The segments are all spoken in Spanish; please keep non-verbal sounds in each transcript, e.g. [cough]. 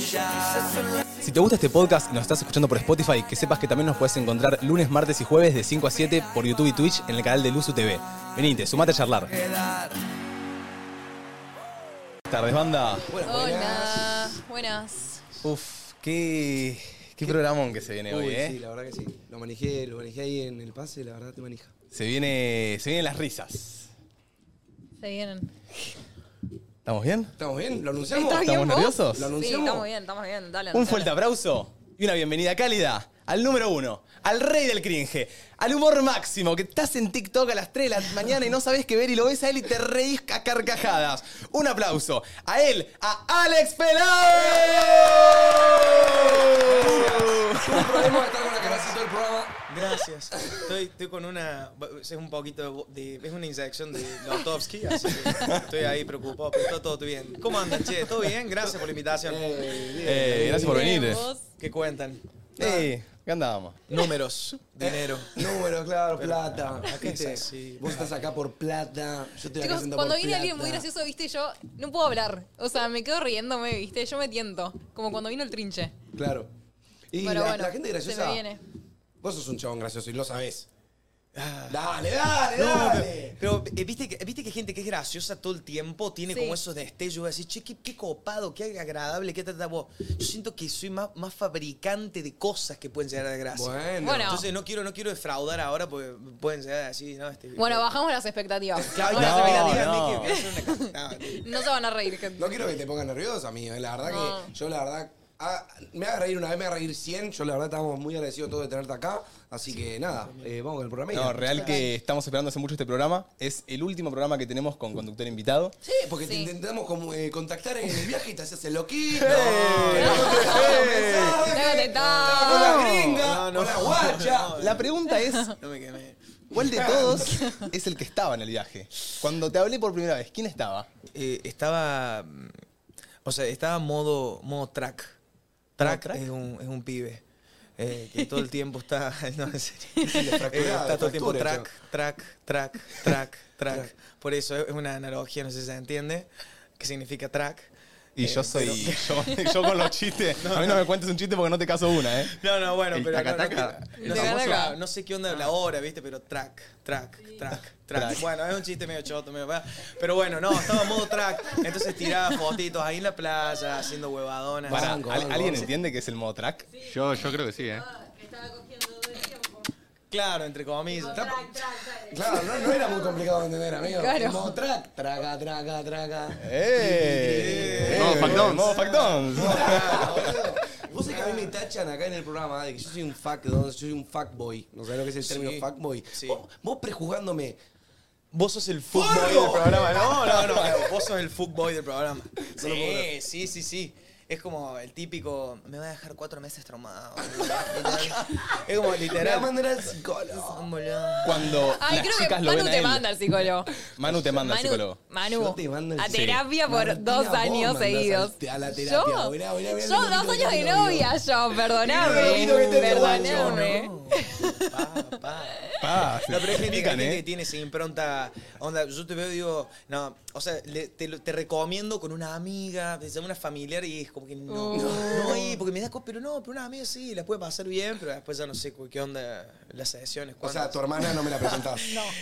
Si te gusta este podcast y nos estás escuchando por Spotify, que sepas que también nos puedes encontrar lunes, martes y jueves de 5 a 7 por YouTube y Twitch en el canal de Luzu TV. Venite, sumate a charlar. Buenas tardes, banda. Hola, buenas. Uf, qué, qué, programón que se viene Uy, hoy, ¿eh? sí, la verdad que sí. Lo manejé, lo manejé ahí en el pase, la verdad te manija. Se, viene, se vienen las risas. Se vienen. ¿Estamos bien? ¿Estamos bien? ¿Lo anunciamos? ¿Estás ¿Estamos bien vos? nerviosos? ¿Lo Sí, anunciamos? estamos bien, estamos bien. Dale, Un dale. fuerte aplauso y una bienvenida cálida al número uno, al rey del cringe, al humor máximo, que estás en TikTok a las 3 de la mañana y no sabes qué ver y lo ves a él y te reís a carcajadas. Un aplauso a él, a Alex Pelao. Tuve [laughs] un problema de estar con la cara todo el programa. Gracias. Estoy, estoy con una. Es un poquito. de- es una inyección de Lotovsky, así que estoy ahí preocupado, pero está todo bien. ¿Cómo andan, che? ¿Todo bien? Gracias por la invitación. Eh, gracias por Bien, venir. vos. ¿Qué cuentan? Eh, ¿qué andábamos? Números, dinero. Números, claro, plata. ¿viste? es así. Vos estás acá por plata. Yo estoy acá Chicos, sentado cuando por viene alguien plata. muy gracioso, viste, yo no puedo hablar. O sea, me quedo riéndome, viste, yo me tiento. Como cuando vino el trinche. Claro. Y Pero la, bueno, la gente graciosa. se me viene. Vos sos un chabón gracioso y lo sabés. Dale, dale, dale. Ah, Pero, eh, ¿viste, que, ¿viste que gente que es graciosa todo el tiempo tiene Sí. como esos destellos? Así, che, qué, qué copado, qué agradable, qué trata vos. Yo siento que soy más, más fabricante de cosas que pueden llegar a gracia. Bueno. Bueno. Entonces no quiero, no quiero defraudar ahora porque pueden llegar así, ¿no? Este, Bueno, bajamos [laughs] las expectativas. Claro, Ahora no, se me no, viene. no. no se van a reír, gente. No quiero que te pongas nervioso, amigo. eh. La verdad que No. yo, la verdad. ah, me hagas reír una vez, me hagas reír 100. Yo, la verdad, estamos muy agradecidos todos de tenerte acá. Así que nada, eh, vamos con el programa. No, real que estamos esperando hace mucho este programa. Es el último programa que tenemos con conductor invitado. Sí, porque te Sí. intentamos como, eh, contactar en el viaje y te haces el [laughs] loquito. Déjate, Con ta. la gringa, con la guacha. [laughs] La pregunta es, No me quemé. ¿Cuál de todos es el que estaba en el viaje? Cuando te hablé por primera vez, ¿quién estaba? Eh, estaba. mm, O sea, estaba modo, modo track. Track, track? Es, un, es un pibe. eh, que todo el tiempo está. [laughs] No, en serio. Eh, fracturada, está todo el tiempo fractura, track, track, track, track, track. Por eso es una analogía, no sé si se entiende. Que significa track. Y Eh, yo soy. [laughs] Yo, yo con los chistes. a mí no me cuentes un chiste porque no te caso una, ¿eh? No, no, bueno, El pero. no, no, taca-taca, no, el no sé- famoso. no sé qué onda la hora, ¿viste? Pero track, track, track, track. Track. Bueno, es un chiste medio choto, medio. va. Pero bueno, no, estaba en modo track. Entonces tiraba fotitos ahí en la playa, haciendo huevadonas. Pará, Banco, ¿al- banco, ¿alguien banco. entiende que es el modo track? Yo, yo creo que sí, ¿eh? Ah, Claro, entre comillas. Claro, no, no era muy complicado de entender, amigo. Claro. Como track, traga, traga, traga. ¡Eh! Modo Factons. ¡Modo Factons! Claro, Ah, boludo. Vos sabés que a mí me tachan acá en el programa de que yo soy un fuck, yo soy un fuckboy. ¿No sabés lo que es el término Sí. fuckboy? Sí. Vos, vos prejuzgándome. Vos sos el fuckboy del programa, no, no, no, no, vos sos el fuckboy del programa. Sí, sí, sí, sí. Es como el típico, me va a dejar cuatro meses [laughs] traumado. Literal. es Me como voy a literal. mandar al psicólogo. Un [laughs] boludo. Cuando Ay, las creo chicas que lo Manu ven a te él. manda al psicólogo. Manu te manda al psicólogo. Yo Manu, te mando el a psicólogo. terapia por Martina, dos vos años mandás seguidos. al- a la terapia. Mirá, Yo, mirá, mirá yo el dos novio años que de tengo, novia, yo, Mirá el novio que perdoname. tengo, Perdoname. Pa, Ah, pa. Pa, se No, pero hay gente, pican, hay gente ¿eh? que tiene esa impronta. Onda, yo te veo y digo, no, o sea, le- te, lo- te recomiendo con una amiga, te llama una familiar y es como que no, Oh. no, y porque me da co- pero no, pero una amiga sí, la puede pasar bien, pero después ya no sé cu- qué onda las sesiones. O cuándo. sea, tu hermana no me la presentás.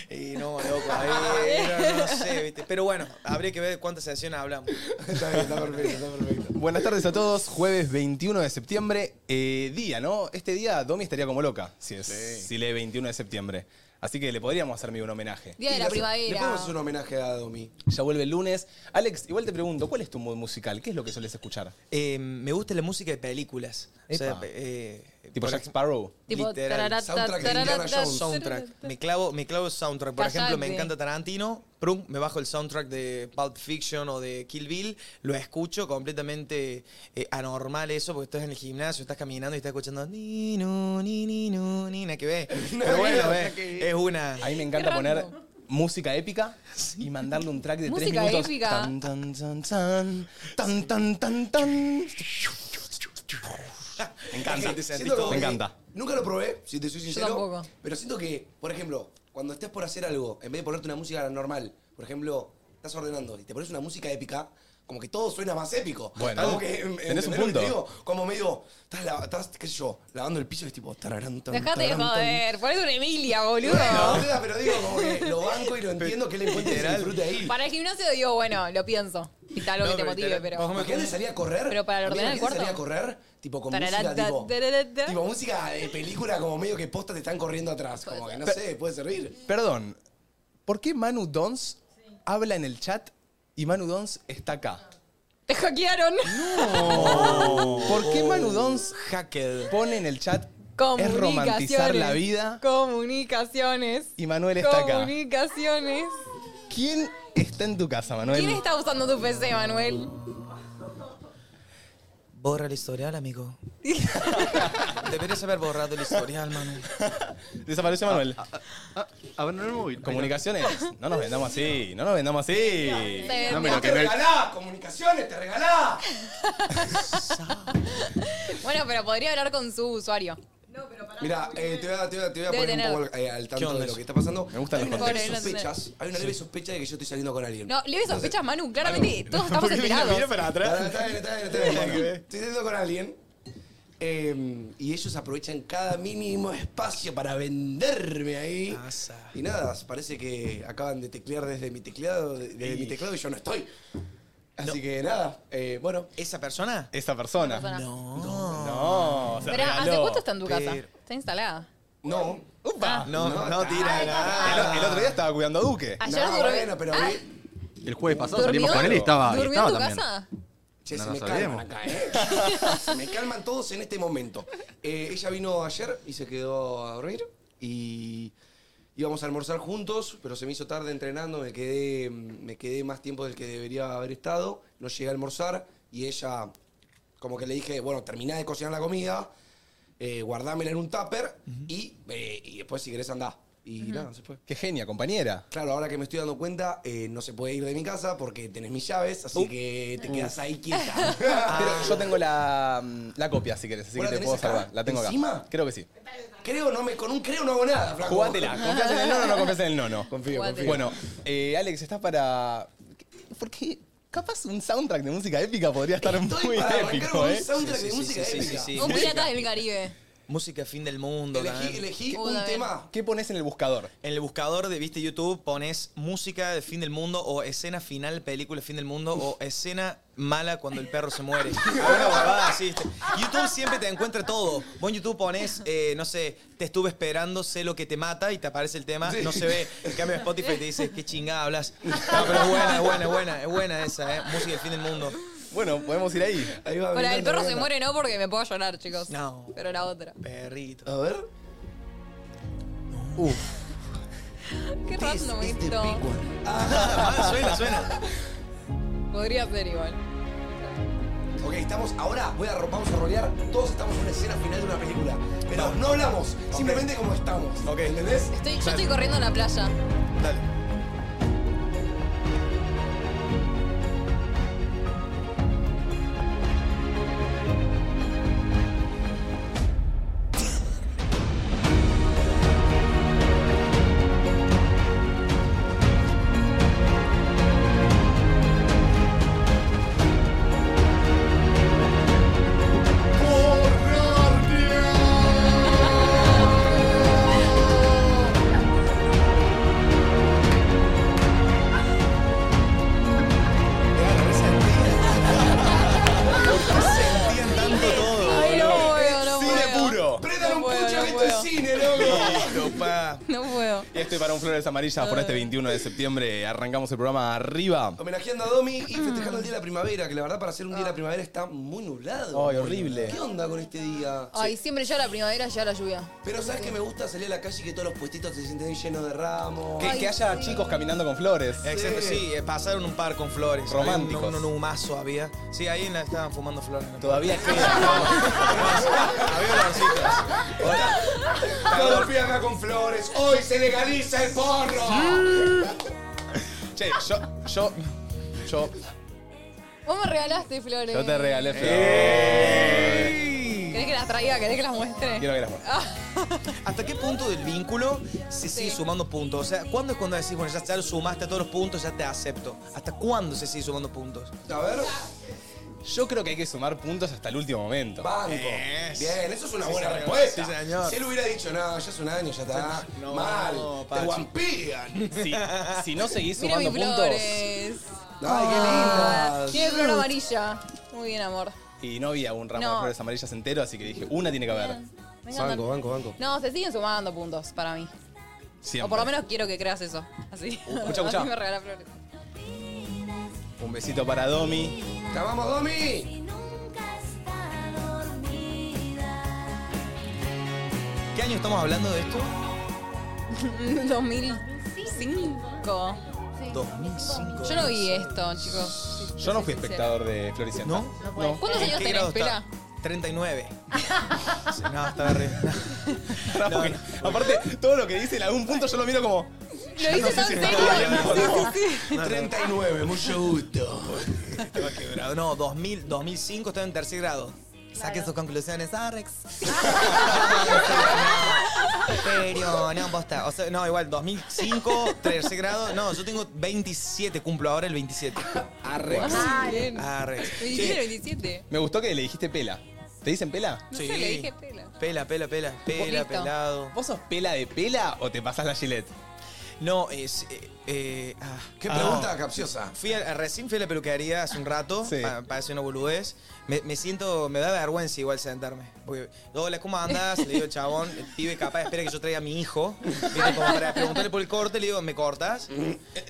Y no, loco, ahí, no, no sé, viste. Pero bueno, habría que ver cuántas sesiones hablamos. [laughs] está bien, está perfecto, está perfecto. Buenas tardes a todos, jueves 21 de septiembre, eh, día, ¿no? Este día Domi estaría como loca, si, es, si lee 21 de septiembre. Así que le podríamos hacer medio un homenaje. Día de Y la le- Le primavera. podemos hacer un homenaje a Domi. Ya vuelve el lunes. Alex, igual te pregunto, ¿cuál es tu mood musical? ¿Qué es lo que sueles escuchar? Eh, me gusta la música de películas. O sea, Epa. eh, ¿Tipo por Jack ej- Sparrow? Tipo, Literal, tararata, soundtrack de Indiana tararata, Jones. soundtrack. Me clavo, me clavo el soundtrack. Por Callate. ejemplo, me encanta Tarantino, prum, me bajo el soundtrack de Pulp Fiction o de Kill Bill, lo escucho completamente eh, anormal eso, porque estás en el gimnasio, estás caminando y estás escuchando ni no, ni ni no, ni nada que [laughs] ve. Pero bueno, ve, es una. A mí me encanta Qué poner random. música épica y mandarle un track de tres Música minutos. épica. Tan, tan, tan, tan, tan, tan, tan, [laughs] tan. Me encanta. Te sentís Siento como todo. Me que- encanta. Nunca lo probé, si te soy sincero. tampoco. Pero siento que, por ejemplo, cuando estés por hacer algo, en vez de ponerte una música normal, por ejemplo, estás ordenando y te pones una música épica, como que todo suena más épico. Bueno, como que, em, tenés un ¿entendés lo que te punto. digo? Como medio, estás, la- estás, qué sé yo, lavando el piso y es tipo, tararán, tan, Dejate de tararán, tan. joder, ponete una Emilia, boludo. Bueno, boluda, pero digo, como que lo banco [laughs] y lo entiendo que le encuentre el disfrute ahí. Para el gimnasio digo, bueno, lo pienso. Está algo No, que te pero motive, literal, pero. vos me- Imagínate salir a correr. Pero para ordenar Imagínate el cuarto. salir a correr, tipo con Tarará, música, ta, tipo, tarará, ta. tipo música de película, como medio que posta te están corriendo atrás. Como que no sé, puede servir. Perdón, ¿por qué Manu Dons habla en el chat y Manu Dons está acá? Te hackearon. ¿Por qué Manu Dons Hacked. pone en el chat es Comunicaciones. romantizar la vida Comunicaciones. y Manuel está acá? Comunicaciones. ¿Quién está en tu casa, Manuel? ¿Quién está usando tu PC, Manuel? Borra el [laughs] historial, amigo. Deberías haber borrado el historial, Manu. Desapareció Manuel. Abandonar el móvil. Ah, Comunicaciones, no nos vendamos así, no nos vendamos así. Se No me vendió. lo Te que no regalás, comunicaciones, te regalás. Bueno, pero podría hablar con su usuario. Mira, eh, te voy a, te voy a- te voy a Debe poner tener- un poco al, eh, al ¿Qué tanto de onda lo eso? que está pasando. Me gustan hay los una leve contextos. sospechas, hay una leve sospecha de que yo estoy saliendo con alguien. No, leves sospechas, Manu. Claramente todos estamos [laughs] Porque mira, enterados. mira para Pará, atrás. Está bien, está bien, está bien, bueno. Estoy saliendo con alguien. eh, y ellos aprovechan cada mínimo espacio para venderme ahí. Pasa. Y nada, parece que acaban de teclear desde mi teclado, de- desde mi teclado y yo no estoy. Así que nada, eh, bueno. ¿Esa persona? Esa persona. Persona. No. No, se Pero, ¿hace regaló. cuánto está en tu casa? Pero- Está instalada. No. Upa. No, No, no, está- tira El, nada. el otro día estaba cuidando a Duque. Ayer no, durmió- bueno, pero Ah, vi- El jueves pasado ¿Durmió? salimos con él y estaba, y ¿Durmió estaba en tu también. casa? Che, No se lo me calman sabíamos. acá, ¿eh? se me calman todos en este momento. Eh, ella vino ayer y se quedó a dormir y íbamos a almorzar juntos, pero se me hizo tarde entrenando, me quedé, me quedé más tiempo del que debería haber estado, no llegué a almorzar y ella, como que le dije, bueno, terminá de cocinar la comida, eh, guardámela en un tupper y, eh, y después si querés andá. Y nada, se fue. Qué genia, compañera. Claro, ahora que me estoy dando cuenta, eh, no se puede ir de mi casa porque tenés mis llaves, así Uh. que Mm. te quedas ahí [laughs] quieta. Pero yo tengo la, mm, la copia, si querés, así que ¿Vos la te tenés puedo acá? salvar. La tengo acá. ¿Encima? Creo que sí. Creo, no me, con un creo no hago nada, flaco. Jugátela. ¿Confías en el nono o no confías en el nono? Confío, Jugátela. confío. Bueno, eh, Alex, estás para. ¿Por qué? Capaz un soundtrack de música épica podría estar Estoy muy para arrancar épico, con un ¿eh? soundtrack Sí, de sí, música sí, sí, sí, épica. sí, Un pirata del Caribe. Música fin del mundo. Elegí, también. elegí Uy, un David. tema. ¿Qué pones en el buscador? En el buscador de viste YouTube pones música de fin del mundo o escena final película fin del mundo o escena mala cuando el perro se muere. Alguna huevada así, ¿viste? YouTube siempre te encuentra todo. Vos en YouTube pones, eh, no sé, te estuve esperando, sé lo que te mata y te aparece el tema, no se ve. En cambio Spotify te dice, qué chingada hablas. No, pero es buena, es buena, es buena, es buena esa, eh. Música de fin del mundo. Bueno, podemos ir ahí. Ahí va, me Para el encanta, perro me se encanta. muere no porque me puedo llorar, chicos. No. Pero la otra. Perrito. A ver. Uf. Qué This random is the esto. big one. Ah, suena, suena. Podría ser igual. Ok, estamos ahora, voy a, ro- vamos a rolear. Todos estamos en una escena final de una película. Pero no hablamos, simplemente como estamos. Ok. ¿Entendés? Estoy, yo estoy corriendo en la playa. Dale. Sentían tanto todo. Ay, no puedo, no Cine puedo. puro. Prendan No un puedo, pucho no que esto es puedo. cine, [laughs] loco. Listo, pa. No puedo. Y estoy para un Flores Amarillas por este 21 de septiembre. Arrancamos el programa arriba. Homenajeando a Domi y festejando el día de la primavera, que la verdad para ser un día de la primavera está muy nublado. Ay, horrible. ¿Qué onda con este día? Ay, siempre llega la primavera, llega la lluvia. Pero sabes que me gusta salir a la calle y que todos los puestitos se sienten llenos de ramos. Que, que haya chicos caminando con flores. Exacto, sí, eh, pasaron un par con flores. Románticos. Un, un, un humazo había. Sí, ahí en la- estaban fumando flores. Todavía queda. había olorcitos. Todo fui acá con flores. Hoy se legaliza el porro. che, yo, yo, yo, Vos me regalaste flores. yo te regalé flores. ¿Querés que las traiga? ¿Querés que las muestre? Quiero que las muestres. ¿Hasta qué punto del vínculo se sigue Sí. sumando puntos? O sea, ¿cuándo es cuando decís, bueno, ya, ya lo sumaste a todos los puntos, ya te acepto? ¿Hasta cuándo se sigue sumando puntos? A ver, Yo creo que hay que sumar puntos hasta el último momento. banco. Es. Bien, eso es una Sí, buena señor. respuesta. Sí, señor. Si él hubiera dicho, no, ya es un año, ya está. No, Mal. no, te Pachi. guampean. Si, si no seguís Mira sumando mis puntos Ah, flores. Ay, qué linda. Tiene color amarilla. Muy bien, amor. y no había un ramo de No. flores amarillas entero, así que dije, una tiene que haber. Me encantan. banco, banco. No, se siguen sumando puntos para mí. ¿eh? Siempre. Uh, O por lo menos quiero que creas eso. Así. escuchá, escuchá. [laughs] Así me regala flores. Un besito para Domi. ¡Te amamos, Domi! ¿Qué año estamos hablando de esto? 2005. 2005. Yo no vi esto, chicos. Yo no fui espectador de Floricienta. ¿No? [laughs] No. ¿Cuántos ¿En años qué tenés, grado está? Pela? [laughs] 39. Sí, no, estaba re... [laughs] Pará, porque- Aparte, todo lo que dice en algún punto yo lo miro como. Lo hice tan si serio. estaba Sí, sí, sí. 39, mucho gusto. Estaba quebrado. No, 2000, 2005 estaba en tercer grado. Saque sus conclusiones, [laughs] Arrex. Pero, no, posta. O sea, no, igual, 2005, tercer grado. No, yo tengo 27, cumplo ahora [laughs] el 27. Arre. Ah, bien. Arrex. 27, 27. Me gustó que le dijiste pela. ¿Te dicen pela? No sé, le dije pela. Pela, pela, pela. Pela, Listo. pelado. ¿Vos sos pela de pela o te pasas la gilet? No, es... eh, eh, ah, Qué ah. pregunta capciosa. Fui a- recién fui a la peluquería hace un rato, Sí. pa- para hacer una boludez. Me, me siento, me da vergüenza igual sentarme. Porque, hola, ¿cómo andas? Le digo, chabón, el pibe capaz espera que yo traiga a mi hijo. Viste, como para preguntarle por el corte, le digo, ¿me cortas?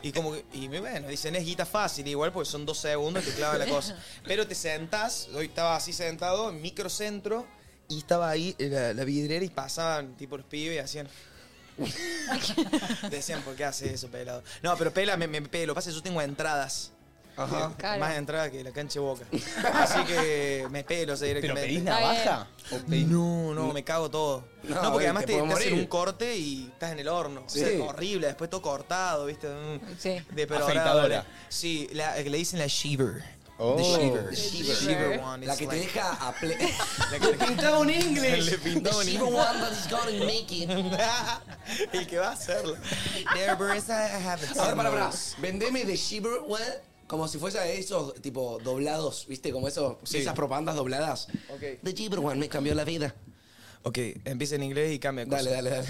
Y como que- y me- bueno, dicen, es guita fácil, igual, porque son dos segundos que clavan la cosa. Pero te sentás, hoy estaba así sentado, en microcentro, y estaba ahí la, la vidriera y pasaban tipo los pibes y hacían... Decían, ¿por qué hace eso, pelado? No, pero pela, me, me pelo. Pasa que yo tengo entradas. Ajá. Claro. Más entradas que la cancha [laughs] de boca. Así que me pelo, o sea, ¿Pero directamente. pedís Está navaja? ¿O pedís- No, no, me cago todo. No, No, porque eh, además te te, te podés hacen morir. un corte y estás en el horno. Sí. O sea, horrible, después todo cortado, ¿viste? Mm. Sí. De pero Afeitadora. ahora- Sí, la, que le dicen la shiver. Oh. The shiver. The shiver. shiver one. La It's que te like- deja a ple... Le pintaba un inglés. Le pintaba un inglés. one that's gonna make it. el que va a hacerlo. [laughs] There, Bruce, I haven't A ver, seen para, para. those. Vendeme de Shiver what? como si fuese de esos, tipo, doblados, ¿viste? Como esos, Sí. esas propagandas dobladas. Ok. The Shiver One me cambió la vida. Ok, empieza en inglés y cambia. Dale, dale, dale.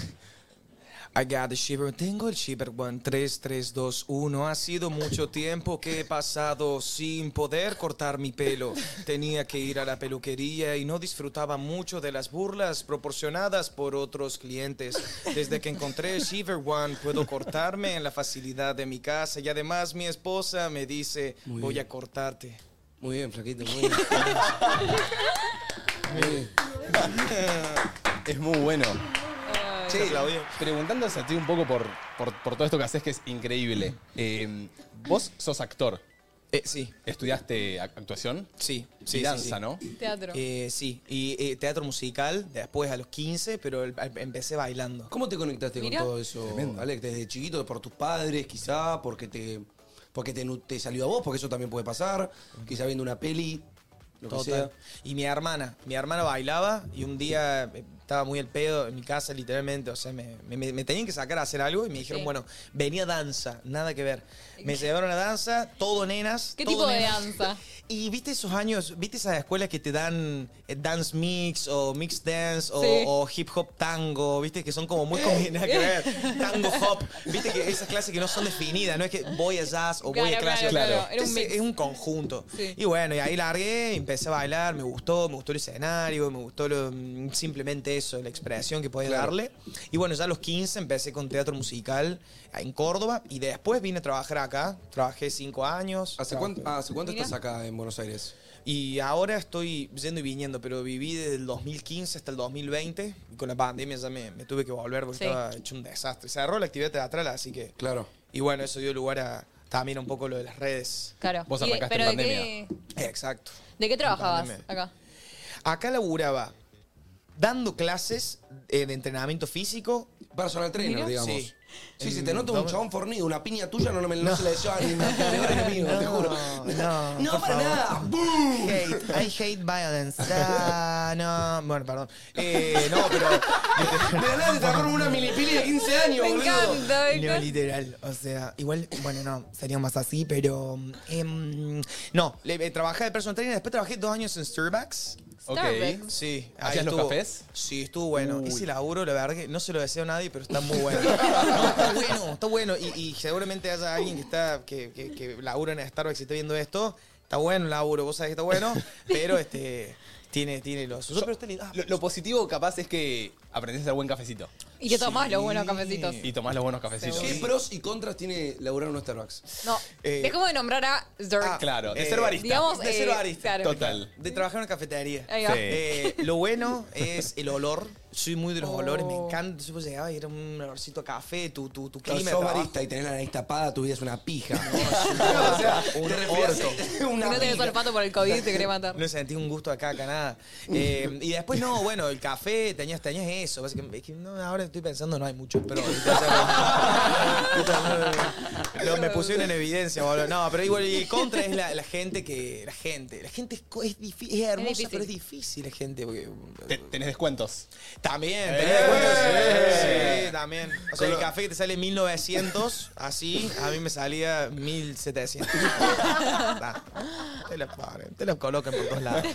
I got the shiver. Tengo el shiver. One, tres, tres, dos, uno. Ha sido mucho tiempo que he pasado sin poder cortar mi pelo. Tenía que ir a la peluquería y no disfrutaba mucho de las burlas proporcionadas por otros clientes. Desde que encontré Shiver One, puedo cortarme en la facilidad de mi casa y además mi esposa me dice, voy a cortarte. Muy bien, flaquito, [laughs] muy bien. Muy bien. Es muy bueno. Sí, Claudio. Preguntándote a ti un poco por, por, por todo esto que haces, que es increíble. Eh, vos sos actor. Eh, sí, ¿Estudiaste ac- actuación? sí, sí, y sí. danza, sí. ¿no? Teatro. Eh, sí, y eh, teatro musical después a los 15, pero el- al- empecé bailando. ¿Cómo te conectaste Mirá. con todo eso, Alex? ¿Desde chiquito? ¿Por tus padres, quizá? ¿Porque te porque te, nu- te salió a vos? Porque eso también puede pasar. Quizá viendo una peli, lo que sea. Total. Y mi hermana, mi hermana bailaba y un día eh, estaba muy al pedo en mi casa, literalmente. O sea, me, me- me tenían que sacar a hacer algo y me dijeron, Sí. bueno, venía danza, nada que ver. [laughs] Me llevaron a danza, todo nenas. ¿Qué todo tipo de nenas. danza? [laughs] Y viste esos años, viste esas escuelas que te dan eh, dance mix o mix dance o, Sí. o hip hop tango, viste que son como muy combinadas [laughs] que ver, tango hop, viste que esas clases que no son definidas, no es que voy a jazz o voy a Claro, clase. claro, claro. Era un Entonces, mix. es un conjunto. Sí. Y bueno, y ahí largué, empecé a bailar, me gustó, me gustó el escenario, me gustó lo- mm, simplemente eso, la expresión que podía darle. Y bueno, ya a los 15 empecé con teatro musical en Córdoba y después vine a trabajar acá, trabajé cinco años. ¿Hace Trabajé- cuánto, ¿Hace cuánto Mirá. estás acá en Buenos Aires? y ahora estoy yendo y viniendo, pero viví desde el 2015 hasta el 2020. Y con la pandemia ya me, me tuve que volver porque Sí. estaba hecho un desastre. Se agarró la actividad teatral, así que. Claro. Y bueno, eso dio lugar a también un poco lo de las redes. Claro. Vos ¿Y de- arrancaste pero en de pandemia. qué, Exacto. ¿de qué trabajabas pandemia. acá? Acá laburaba dando clases eh, de entrenamiento físico. Personal trainer, Mirá. digamos. Sí, Sí. sí, En- si te noto un ¿dónde? chabón fornido, una piña tuya [laughs] no, no me no se la deseo a ni a mi peor enemigo, te juro. no, No, para nada. ¡Boom! Hate. I hate violence. Ah, no. Bueno, perdón. Eh, no, pero. De la nada te agarró una milipili de Este 15 años, Me boludo. encanta, me [laughs] No, encanta. literal. O sea, igual, bueno, no, sería más así, pero. em, no, le, eh, trabajé de personal trainer, después trabajé dos años en Starbucks. Ok. Starbucks. Sí. ahí ¿Hacías los estuvo- cafés? Sí, estuvo bueno. Uy. Ese laburo, la verdad que no se lo deseo a nadie, pero está muy bueno. No, está bueno, está bueno. Y, y seguramente haya alguien que está que, que, que labura en Starbucks y esté viendo esto. Está bueno el laburo, vos sabés que está bueno, pero este tiene, tiene los suyos, pero está lindo. Ah, Lo, lo positivo capaz es que aprendés a hacer buen cafecito. Y que tomás los buenos Sí. cafecitos. Y tomás los buenos cafecitos. ¿Qué pros y contras tiene laburar en un Starbucks? No, Eh, dejemos de nombrar a Zerk. ah, Claro, de Eh, ser barista. digamos, de ser eh, barista. claro. Total. De trabajar en una cafetería. Ahí va. Sí. Eh, lo bueno es el olor. Soy muy de los Oh. olores, me encanta. Yo pues, llegaba y era un olorcito a café, tu, tu, tu Claro, clima. de sos trabajo. [laughs] barista y tenés la nariz tapada, tu vida es una [laughs] pija. O sea, un Te respirás- orto. [laughs] Si una no tenés pija. olfato por el COVID, te querés matar. No sentí un gusto acá, acá nada. Eh, y después, no, bueno, el café, tenías, tenías eso. Básicamente, es que no, ahora estoy pensando, no hay mucho, pero. [laughs] Lo- me pusieron en evidencia, boludo. No, pero igual, y el contra es la, la gente que. La gente. La gente es, co- es, difi- es hermosa, difícil. pero es difícil la gente. porque- Te- tenés descuentos. También, ¡Eh! tenés descuentos. ¡Eh! Sí, también. O sea, el café que te sale 1900, así, a mí me salía 1700. Nah, te los ponen, te los colocan por todos lados.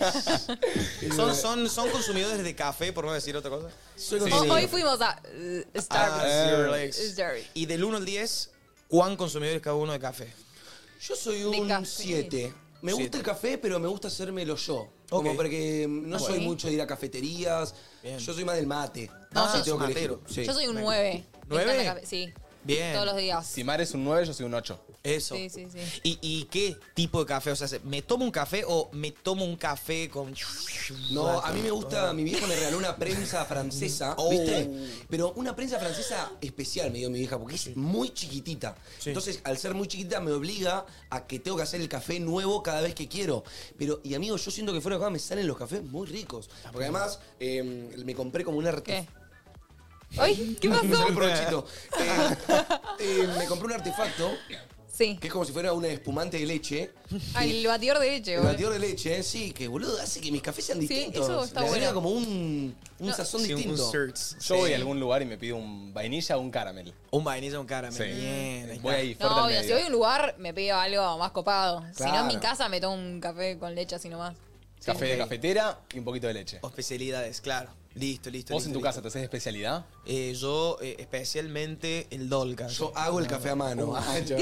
Son, son, son consumidores de café, por no decir otra cosa. Soy O- consumidor. Hoy fuimos a eh, Starbucks. Ah, sí, Eh. relax. Starbucks. Y del 1 al 10, ¿cuán consumidores cada uno de café? Yo soy De café. un 7. Me gusta Siete. el café, pero me gusta hacérmelo yo. Como Ok. porque mm, no Ah, soy bueno. mucho de ir a cafeterías. Bien. Yo soy más del mate. No, Sí, sos tengo que matero. elegir. Sí. Yo soy un venga. 9. ¿Nueve? Sí. Bien. Todos los días. Si Mar es un 9, yo soy un 8. Eso. Sí, sí, sí. ¿Y, y qué tipo de café? O sea, ¿me tomo un café o me tomo un café con.? No, a mí me gusta, mi vieja me regaló una prensa francesa, Oh. ¿viste? Pero una prensa francesa especial me dio mi vieja, porque es muy chiquitita. Entonces, al ser muy chiquitita, me obliga a que tengo que hacer el café nuevo cada vez que quiero. Pero, y amigo, yo siento que fuera de acá me salen los cafés muy ricos. Porque además, eh, me compré como un ¿Qué? artefacto. ¿Ay? [laughs] ¿Qué Me salió pasó? el provechito. Eh, eh, me compré un artefacto Sí. que es como si fuera un espumante de leche. Al batidor de leche, El boludo. batidor de leche, ¿eh? sí, que boludo hace que mis cafés sean Sí, distintos. eso está Le agrega bueno. como un, un sazón Sí, un- distinto. un search. Yo voy a algún lugar y me pido un vainilla o un caramel. Un vainilla, un caramel. Sí. Bien. ahí Voy está. ahí, fuerte No, al obvio, medio. si voy a un lugar me pido algo más copado. Si no, en mi Claro. casa me tomo un café con leche así nomás. Café de Ok. Oh, cafetera y un poquito de leche. O especialidades, claro. Listo, listo. ¿Vos listo, en tu listo. casa te haces especialidad? Eh, yo, eh, especialmente el ah, Dolca. Yo hago el café a Oh, [laughs] mano. yo,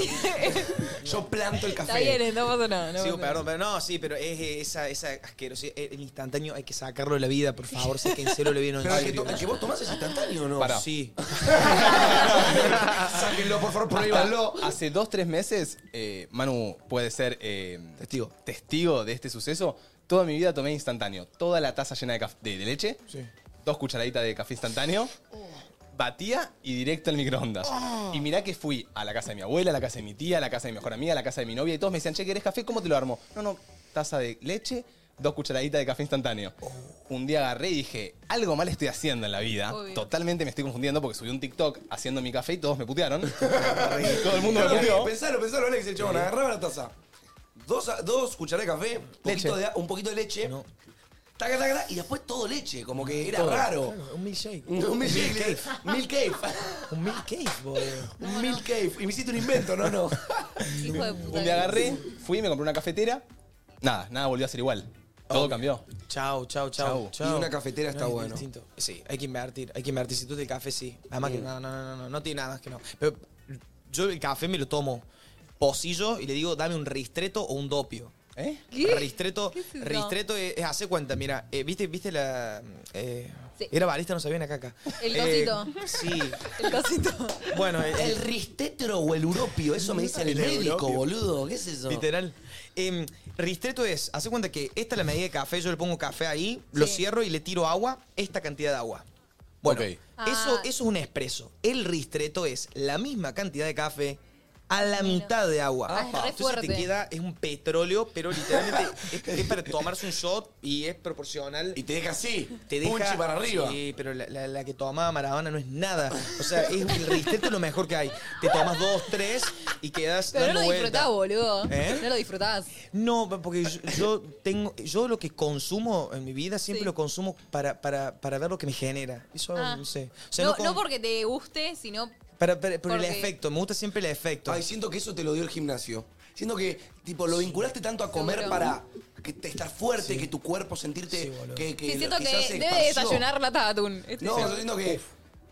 yo planto el Está bien, café. eh, no pasa nada. No Sí, pasa nada. perdón, pero no, sí, pero es eh, esa, esa asquerosidad. eh, El instantáneo hay que sacarlo de la vida, por favor. Sáquenselo de la [laughs] vida. No Pero el en que, to- serio. el que vos tomás es instantáneo, ¿no? Pará. Sí. [laughs] Sáquenlo, por favor, prohíbanlo. Hace dos, tres meses, eh, Manu puede ser eh, Testigo. testigo de este suceso. Toda mi vida tomé instantáneo. Toda la taza llena de, caf- de- de leche. Dos cucharaditas de café instantáneo. Batía y directo al microondas. Ah. Y mirá que fui a la casa de mi abuela, a la casa de mi tía, a la casa de mi mejor amiga, a la casa de mi novia. Y todos me decían, che, ¿querés café? ¿Cómo te lo armo? No, no, taza de leche, dos cucharaditas de café instantáneo. Oh. Un día agarré y dije, algo mal estoy haciendo en la vida. Obvio. Totalmente me estoy confundiendo porque subí un TikTok haciendo mi café y todos me [laughs] putearon. Todo el mundo me puteó. Pensalo, pensalo, Alex, el chabón. Agarraba la taza. Dos, a- dos cucharadas de café, poquito de a- un poquito de leche. No. Taca, taca, taca, y después todo leche, como que era Todo. raro. Claro, Un milkshake. [laughs] Un milkshake. Milkshake. [laughs] Un milkshake, boludo. Un milkshake. Y me hiciste un invento, no, [laughs] no. Hijo de puta. Un día agarré, fui, me compré una cafetera. Nada, nada volvió a ser igual. Todo cambió. Chau, chau, chau. Chau. chau. Y una cafetera está es bueno. distinto. Sí, hay que invertir, hay que invertir. Si tú del café, sí. Nada más que no, no, no, no, no, no tiene nada más que no. Pero yo el café me lo tomo pocillo y le digo, dame un ristreto o un dopio. ¿Eh? ¿Qué? Ristreto, ¿Qué es eso? ristreto es, es- hace cuenta, mira, eh, viste, viste la. eh, Sí. Era barista, no sabían acá acá. El Eh, cosito. sí. El cosito. Bueno, eh, El ristetro o el uropio, eso me dice [laughs] el, médico, boludo. ¿Qué es eso? Literal. Em, ristreto es, hace cuenta que esta es la medida de café, yo le pongo café ahí, lo Sí. cierro y le tiro agua, esta cantidad de agua. Bueno, Ok. eso, Ah. eso es un expreso. El ristreto es la misma cantidad de café, a la mitad de agua. Ah, es re Entonces te fuerte. queda, es un petróleo, pero literalmente [laughs] es, es para tomarse un shot y es proporcional. Y te deja así, te deja. punchi para arriba. Sí, pero la, la- la que tomaba Maradona no es nada. O sea, es el ristete lo mejor que hay. Te tomas dos, tres y quedas. Pero no dando lo vuelta. disfrutás, boludo. ¿Eh? No lo disfrutás. No, porque yo, yo tengo, yo lo que consumo en mi vida siempre Sí. lo consumo para, para, para ver lo que me genera. Eso Ah. no sé. O sea, No, con- no porque te guste, sino. para- para- por el porque- efecto, me gusta siempre el efecto. Ay, siento que eso te lo dio el gimnasio. Siento que, tipo, lo vinculaste tanto a comer Seguro. para que te- estar fuerte, que tu cuerpo sentirte Sí, boludo. que, que Sí, siento que quizás se debe esparció. desayunar lata de [laughs] atún. Este- No, yo siento que...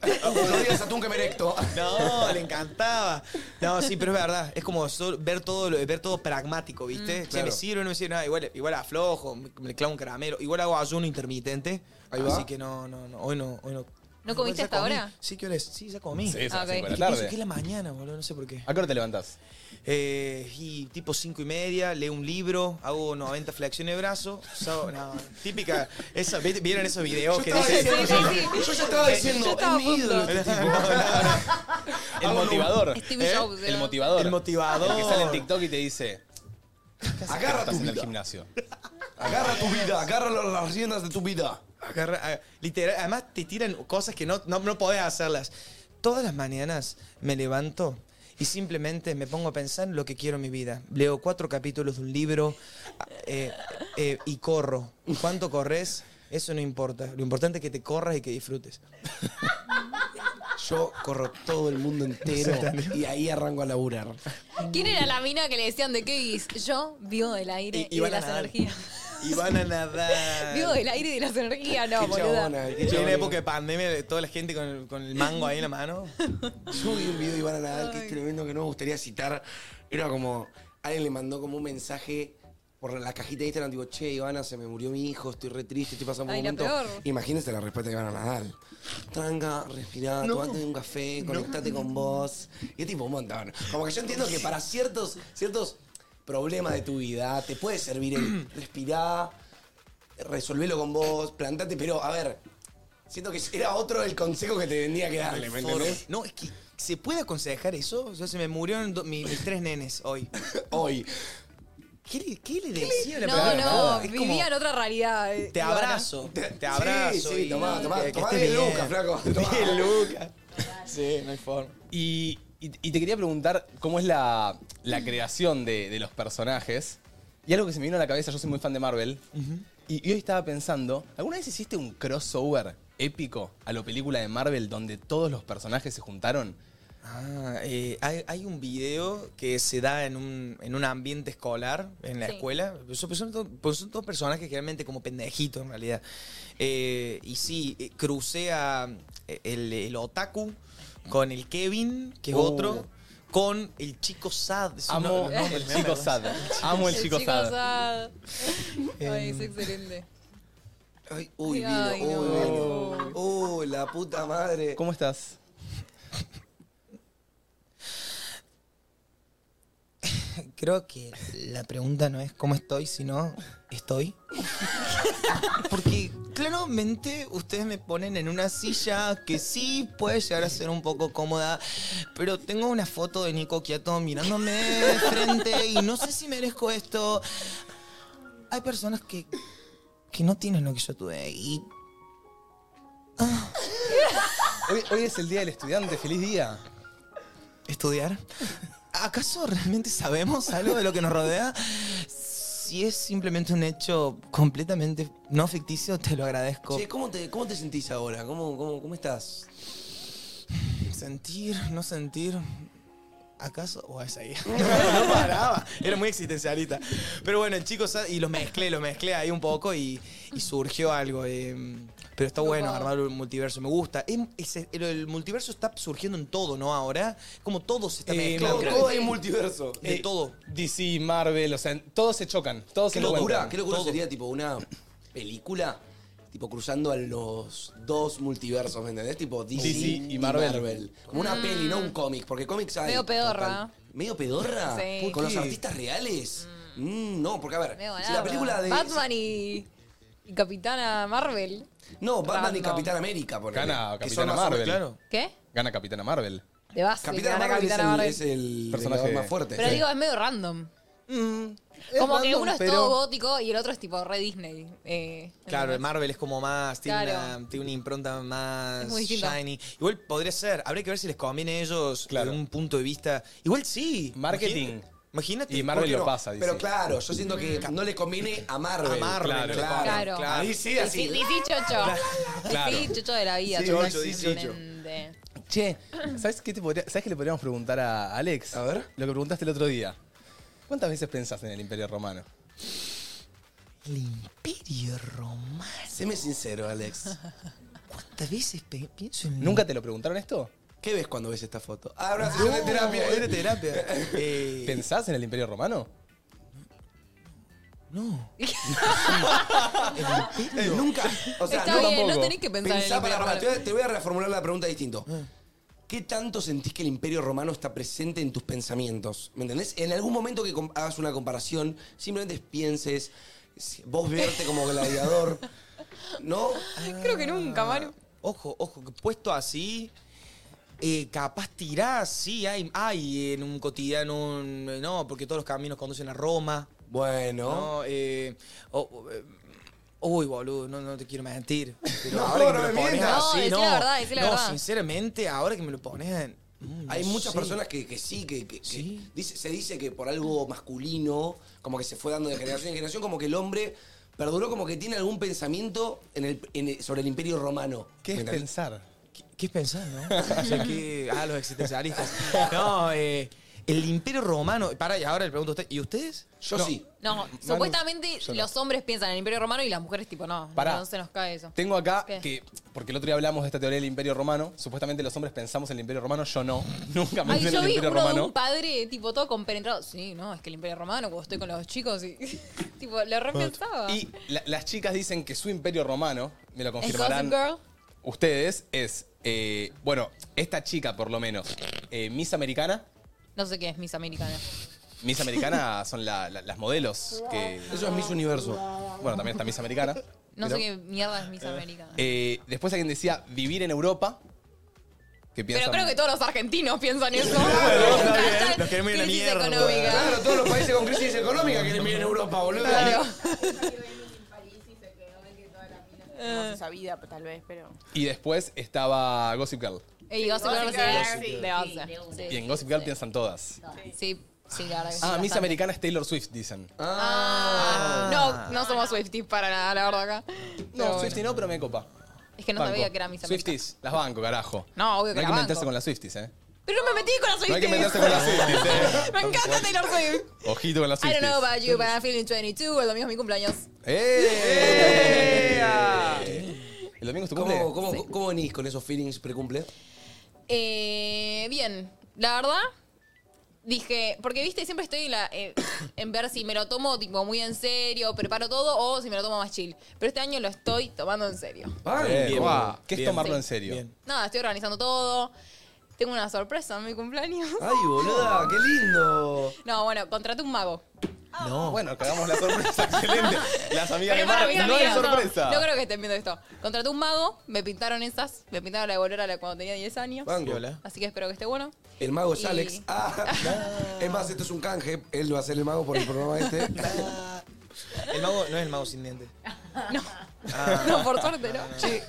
[laughs] no digas atún que me erecto. No, le encantaba. No, sí, pero es verdad. Es como sol- ver todo lo- ver todo pragmático, ¿viste? Che, Mm, Claro. me sirve, no me sirve nada. Igual, igual aflojo, me, me clavo un caramelo. Igual hago ayuno intermitente. Ahí va. Así que no, no, no. Hoy no. Hoy no. ¿No comiste Ya hasta comí. ahora? Sí, ¿qué hora es? Sí, ya comí. Sí, es a Ah, las cinco ok. de la Pienso que es tarde. la mañana, boludo. No sé por qué. ¿A qué hora te levantás? Eh, y tipo cinco y media, leo un libro, hago 90 flexiones de brazo. So- no, típica. Esa, ¿viste? ¿Vieron esos videos que Yo estaba dicen? diciendo, Yo ya estaba Yo diciendo, es estaba mi ídolo junto. este tipo. [laughs] El motivador. ¿eh? Steve Jobs, El ¿no? motivador. Ah, El motivador. El que sale en TikTok y te dice, Agarra tu estás en el vida, gimnasio. agarra tu vida, agarra las- las riendas de tu vida. Agarra- a- literal, además te tiran cosas que no, no, no podés hacerlas. Todas las mañanas me levanto y simplemente me pongo a pensar en lo que quiero en mi vida. Leo cuatro capítulos de un libro eh, eh, y corro. ¿Cuánto corres? Eso no importa. Lo importante es que te corras y que disfrutes. Yo corro todo el mundo entero y ahí arranco a laburar. ¿Quién era la mina que le decían de qué guis? Yo vivo del aire y, de van a las nadar. energías. [laughs] Y van a nadar. Vivo del aire y de las energías, no, Qué chabona, boluda. qué Yo en chabona. la época de pandemia, de toda la gente con el, con el mango ahí en la mano. Yo vi un video de Ivana Nadal que es tremendo que no me gustaría citar. Era como, alguien le mandó como un mensaje por la cajita de Instagram, digo, che, Ivana, se me murió mi hijo, estoy re triste, estoy pasando por un Ay, la momento. peor. Imagínense la respuesta de Ivana Nadal. Tranca, respirá, tomate un café, conectate con vos. Y es tipo un montón. Como que yo entiendo que para ciertos, ciertos problemas de tu vida te puede servir el respirá, resolverlo con vos, plantate, pero a ver, siento que era otro el consejo que te tendría que darle, ¿me entendés? No, es que se puede aconsejar eso. Yo se me murieron do- mi- mis tres nenes hoy. Hoy. ¿Qué le, qué le decía la No, palabra? no, Es como, vivía en otra realidad. eh, Te Ivana. abrazo, te abrazo. Sí, sí, y- tomá, tomá, que- que tomá estés diez bien. lucas, flaco, [laughs] tomá. Diez lucas. Sí, no hay forma. Y, y- y te quería preguntar cómo es la, la creación de, de los personajes. Y algo que se me vino a la cabeza, yo soy muy fan de Marvel. y, y hoy estaba pensando, ¿alguna vez hiciste un crossover épico a la película de Marvel donde todos los personajes se juntaron? Ah, eh, hay, hay un video que se da en un, en un ambiente escolar, en la Sí. escuela. Son, son to- pues son todos personajes generalmente como pendejitos en realidad. Eh, y sí, eh, crucé a eh, el, el otaku con el Kevin, que es Oh. otro, con el chico sad. Es uno- Amo los nombres, el me da chico vergüenza. [laughs] sad. Amo el El chico sad. sad. Ay, es Em, excelente. Ay, uy, vino. Ay, uy, no. vino. Uy, la puta madre. ¿Cómo estás? Creo que la pregunta no es cómo estoy, sino estoy. [laughs] Porque claramente ustedes me ponen en una silla que sí puede llegar a ser un poco cómoda, pero tengo una foto de Nico Quiato mirándome de frente y no sé si merezco esto. Hay personas que, que no tienen lo que yo tuve y Hoy, hoy es el día del estudiante, feliz día. estudiar. ¿Acaso realmente sabemos algo de lo que nos rodea? Si es simplemente un hecho completamente no ficticio, te lo agradezco. Che, ¿cómo te, ¿cómo te sentís ahora? ¿Cómo, cómo, cómo estás? Sentir, no sentir. ¿Acaso? O esa ahí. no paraba. Era muy existencialista. Pero bueno, chicos, y los mezclé, los mezclé ahí un poco y, y surgió algo. eh, pero está bueno Copado. armar un multiverso, me gusta. Em, ese- el, el multiverso está surgiendo en todo, ¿no? Ahora, como todo se está Eh, mezclando. Todo, creo todo que hay sí. multiverso. De Eh, todo. DC, Marvel, o sea, todos se chocan, todos Qué se locura, encuentran. qué locura todo. sería tipo una película, tipo cruzando a los dos multiversos, ¿me entendés? Tipo DC, DC y y Marvel. Marvel. Como una peli, no un cómic, porque cómics hay. Mm. Medio pedorra. total. ¿Medio pedorra? Sí. ¿Por ¿Con los qué? artistas reales? Mm, no, porque a ver, Medio si la ganado. película de... Batman y, y Capitana Marvel. No, Batman y Random. Capitán América, por Gana que Capitana más o menos- Marvel. Claro. ¿Qué? Gana Capitana Marvel. De base. Capitana ganar a Marvel es Capitana el, Marvel. es el Personaje. vengador más fuerte. Pero Sí. digo, es medio random. Mm, Es Como que random, uno es pero- todo gótico y el otro es tipo re Disney. eh, Claro, el ¿entendés? Marvel es como más, tiene, Claro. una, tiene una impronta más Es muy distinto. shiny. Igual podría ser, habría que ver si les conviene a ellos Claro. de un punto de vista. Igual sí. Marketing. Imagínate. Y Marvel ¿por qué lo no? pasa, dice. Pero claro, yo siento que no le conviene a Marvel. A Marvel, claro. claro, claro. Ahí sí, así. Sí, sí, sí, chocho. Claro. Sí, chocho de la vida. Sí, chocho. ocho, dieciocho. Excelente. Che, ¿sabes qué, te podría- ¿sabes qué le podríamos preguntar a Alex? A ver. Lo que preguntaste el otro día. ¿Cuántas veces pensás en el Imperio Romano? El Imperio Romano. Séme sincero, [laughs] Alex. ¿Cuántas veces pe- pienso en ¿Nunca te lo preguntaron esto? ¿Qué ves cuando ves esta foto? Ah, una sesión de terapia. Era [laughs] terapia. Eh, ¿Pensás en el Imperio Romano? no. eh, Nunca. O sea, Está no bien, tampoco. no tenés que pensar en el Pensá, pará, Imperio pará, Romano. te voy a- Te voy a reformular la pregunta distinto. ¿Qué tanto sentís que el Imperio Romano está presente en tus pensamientos? ¿Me entendés? En algún momento que com- hagas una comparación, simplemente pienses, si- vos verte como gladiador, ¿no? Creo que nunca, Maru. Ojo, ojo, que puesto así, eh, capaz tirás, sí, hay, hay en un cotidiano, un- eh, no, porque todos los caminos conducen a Roma, Bueno. ¿no? Eh, o- o, eh, uy, boludo, no, no te quiero mentir. Pero No, ahora que no me me lo pones mientas. así, No, decí no. la verdad, decí la No, verdad. sinceramente, ahora que me lo pones en- mm, Hay no muchas sé. personas que, que sí, que, que- que Sí. dice- se dice que por algo masculino, como que se fue dando de generación en generación, como que el hombre perduró, como que tiene algún pensamiento en el- en el- sobre el imperio romano. ¿Qué es ¿Me entendés? pensar? ¿Qué, qué es pensar, no? O sea, que, ah, los existencialistas. No, eh, el imperio romano, para, y ahora le pregunto a usted, ¿y ustedes? Yo sí. No, supuestamente yo no. los hombres piensan en el Imperio Romano y las mujeres tipo no, Pará. no se nos cae eso. Tengo acá ¿Qué? que, porque el otro día hablamos de esta teoría del Imperio Romano, supuestamente los hombres pensamos en el Imperio Romano, yo no, [laughs] nunca me Ay, pensé en yo el vi Imperio uno de Romano. un padre tipo todo compenetrado. Sí, no, es que el Imperio Romano cuando estoy con los chicos y [laughs] tipo lo repensaba. Y la- las chicas dicen que su Imperio Romano, me lo confirmarán Gossip ustedes, es, eh, bueno, esta chica por lo menos, eh, Miss Americana. No sé qué es Miss Americana. Miss [laughs] Americana son la- la- las modelos que... Eso es Miss Universo. Bueno, también está Miss Americana. No Pero- sé qué mierda es Miss Americana. Eh, después alguien decía vivir en Europa. Que Pero piensan- creo que todos los [laughs] argentinos piensan eso. [laughs] está bien. Están- Los queremos ir a la crisis mierda. económica. Claro, todos los países con crisis económica quieren vivir en Europa, boludo. Claro. No se sabía, tal vez, pero. Y después estaba Gossip Girl. Y Gossip Girl Gossip Girl, sí, sí, de sí, de once. una. Sí. Y en Gossip Girl piensan todas. Sí, sí, la verdad que sí, Ah, Miss bastante. Americana es Taylor Swift, dicen. Ah, no, no somos Swifties para nada, la verdad acá. Pero No, bueno. Swiftie no, pero me copa. Es que no Banco. sabía que era Miss Americana. Swifties, las banco, carajo. No, obvio que No hay la que meterse banco. con las Swifties, eh. Pero no me metí con la Swifties. No hay que meterse [laughs] con las Swifties, eh. Me encanta Taylor Swift. Ojito con las I Swifties. don't know about you, but I'm feeling 22. El domingo es mi cumpleaños. ¡Eh! ¿El domingo es tu cumple? ¿Cómo, cómo, cómo venís con esos feelings precumple? Eh, bien, la verdad, dije, porque viste, siempre estoy en, la, eh, en ver si me lo tomo tipo muy en serio, preparo todo o si me lo tomo más chill. Pero este año lo estoy tomando en serio. Eh, Bien, Bien, Eh, guau. ¿Qué es bien. tomarlo Sí. en serio? Bien. Nada, estoy organizando todo. Tengo una sorpresa en mi cumpleaños. Ay, boluda, qué lindo. [laughs] No, bueno, contraté un mago. No. Bueno, cagamos la sorpresa, [laughs] excelente. Las amigas de Pero para Mar, mis no hay amigas, no. sorpresa. No creo que estén viendo esto. Contraté un mago, me pintaron esas, me pintaron la de bolera la- cuando tenía 10 años. Banco. Viola. Así que espero que esté bueno. El mago es Y- Alex. [laughs] Ah, es más, esto es un canje. Él va a ser el mago por el programa este. El mago no es el mago sin dientes. Ah. [laughs] No, por suerte, ¿no? Che,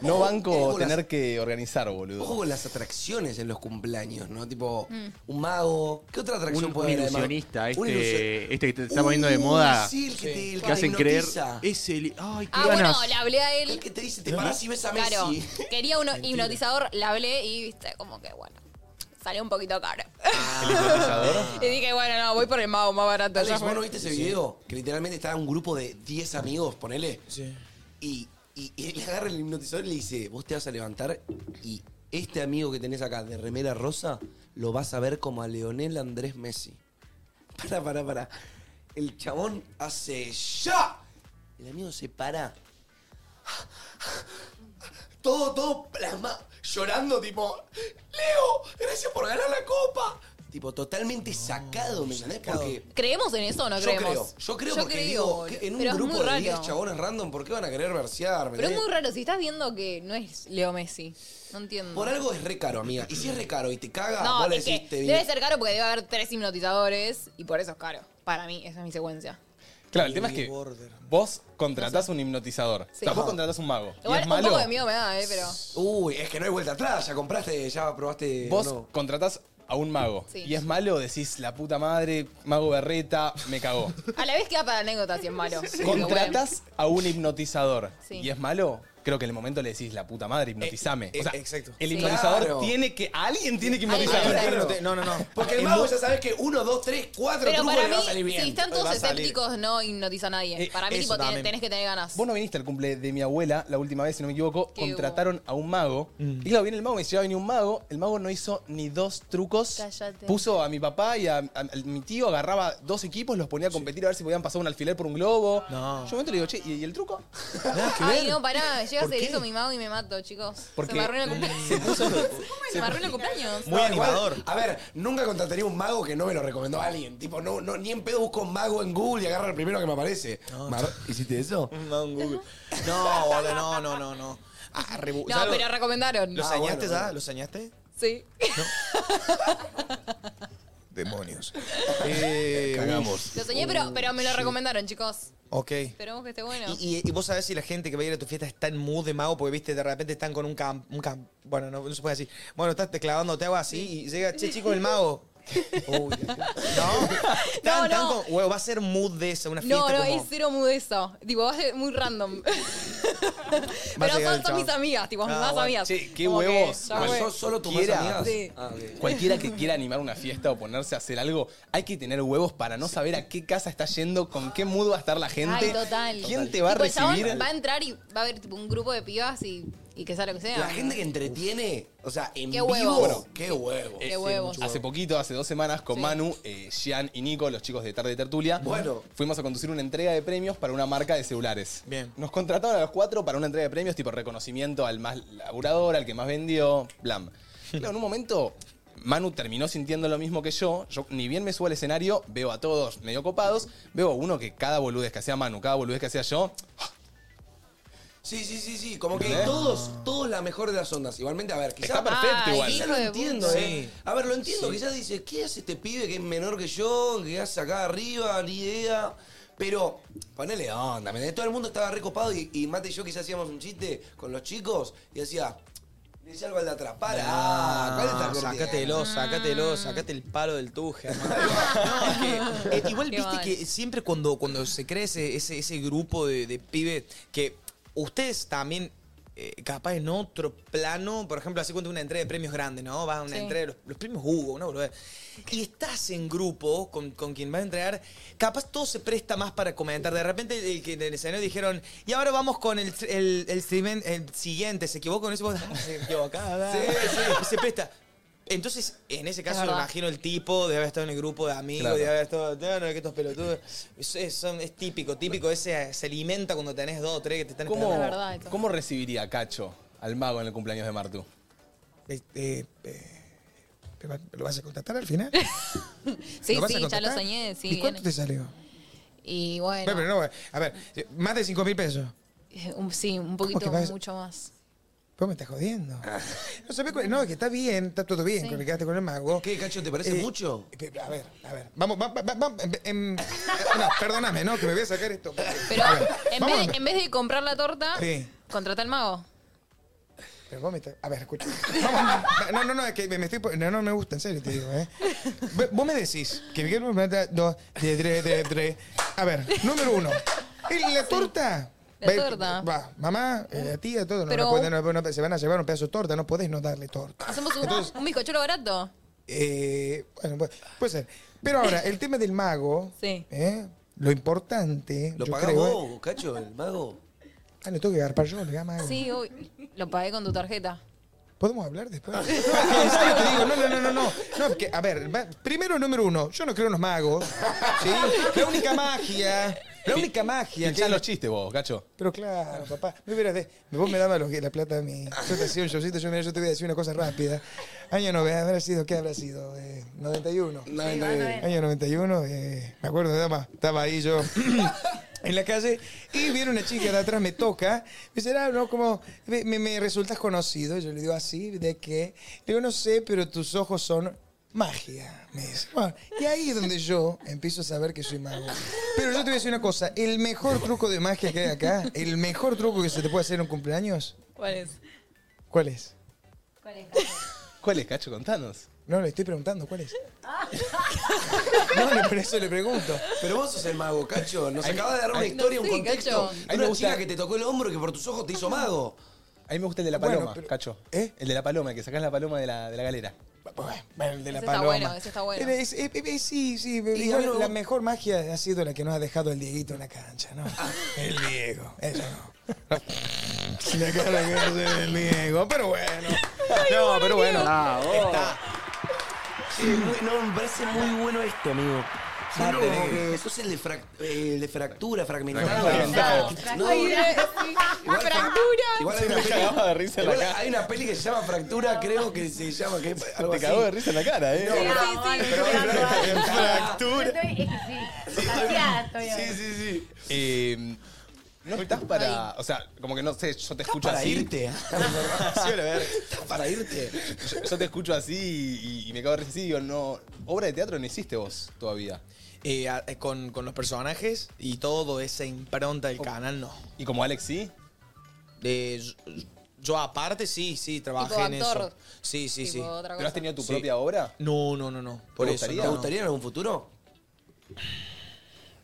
No Ojo banco con tener las- que organizar, Ojo boludo. con las atracciones en los cumpleaños, ¿no? Tipo, Mm. un mago. ¿Qué otra atracción Un, un puede haber? además? ilusionista, Un ilusio- este, este que te está poniendo de moda, Uy, Sí, el que te, el que hacen creer. hipnotiza. Es el. ¡Ay, qué Ah, ganas! bueno, le hablé a El él. que te dice, te paras y ves a Messi. Claro, quería un hipnotizador, la hablé y viste, como que bueno, salió un poquito caro. Ah. ¿El hipnotizador? [laughs] Y dije, bueno, no, voy por el mago más barato. ya Alex, fue. ¿vos no viste ese video? Que literalmente estaba un grupo de 10 amigos, ponele. Sí. Y, y, y le agarra el hipnotizador y le dice, vos te vas a levantar y este amigo que tenés acá de remera rosa lo vas a ver como a Leonel Andrés Messi. [laughs] Para, para, para. El chabón hace ya. El amigo se para. Todo, todo plasma, llorando tipo, Leo, gracias por ganar la copa. tipo, totalmente sacado, ¿me entendés? Porque ¿Creemos en eso o no yo creo, creemos? yo creo porque creo, digo, boludo. que en un Pero es grupo muy de raro. 10 chabones random, ¿por qué van a querer versear? ¿me Pero es entendés? muy raro, si estás viendo que no es Leo Messi. No entiendo. Por algo es re caro, amiga. Y si es re caro y te caga, no, vos le es decís, que te debe ser caro porque debe haber tres hipnotizadores y por eso es caro. Para mí, esa es mi secuencia. Claro, el tema es que Border. vos contratás un hipnotizador. O Sí. sea, vos Ajá. contratás un mago. y Igual es un malo. poco de miedo me da, eh, [laughs] pero. Uy, es que no hay vuelta atrás, ya compraste, ya Eh, probaste. Vos no. contratás a un mago. Sí. Y es malo, decís, la puta madre, mago berreta, me [laughs] cagó. A la vez queda para anécdotas si es malo. Porque, bueno, Contratás a un hipnotizador Sí. y es malo, creo que en el momento le decís la puta madre, hipnotizame. eh, o sea, exacto. el Sí. hipnotizador Claro. tiene que. a alguien tiene que Alguien hipnotizar. tiene que- Claro. No, no, no. Porque el Es mago muy- ya sabes que uno, dos, tres, cuatro Pero trucos para le va mí, a salir bien. si están va todos eh, a salir. escépticos, no hipnotiza a nadie. Eh, Para mí, eso tipo, te- también. tenés que tener ganas. Vos no viniste al cumple de mi abuela la última vez, si no me equivoco. ¿Qué contrataron a un mago. Y claro, viene el mago, me dice, ya venía un mago. El mago no hizo ni dos trucos. Cállate. Puso a mi papá y a, a- a mi tío, agarraba dos equipos, los ponía a competir a ver si podían pasar un alfiler por un globo. No. Yo un momento le digo, che, ¿y, y el truco? Nada que Ay, ver. no, pará, llega a ¿Por hacer qué? eso mi mago y me mato, chicos. Porque- Se me arruina el cumpleaños. [laughs] Se me arruina el cumpleaños. Muy No, animador. igual, a ver, nunca contrataría un mago que no me lo recomendó alguien. Tipo, no, no, ni en pedo busco un mago en Google y agarro el primero que me aparece. Mar- ¿Hiciste eso? No, un Google. No, boludo, no, no, no, no. Ah, rebu- No, ¿sabes lo- pero recomendaron. ¿Lo Ah, sañaste bueno, ya? bueno. ¿Lo sañaste? [laughs] Sí. Demonios. Eh, Cagamos. Lo soñé, pero, pero me lo recomendaron, chicos. Ok. Esperemos que esté bueno. Y, y- y vos sabés si la gente que va a ir a tu fiesta está en mood de mago porque, viste, de repente están con un cam... Un cam- bueno, no, no se puede decir. Bueno, estás tecladando, te hago así y llega, che, chico, el mago. [laughs] Uy, la- no, Tan- No, tan no. con- huevo, va a ser mood de esa, una fiesta No, no, como- es cero mudeso. Tipo, va a ser muy random. [laughs] [laughs] Va a Pero llegar son, el son mis chabón. amigas, tipo, Ah, mis más bueno. amigas. Che, qué Como que huevos. ya Bueno, fue. ¿Sos solo tus más Quiera. amigas? Sí. Ah, ok. Cualquiera [laughs] que quiera animar una fiesta o ponerse a hacer algo, hay que tener huevos para no saber a qué casa está yendo, con qué mood va a estar la gente. Ay, total. ¿Quién Total. te va a Tipo, el chabón recibir? Va a entrar y va a haber tipo un grupo de pibas y, y que sea lo que sea. La gente que entretiene, o sea, en Qué vivo, huevos. bueno, qué huevo. Qué huevos. Hace poquito, hace dos semanas, con Sí. Manu, eh, Gian y Nico, los chicos de Tarde de Tertulia, Bueno. fuimos a conducir una entrega de premios para una marca de celulares. Bien. Nos contrataron a los cuatro para una entrega de premios, tipo reconocimiento al más laburador, al que más vendió, blam. Claro, en un momento, Manu terminó sintiendo lo mismo que yo. Yo, ni bien me subo al escenario, veo a todos medio copados, veo a uno que cada boludez que hacía Manu, cada boludez que hacía yo, Sí, sí, sí, sí. Como que ¿Eh? todos, todos la mejor de las ondas. Igualmente, a ver, quizás. está perfecto Ay, igual. Ah, hijo lo de entiendo, puta. ¿eh? A ver, lo entiendo. Quizás dice, ¿qué hace este pibe que es menor que yo? Que hace acá arriba? Ni idea. Pero, ponele onda, ¿me entendés? Todo el mundo estaba recopado y, y Mate y yo quizás hacíamos un chiste con los chicos y hacía, le decía algo al de atrás, para, ¿cuál es la Ah, cortina? Sácatelo, sácatelo, sácate el palo del tuje. [laughs] hermano. No, es que, eh, igual Qué viste mal. que siempre cuando, cuando se crea ese, ese, ese grupo de, de pibes que ustedes también. eh, capaz en otro plano, por ejemplo, así cuando una entrega de premios grande, ¿no? Vas a una Sí. entrega de los, los premios Hugo, una boludez. Y estás en grupo con, con quien vas a entregar, capaz todo se presta más para comentar. De repente el que en el escenario dijeron, y ahora vamos con el, el, el, simen- el siguiente, se equivocó con eso, [laughs] vos, "Ah, se equivocaba. Sí, sí. Se presta. Entonces, en ese caso, me verdad. imagino el tipo debe haber estado en el grupo de amigos, Claro. debe haber estado, "Ah, no, que estos pelotudos. Es, es- son- es típico, típico, ese se alimenta cuando tenés dos o tres que te están ¿Cómo, Es esperando. verdad, esto. ¿Cómo recibiría Cacho al mago en el cumpleaños de Martu? Eh, eh, eh, ¿te va- ¿Lo vas a contratar al final? Sí, ¿Lo vas [laughs] sí, a ya lo contratar? soñé, sí. ¿Y cuánto viene. te salió? Y bueno, Pero, pero no, a ver, más de 5 mil pesos. eh, un- sí, un poquito, que vas- mucho más. Pues me estás jodiendo. Ah. No, sabés cuál- no, que está bien, está todo bien, Sí. con el que quedaste con el mago. ¿Qué, Cacho, te parece Eh, mucho? eh, A ver, a ver. Vamos, vamos, vamos. perdóname, em, eh, ¿no? Que me voy a sacar esto. Pero A ver, en vamos vez, a- de, en vez de comprar la torta, Sí. contrata al mago. Pero vos me estás- A ver, escucha. Vamos, no, no, no, es que me estoy. po- No, no me gusta, en serio te digo, ¿eh? Ve- Vos me decís que Miguel me mata dos, tres, tres, tres, tres. A ver, número uno. Eh, La torta. La Ve- torta. Va, mamá, eh, la tía, todo. No, Pero- no pueden- no- no- se van a llevar un pedazo de torta, no podés no darle torta. Hacemos un, Entonces- un bizcochuelo barato. Eh, bueno, puede, puede ser. Pero ahora, el tema del mago. Sí. ¿eh? Lo importante. ¿Lo yo pagás creo, eh. vos, Cacho, el mago? eh, Ah, lo tengo que agarpar yo, le da mago. Sí, uy, lo pagué con tu tarjeta. ¿Podemos hablar después? No, es que en serio te digo, no, no, no, no, no. No, porque, a ver, va- primero, número uno, yo no creo en los magos. ¿sí? La única magia La única magia. Pinchás que- los chistes vos, cacho. Pero claro, papá. Me hubieras de- Vos me dabas los- la plata a mí. Yo te hacía un showcito. Yo, mira, yo te voy a decir una cosa rápida. Año 90, habrá sido, ¿qué habrá sido? Eh, 91. No, no, no. Año 91, eh, me acuerdo, estaba, estaba ahí yo en la calle y viene una chica de atrás, me toca, me dice, ah, no, como, me, me- me resultas conocido, yo le digo así, ¿de qué? Le digo, no sé, pero tus ojos son magia, me dice. Bueno, y ahí es donde yo empiezo a saber que soy mago. Pero yo te voy a decir una cosa, el mejor truco de magia que hay acá, el mejor truco que se te puede hacer en un cumpleaños, ¿Cuál es? ¿cuál es? ¿Cuál es, cacho? Contanos. No, le estoy preguntando, ¿cuál es? No, le- por eso le pregunto. Pero vos sos el mago, cacho. Nos acaba de dar una historia, no un sé, contexto. Cacho. A mí Una me gusta- chica que te tocó el hombro y que por tus ojos te [laughs] hizo mago. A mí me gusta el de la Bueno, paloma, pero- cacho. ¿Eh? El de la paloma, que sacás la paloma de la, de la galera. Bueno, el de la Ese está paloma. bueno, ese está bueno. Pero es- eh, eh, sí, sí. pero Y igual algo- la mejor magia ha sido la que nos ha dejado el Dieguito en la cancha, ¿no? Ah. El Diego, eso no. [laughs] La cara que hace el Diego, pero bueno. no, pero bueno. Sí, muy- no, me parece muy bueno esto, amigo. Sos Date, como Diego. que sos el de, frac- eh, el de fractura, Fragmentado. fragmentada. No, Ay, eh, sí. igual- Fractura. Igual hay una cagaba peli, de [laughs] risa en la igual cara. hay una peli que se llama Fractura, creo que se llama que es algo Te así. cagó de risa en la cara, ¿eh? No, Sí, pero- sí, sí. pero- pero- Fractura. Estoy, es que sí. Saciada estoy Sí, hoy. sí, sí. Eh, no estás para. O sea, como que no sé, yo te escucho Para así. ¿eh? irte. Sí, a la verga. Para irte. Yo, yo te escucho así y, y me cago de risa así y digo, no. Obra de teatro no hiciste vos todavía. Eh, a- eh, con, con los personajes y todo esa impronta del canal, no. Y como Alex sí. Eh, yo, yo aparte, sí, sí, trabajé en actor. eso. Sí, sí, sí. Tipo, otra ¿Pero has cosa. tenido tu Sí. propia obra? No, no, no, no. Por eso, gustaría? ¿Te no, no. gustaría en algún futuro?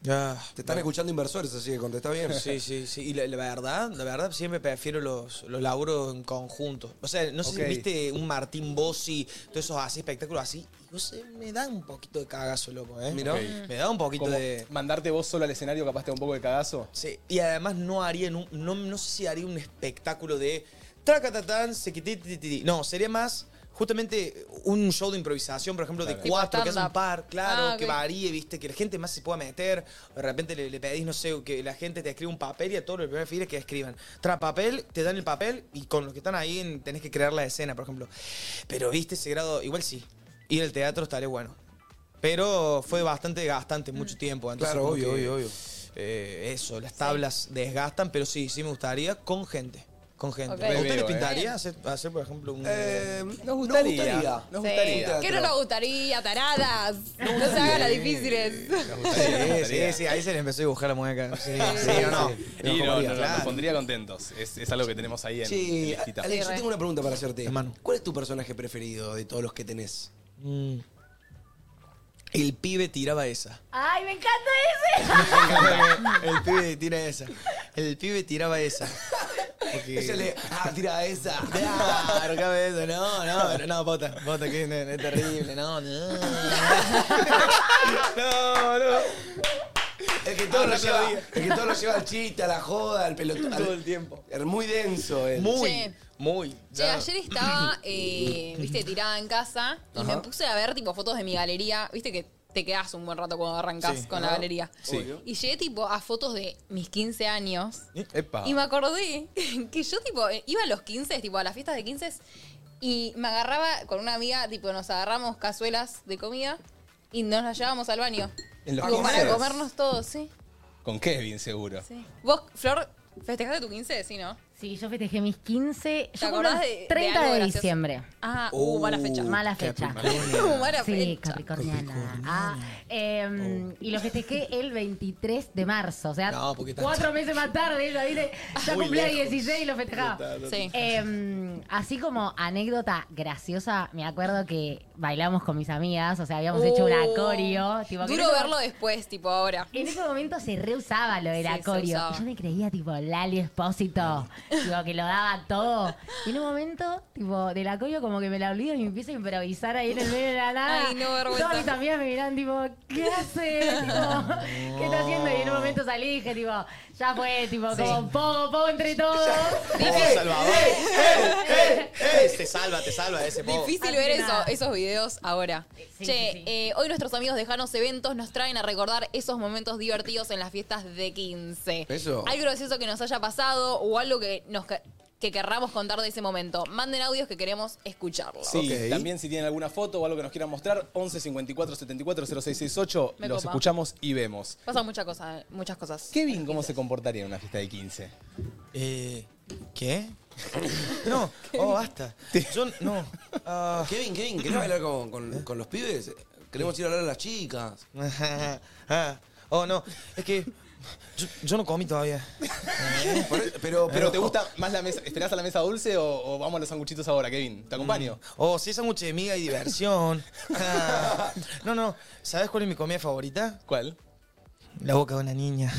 Ya. Te están escuchando inversores, así que contesta bien. [laughs] Sí, sí, sí. Y la, la verdad, la verdad, siempre prefiero los, los laburos en conjunto. O sea, no sé Ok. si viste un Martín Bossi, todos esos así, espectáculos así. Y no sé, me da un poquito de cagazo, loco, ¿eh? Mirá. Ok. Me da un poquito Como de. mandarte vos solo al escenario capaz te da un poco de cagazo. Sí. Y además no haría en un- no, no sé si haría un espectáculo de tracatatán, sequititititi. No, sería más justamente un show de improvisación, por ejemplo, de Claro. cuatro, Tipo que es un stand-up. par, claro, Ah, que ok. varíe, viste, que la gente más se pueda meter. De repente le, le pedís, no sé, que la gente te escriba un papel y a todos los primeros fila que escriban. Tras papel, te dan el papel y con los que están ahí en- tenés que crear la escena, por ejemplo. Pero viste ese grado, igual sí. Ir al teatro estaría bueno. Pero fue bastante gastante mucho tiempo. entonces Claro, como obvio, que- obvio, obvio. eh, eso, las tablas desgastan, pero sí, sí me gustaría con gente. Con gente. Ok. ¿A usted Veo, les eh. pintaría hacer, hacer, por ejemplo, un. Eh, Nos gustaría. Nos Sí. gustaría. ¿Qué no nos gustaría, taradas? No se hagan las difíciles. Nos Sí, gustaría, nos sí, gustaría. sí, ahí se le empezó a dibujar la muñeca. Sí, sí, o no. Y no, no, no, Claro. nos pondría contentos. Es, es algo que tenemos ahí en, en Sí, listita. Alex, Sí, yo re. tengo una pregunta para hacerte. Hermano. ¿Cuál es tu personaje preferido de todos los que tenés? Mm. El pibe tiraba esa. Ay, me encanta ese. [laughs] El pibe tira esa. El pibe tiraba esa. Porque- Ese le- ah, tira esa. Claro, cabeza, no, no, pero no, bota, bota, que no, no es terrible, no, no. No, no. El Ah, que todo, lo lleva, el que todo lo lleva al chiste, a la joda, al pelotón. Todo el tiempo. Es muy denso él. Muy, Che. muy. Che, ya. ayer estaba, eh, viste, tirada en casa y me puse a ver, tipo, fotos de mi galería. Viste que te quedás un buen rato cuando arrancás Sí, con la galería. Sí. Y llegué, tipo, a fotos de mis 15 años. Epa. Y me acordé [laughs] que yo, tipo, eh, iba a los 15, tipo, a las fiestas de 15 y me agarraba con una amiga, tipo, nos agarramos cazuelas de comida y nos las llevábamos al baño. En los Tipo, para 15. comernos todos, sí. Con Kevin, seguro. sí. Vos, Flor, festejaste tu 15, sí, ¿no? Sí, yo festejé mis 15. ¿Te Yo cumplo acordás el de- de 30 algo de, gracioso? diciembre. Ah, uh, mala fecha. Mala fecha. [laughs] Uh, mala Sí, fecha. Capricorniana. Ah, em, Y lo festejé el 23 de marzo. O sea, No, porque tanto. cuatro meses más tarde. Ya, viste, ya Muy cumplía lejos. 16 y lo festejaba. Sí. Em, así como anécdota graciosa, me acuerdo que bailamos con mis amigas, o sea, habíamos hecho un Uh, acorio. tipo, que en Duro ese- verlo después, tipo ahora. En ese momento se reusaba lo del Sí, se acorio. usaba. Y Yo me creía tipo Lali Espósito, tipo que lo daba todo. Y en un momento, tipo, del acorio como que me la olvido y me empiezo a improvisar ahí en el medio de la nada. Ay, no, vergüenza. Todas mis amigas me miran tipo, ¿qué haces? Tipo, ¿Qué estás haciendo? Y en un momento salí y dije tipo, Ya fue, tipo, como poco, poco entre todos. Oh, Salvador. Te salva, te salva ese poco. Difícil Así ver que eso- nada. esos videos ahora. Sí, che, sí, sí. eh, hoy nuestros amigos de Janos Eventos nos traen a recordar esos momentos divertidos en las fiestas de 15. Eso. Algo gracioso que nos haya pasado o algo que nos ca- que querramos contar de ese momento. Manden audios que queremos escucharlos. Sí, Ok. también si tienen alguna foto o algo que nos quieran mostrar, 11 54 74 0668, Me los copa. escuchamos y vemos. Pasan muchas cosas, muchas cosas. Kevin, ¿cómo se comportaría en una fiesta de 15? Eh, ¿Qué? [laughs] No, oh, basta. Yo no. [laughs] Ah. Kevin, Kevin, ¿querés bailar con, ¿Eh? con- con los pibes? Queremos ir a hablar a las chicas. Ah, oh, no. Es que yo, yo no comí todavía. Por eso- Pero, [laughs] ¿Pero te Ah. gusta más la mesa? ¿Esperás a la mesa dulce o, o vamos a los sanguchitos ahora, Kevin? ¿Te acompaño? Mm. Oh, sí, sándwich de miga y diversión. [laughs] Ah. No, no. ¿Sabes cuál es mi comida favorita? ¿Cuál? La boca de una niña.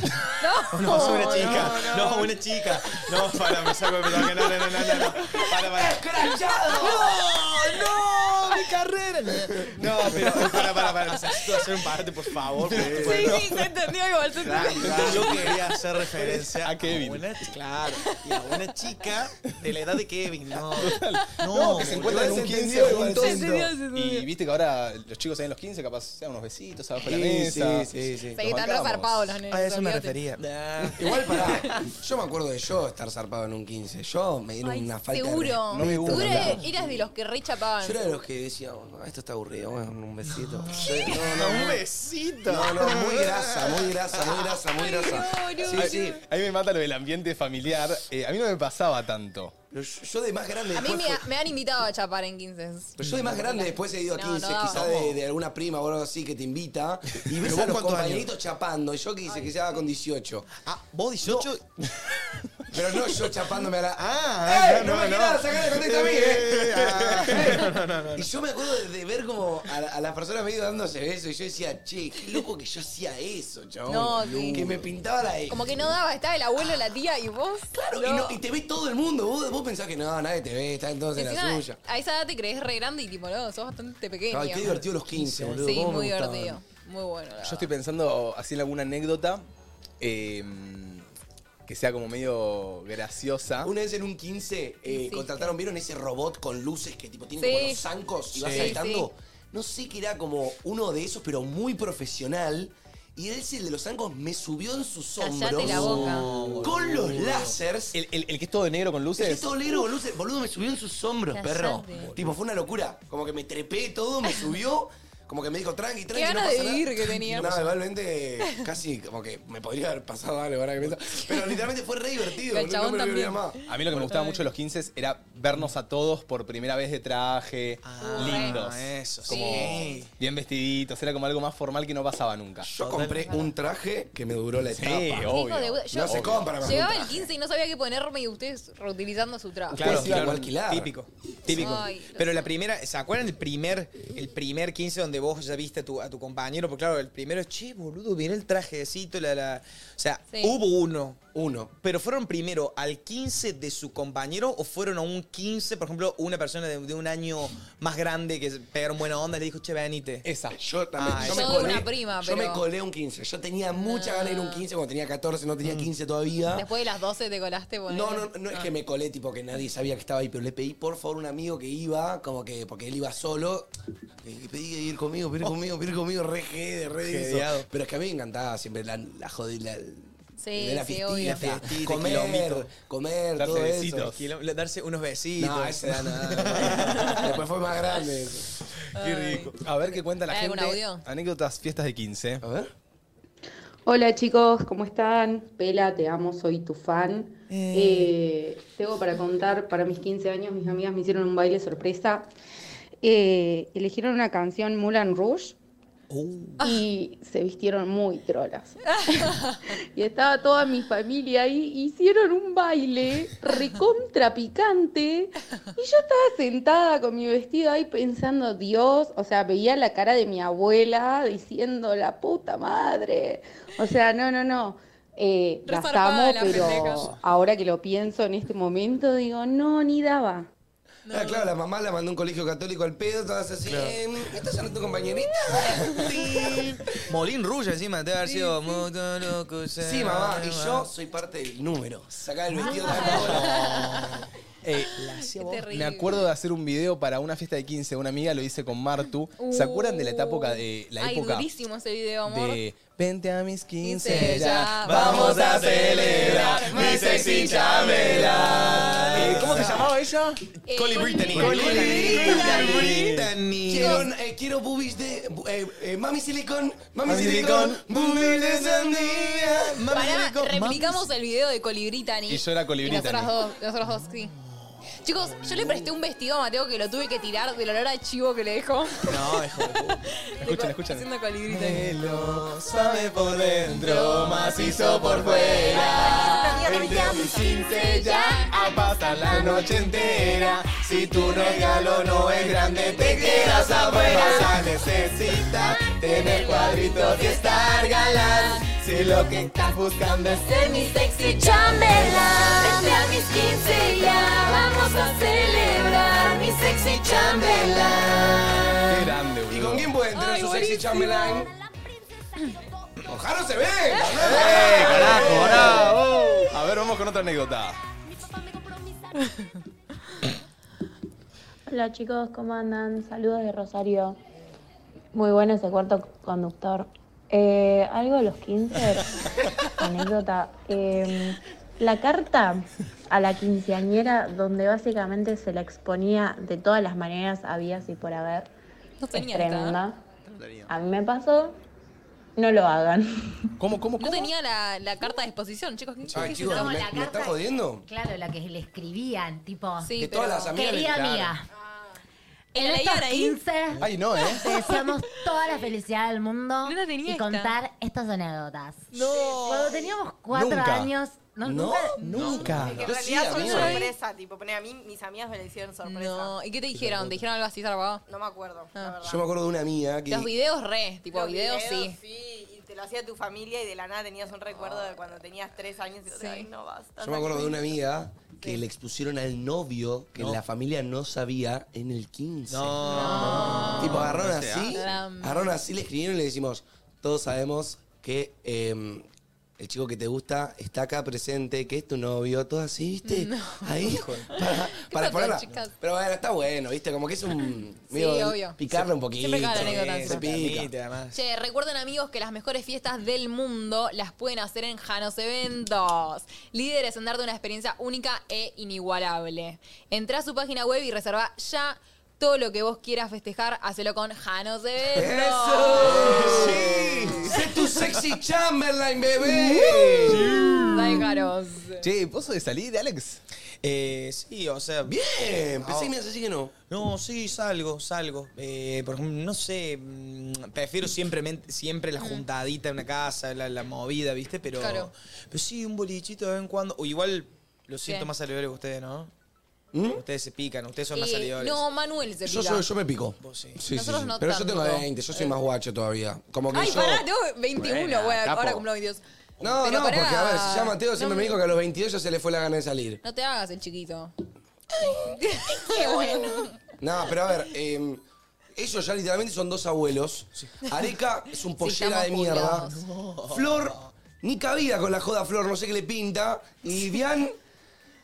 No, no, soy una chica. No, una chica. No, para, me saco el peluca. No, no, no, no, no. Para, para. ¡No! ¡No! ¡Mi carrera! No, pero para, para, para. Necesito hacer un parate, por favor. porque, Sí, bueno, sí, se entendió igual, se entendió. Yo quería hacer referencia A Kevin. una, claro, y a una chica de la edad de Kevin. No, No, que se encuentran en un 15 juntos. Sí, sí, sí, sí, sí. Y viste que ahora los chicos ahí en los 15, capaz sea unos besitos abajo de la Sí, mesa. sí, sí, sí. Se quitan Nos los bancamos. zarpados los nenes. A eso me olvídate. refería. Igual para. Yo me acuerdo de yo estar zarpado en un 15. Yo me dieron Ay, una falta. de seguro. respeto. No me gusta. seguro hablar. eras de los que re chapaban. Yo era de los que decía, "Bueno, esto está aburrido, bueno, un besito. [laughs] Sí, No, No, no, un muy- besito. No, no, muy grasa, muy grasa, muy grasa, muy grasa. Ay, no, no, Sí, no. sí. A mí me mata lo del ambiente familiar. Eh, a mí no me pasaba tanto. Pero yo yo de más grande A mí después. me, fue- me han invitado a chapar en 15. Pero yo de más grande después he ido a No, 15, no. quizás de, de alguna prima o algo así que te [laughs] invita. Y ves vos a los cuántos compañeritos chapando. Y yo quise que se haga con 18. Ah, vos 18. [laughs] Pero no yo chapándome a la. Ah, ¡Eh! No, no, no, me no. quieras sacar el contexto a mí, eh. Ah. Y yo me acuerdo de, de ver como a, a las personas medio dándose besos. Y yo decía, che, qué loco que yo hacía eso, chabón. No, sí. Que me pintaba la. Como que no daba, estaba el abuelo, la tía y vos. Claro, y, no- y te ve todo el mundo. Vos, vos pensás que no, nadie te ve, está entonces en la Encima, suya. a esa edad te crees re grande y tipo, no, sos bastante pequeño. Ay, qué divertido los 15, boludo. Sí, cómo me muy gustaban. divertido. Muy bueno. la Yo estoy verdad. pensando así en alguna anécdota eh, que sea como medio graciosa. Una vez en un 15 eh, Sí. contrataron, ¿vieron ese robot con luces que tipo tiene Sí. como los zancos y va Sí. saltando? Sí. No sé que era como uno de esos, pero muy profesional. Y ese el de los zancos me subió en sus Cállate hombros. la boca. Con los lásers. El, el- el que es todo de negro con luces. Es todo negro con luces. Boludo, me subió en sus hombros, Cállate. perro. Tipo, fue una locura. Como que me trepé todo, me subió. Como que me dijo, tranqui, tranqui, no ganas pasa de nada. vivir que tenía. No, igualmente, casi como que me podría haber pasado algo ahora que pienso. Pero literalmente fue re divertido. El boludo, chabón no me lo olvidaría también. más. A mí lo que me gustaba mucho de los 15 era vernos a todos por primera vez de traje, lindos, Ah, eso, como sí. bien vestiditos, era como algo más formal que no pasaba nunca. Yo compré un traje que me duró la Sí, etapa. obvio. Hijo de puta, yo no se compra más Llegaba un el traje. 15 y no sabía qué ponerme y ustedes reutilizando su traje. Claro, Ustedes iban a alquilar. Típico, típico. Ay, lo Pero la sé. primera, ¿se acuerdan el primer, el primer 15 donde vos ya viste a tu, a tu compañero? Porque claro, el primero es, che, boludo, viene el trajecito, la, la... O sea, Sí. hubo uno. Uno. Pero fueron primero al 15 de su compañero o fueron a un 15, por ejemplo, una persona de, de un año más grande que pegaron buena onda y le dijo, che, venite. Esa. Yo también. Ah, yo yo me de colé, una prima, yo pero- me colé un 15. Yo tenía mucha ganas de ir a un 15 cuando tenía 14, no tenía 15 todavía. Mm. Después de Ah. las 12 te colaste, bueno. No, no, no es que me colé, tipo que nadie sabía que estaba ahí, pero le pedí por favor a un amigo que iba, como que, porque él iba solo. Le pedí que ir conmigo, ir conmigo, ir conmigo, re jede, re de eso. Jedeado. Pero es que a mí me encantaba siempre la, la jodida. La, Sí, la sí, fiestita, obvio. la Fiestita, comer, quilombito. comer, Darse todo eso. besitos. Quilom- Darse unos besitos. No, [laughs] ese da nada. Después fue más grande. eso. Qué rico. A ver qué cuenta la ¿Hay algún gente. audio? Anécdotas, fiestas de 15. A ver. Hola chicos, ¿cómo están? Pela, te amo, soy tu fan. Eh, tengo para contar, para mis 15 años mis amigas me hicieron un baile sorpresa. Eh, eligieron una canción Moulin Rouge y se vistieron muy trolas. [laughs] y estaba toda mi familia ahí, hicieron un baile recontra picante. Y yo estaba sentada con mi vestido ahí pensando, Dios, o sea, veía la cara de mi abuela diciendo, la puta madre. O sea, no, no, no. Eh, Re las zarpada amo, la pendeja. pero ahora que lo pienso en este momento, digo, no, ni daba. Ah, claro, la mamá la mandó a un colegio católico al pedo, todas así. Claro. "Eh, ¿Estás siendo tu [laughs] compañerita? Molín Rulla encima, debe haber sido. "Moto loco, Sí, mamá. Y yo soy parte del número. Sacá el vestido Ah. de la cola. Eh, me terrible. acuerdo de hacer un video para una fiesta de 15 de una amiga, lo hice con Martu. ¿Se acuerdan de la época de la Uh. Ay, época durísimo ese video, amor. de Vente a mis 15 15 ya, ya, vamos a celebrar mi sexy chamela. Eh, ¿Cómo se llamaba ella? Eh, Coli Coli Brittany. Brittany. Coli Brittany. Quiero, eh, quiero boobies de. bu- eh, eh, mami silicón, mami, Mami silicón, silicón, boobies de sandía. Pará, replicamos el video de Colibritani. Y yo era Colibrí Y nosotras Tani. dos, nosotros dos, sí. Chicos, yo le presté un vestido a Mateo que lo tuve que tirar del olor a chivo que le dejó. No, hijo de [laughs] Escuchen, puta. escuchen. Eh. Haciendo Colibrí Tani. Me lo sabe por dentro, macizo por fuera. Vente a mis 15 ya a pasar la noche entera. Si tu regalo no es grande, te quedas afuera. Vas a necesitar tener cuadritos y estar galán. Si lo que estás buscando es ser mi sexy chambelán. Vente a mis 15 ya, vamos a celebrar mi sexy chambelán. grande, Eh, ¿Y con quién puede entrar Ay, su sexy buenísimo. chambelán? ¡Ojalá se ve! ¡Eh, carajo, bravo! A ver, vamos con otra anécdota. Hola chicos, ¿cómo andan? Saludos de Rosario. Muy bueno ese cuarto conductor. Eh, algo de los 15, anécdota. Eh, la carta a la quinceañera donde básicamente se la exponía de todas las maneras habidas y por haber. No Es tenía esta. tremenda. A mí me pasó, no lo hagan. ¿Cómo, cómo, Ah, No tenía la, la carta de exposición, chicos. ¿Qué Ay, qué chicos, No, ¿me, la me carta- estás jodiendo? Claro, la que le escribían, tipo, Sí, que pero- todas las amigas. querida le- amiga, ¿El en de estos Ian ahí? 15 Ay, no, [laughs] ¿eh? te deseamos toda la felicidad del mundo No la tenía y esta. contar estas anécdotas. No. Cuando teníamos cuatro Nunca. años, no, No, nunca, nunca. Que en Yo sí, realidad son amigo. sorpresa, tipo, poner a mí, mis amigas me la hicieron sorpresa. No, No. ¿Y qué te dijeron? ¿Te dijeron algo así, zarpado? me acuerdo, la verdad. Yo me acuerdo de una amiga que. Los videos re, tipo, Los videos, sí. sí. Y te lo hacía tu familia y de la nada tenías un recuerdo de cuando tenías tres años y Sí. otra ay, no basta. Yo me acuerdo de una amiga que le expusieron al novio que la familia no sabía en el 15. Tipo, agarraron así, Ram. agarraron así, le escribieron y le decimos, todos sabemos que eh, el chico que te gusta está acá presente, que es tu novio, todo así, ¿viste? Ahí, para, para pasa, ponerla. chicas? Pero bueno, está bueno, ¿viste? Como que es un... Sí, medio obvio. Picarle un poquito. eh, Siempre cabe la anécdota se encima. pica. Che, recuerden amigos que las mejores fiestas del mundo las pueden hacer en Janos Eventos. Líderes en darte una experiencia única e inigualable. Entra a su página web y reserva ya todo lo que vos quieras festejar, hacelo con Janos Eventos. ¡Eso! ¡Sí! ¡Sé tu sexy Chamberlain, bebé! Uh. Dale, Janos. Che, ¿pozo de salir, Alex? Eh, sí, o sea. Bien, pensé que me ibas a decir que no. No, sí, salgo, salgo. Eh, por ejemplo, no sé, mm, prefiero siempre, siempre la juntadita en una casa, la, la movida, ¿viste? Pero, Claro. pero sí, un bolichito de vez en cuando. O igual lo siento Sí. más salidores que ustedes, ¿no? Ustedes se pican, ustedes son más Eh, salidores. no, Manuel se Yo, pica. soy- yo me pico. Vos sí. Sí, sí, Nosotros sí. no Pero yo tengo tanto. 20, yo soy más guacho todavía. Como que Ay, yo... pará, tengo 21, Buena, güey. Ahora capo. cumplo 22. No, Pero no, pará. porque a ver, si ya Mateo siempre No, me dijo que a los 22 ya se le fue la gana de salir. No te hagas el chiquito. [laughs] Qué bueno. No, pero a ver, eh, ellos ya literalmente son dos abuelos. Areca es un pollera estamos de mierda. Flor, ni cabida con la joda Flor, no sé qué le pinta. Y Bian,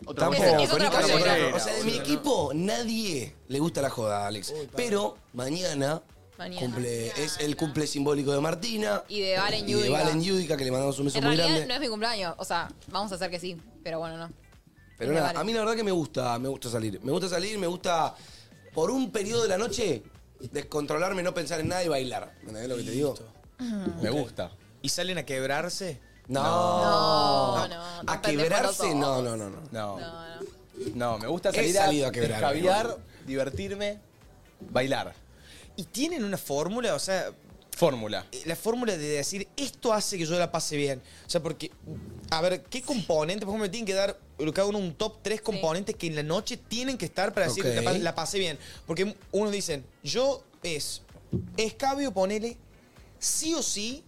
Otra tampoco, Es- es ni otra cabida. pollera. O sea, de mi equipo, nadie le gusta la joda, Alex. pero mañana... Mañana. cumple- es el cumple simbólico de Martina. Y de Valen Y de Yudica. Valen Yudica, que le mandamos un beso En muy realidad grande. no es mi cumpleaños. O sea, vamos a hacer que sí, pero bueno, no. Pero Me nada, Este vale. a mí la verdad que me gusta, me gusta salir. Me gusta salir, me gusta por un periodo de la noche descontrolarme, no pensar en nada y bailar. ¿Me entendés lo que te digo? Me gusta. ¿Y salen a quebrarse? No. No, no, no A te quebrarse, dejo no, todo. no, no, no. No. No, no. No, me gusta He salir salido a, a quebrar, caviar, divertirme, bailar. ¿Y tienen una fórmula? O sea, Fórmula. eh, la fórmula de decir esto hace que yo la pase bien. O sea, porque, a ver, ¿qué componentes? Por ejemplo, me tienen que dar cada uno un top tres componentes que en la noche tienen que estar para decir Ok. la, pa- la pasé bien. Porque unos dicen, yo es escabio, ponele, sí o sí,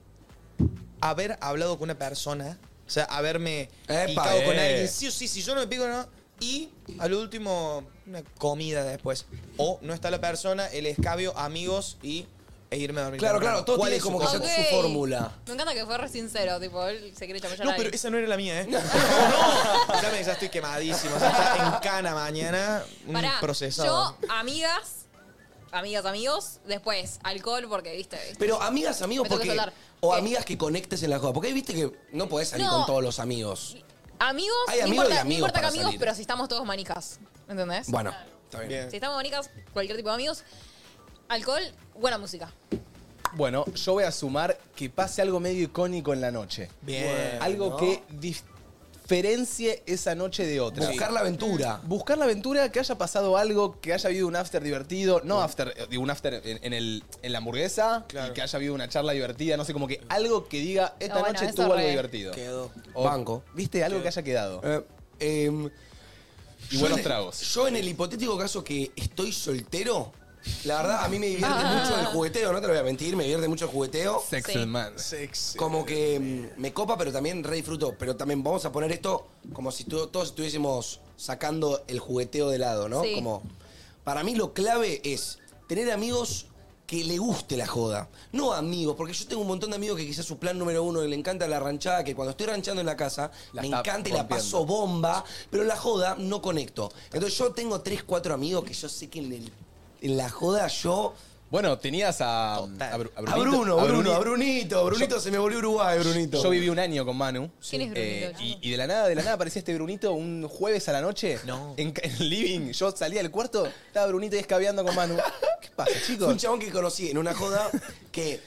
haber hablado con una persona, o sea, haberme Epa, picado con eh. alguien, sí o sí, si yo no me pico, no. Y al último, una comida después. O no está la persona, el escabio, amigos y e irme a dormir. Claro, temprano. claro, todo ¿Cuál tiene es su como que cosa? ser su Ok. fórmula. Me encanta que fue re sincero, tipo, él se quiere chamullar No, a pero alguien. esa no era [laughs] la mía, ¿eh? No, ya, me, ya estoy quemadísimo. Ya está en cana mañana. Un Pará, procesado. Yo, amigas, amigas, amigos, después, alcohol, porque, viste. Pero amigas, amigos, Me tengo que porque. soltar. O amigas que conectes en la joda. Porque ahí viste que no podés salir Eh. No. con todos los amigos. Amigos, Hay no amigos importa, y no amigos importa que para amigos, salir. pero si estamos todos manijas, ¿entendés? Bueno, está bien. Si estamos manijas, cualquier tipo de amigos, alcohol, buena música. Bueno, yo voy a sumar que pase algo medio icónico en la noche. Bien. Algo que diferencie esa noche de otra. Buscar la aventura. Buscar la aventura, que haya pasado algo, que haya habido un after divertido, no after, eh, digo un after en, en el, en la hamburguesa, y que haya habido una charla divertida, no sé, como que algo que diga, esta No, bueno, noche eso tuvo algo re. divertido. Quedó. O, Banco. ¿Viste? Algo que haya quedado. Eh, em, Y yo buenos en el- tragos. Yo, en el hipotético caso que estoy soltero, la verdad, a mí me divierte [laughs] mucho el jugueteo, no te lo voy a mentir, me divierte mucho el jugueteo. Sex Sí. and man. Como que mm, me copa, pero también re disfruto. Pero también vamos a poner esto como si tu- todos estuviésemos sacando el jugueteo de lado, ¿no? Sí. Como, para mí lo clave es tener amigos que le guste la joda. No amigos, porque yo tengo un montón de amigos que quizás su plan número uno le encanta la ranchada, que cuando estoy ranchando en la casa, La me está encanta y la rompiendo. paso bomba, pero en la joda no conecto. Entonces yo tengo tres, cuatro amigos que yo sé que en, el- en la joda yo... Bueno, tenías a, Mm, a, Total. Bru- a a A Bruno, Bruno, Brunito. a Brunito, Brunito se me volvió Uruguay, Brunito. Yo viví un año con Manu. ¿Quién es Eh, Brunito? y, y de la nada, de la nada aparecía este Brunito un jueves a la noche. No. En, ca- en el living. Yo salía del cuarto, estaba Brunito ahí escabeando con Manu. ¿Qué pasa, Fue un chicos? chabón que conocí en una joda que.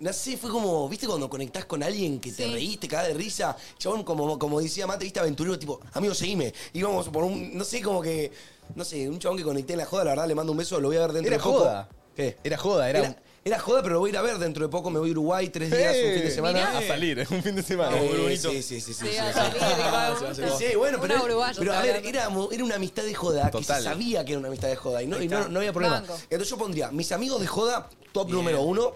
No sé, fue como, ¿viste cuando conectás con alguien que te Sí. reíste, cagás de risa? Chabón, como, como decía Mate, ¿viste aventurero? Tipo, amigo, seguime. Íbamos por un, no sé, como que, no sé, un chabón que conecté en la joda, la verdad, le mando un beso, lo voy a ver dentro Era de poco. joda. ¿Qué? Era joda, era, Era, era joda, pero lo voy a ir a ver dentro de poco, me voy a Uruguay tres días, un fin de semana. A salir, un fin de semana. Eh, Muy bonito. sí, sí, sí, sí, sí, Sí, sí. a salir, igual. Sí, bueno, pero, Una uruguaya pero a está ver, hablando. éramos- era una amistad de joda que se Total. sabía que era una amistad de joda y no, y no, no había problema. Banco. Entonces yo pondría mis amigos de joda, top número uno.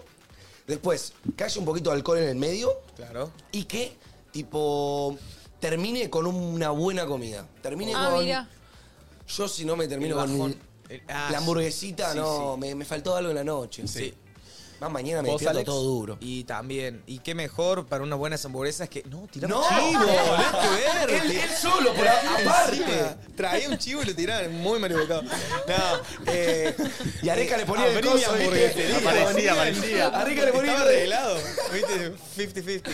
Después, que haya un poquito de alcohol en el medio Claro. y que, tipo, termine con una buena comida. Termine Ah, con. mira. Yo, si no me termino El con. bajón. El- ah, la hamburguesita, sí, no, sí. Me, me faltó algo en la noche. Sí. Más mañana me ¿Vos, despierto Alex? todo duro. Y también, y qué mejor para unas buenas hamburguesas que. No, tiramos ¡No! chivo, nada que ver. Él- él solo, por a- aparte. Encima, Traía un chivo y lo tiraron, muy [laughs] mal evocado. No, eh, Y Areca le ponía el abrí mi coso, ¿viste? hamburguesería. Aparecía, aparecía. Areca le ponía Estaba el- arreglado, ¿viste? 50-50.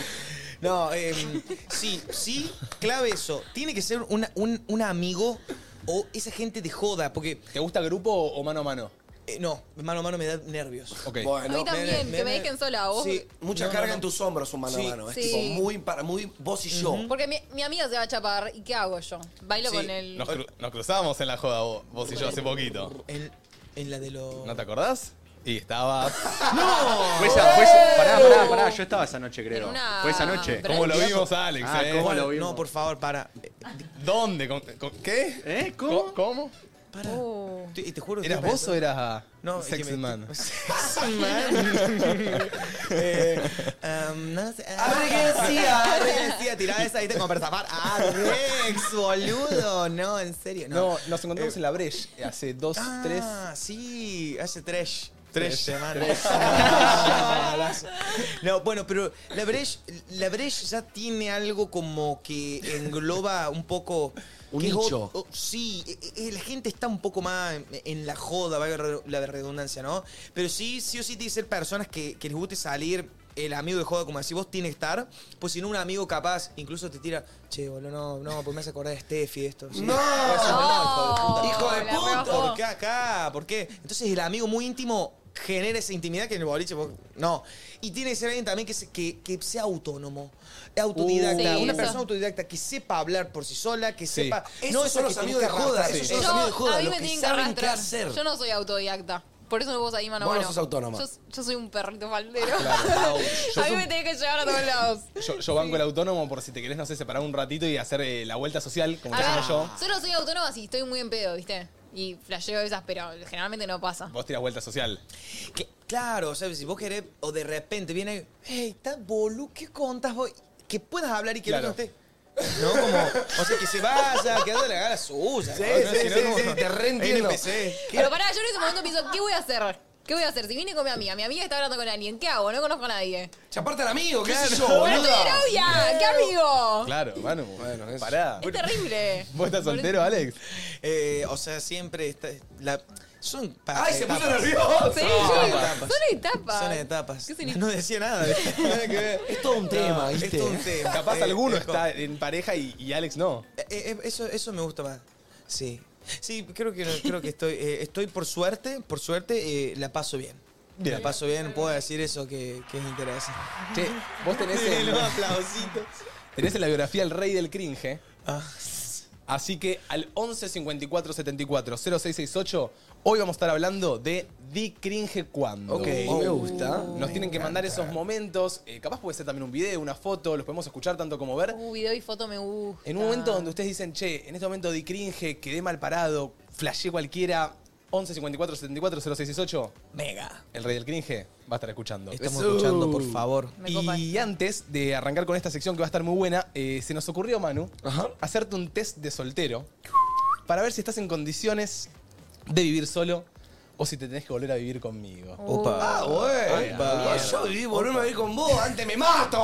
No, em, sí, sí, clave eso. Tiene que ser una- un, un amigo o esa gente de joda, porque, ¿Te gusta grupo o mano a mano? eh, no, mano a mano me da nervios. Ok. A mí Bueno, también, me- que me- me dejen sola, vos. Sí. mucha No, carga no, no. en tus hombros, un mano Sí. a mano. Es Sí. tipo muy, para, muy vos y yo. Porque mi, mi amiga se va a chapar, ¿y qué hago yo? Bailo Sí, con el... Nos, cru- nos cruzábamos en la joda vos, vos y yo hace poquito. En, en la de los. ¿No te acordás? Y estabas. Fue esa, fue esa- pará, pará, pará, yo estaba esa noche, En creo. una- Fue esa noche. Pero- ¿Cómo lo vimos, Alex? Ah, eh? ¿cómo Juan, lo vimos? No, por favor, para. ¿Dónde? ¿Con- con- ¿Qué? ¿Eh? ¿Cómo? Co- ¿Cómo? Para. Oh. Te, te juro que ¿Eras estoy vos o eras ah, No, es que Sex me- and Man? Sex and Man. [laughs] Eh, um, no sé. [laughs] Arreguencía, Arreguencía, tirá esa, viste, como para tapar. Arrex, boludo. No, en serio, no. Eh, No, nos encontramos en la Breche hace dos, Ah, tres. sí, hace tres. Tres, semanas. [laughs] tres. No, bueno, pero la Breche, la Breche ya tiene algo como que engloba un poco... Un que es nicho. o- o- sí, e- e- la gente está un poco más en, en la joda, valga la re- la redundancia, ¿no? Pero sí, sí o sí tiene que ser personas que, que les guste salir. El amigo de joda, como así, vos tiene que estar. Pues si no, un amigo capaz incluso te tira, che, boludo, no, no, pues me hace acordar de Steffi esto. sí". ¡No! Pues, No, ¡Hijo de Oh, la puta! rebajó. ¿Por qué acá? ¿Por qué? Entonces el amigo muy íntimo genera esa intimidad que en el boliche vos- no. Y tiene que ser alguien también que, se- que- que sea autónomo, autodidacta, Uh, sí, una eso. persona autodidacta que sepa hablar por sí sola, que Sí. sepa... Esos eso son que los tenés amigos que de joda, arrastrar. esos Sí. son los Yo- amigos de joda, a mí los me que tienen que saben qué arrastrar. hacer. Yo no soy autodidacta. Por eso no puedo salir mano a Vos no mano. sos autónoma. Ah, Yo, yo soy un perrito faldero. Pau, yo [laughs] [laughs] a mí soy- me tienen que llevar a todos lados. Yo, yo banco el autónomo por si te querés, no sé, separar un ratito y hacer eh, la vuelta social, como A te Ah. ver, hacía yo. solo soy autónoma si estoy muy en pedo, ¿viste? Y flasheo esas, pero generalmente no pasa. Vos tirás vuelta social. Que- claro, ¿sabes? Si vos querés, o de repente viene, hey, está bolu, ¿qué contas vos? Que puedas hablar y que el Claro. otro esté. ¿no? Como, o sea, que se vaya, que haga la gana suya. Sí, ¿no? sí, Si no, sí, como- sí, te reentiendo. NPC. Pero pará, yo en ese momento pienso, ¿qué voy a hacer? ¿Qué voy a hacer? Si vine con mi amiga, mi amiga está hablando con alguien, ¿qué hago? No conozco a nadie. Se aparta el amigo, ¿qué sé Claro. yo, ¡Pero estoy de boluda? novia! ¡Qué amigo! Claro, Manu. Bueno, es- Pará. Es terrible. ¿Vos estás soltero, Alex? Eh, o sea, siempre está. la- son pa- ¡Ay, se puso etapas. nervioso! Sí, Son yo- etapas. son etapas. Son etapas. ¿Qué significa? No decía nada. [laughs] Nada que ver. Es todo un tema, No, ¿viste? Es todo un tema. Este, Capaz Eh, alguno es como- está en pareja y, y Alex no. Eh, eh, eso, eso me gusta más. Sí. Sí, creo que, creo que estoy, eh, estoy por suerte, por suerte, eh, la paso bien. Bien. La paso bien, puedo decir eso que, que es interesante. Che, vos [laughs] tenés en, Los aplausitos. tenés en la biografía el rey del cringe. Ah. Así que al 11 54 74 0668, hoy vamos a estar hablando de Di Cringe Cuando. Oh. Ok, me gusta. Nos tienen que mandar esos momentos. eh, capaz puede ser también un video, una foto, los podemos escuchar tanto como ver. Uh, video y foto me gusta. En un momento donde ustedes dicen, che, en este momento di cringe, quedé mal parado, flashé cualquiera, 11 54 74 0668, Mega. el rey del cringe va a estar escuchando. Estamos Eso. escuchando, por favor. Me copa. Y antes de arrancar con esta sección que va a estar muy buena, eh, se nos ocurrió, Manu, hacerte un test de soltero para ver si estás en condiciones de vivir solo o si te tenés que volver a vivir conmigo. Oh, Ah, Opa. bueno. Opa. Yo viví por una vez con vos, antes me mato.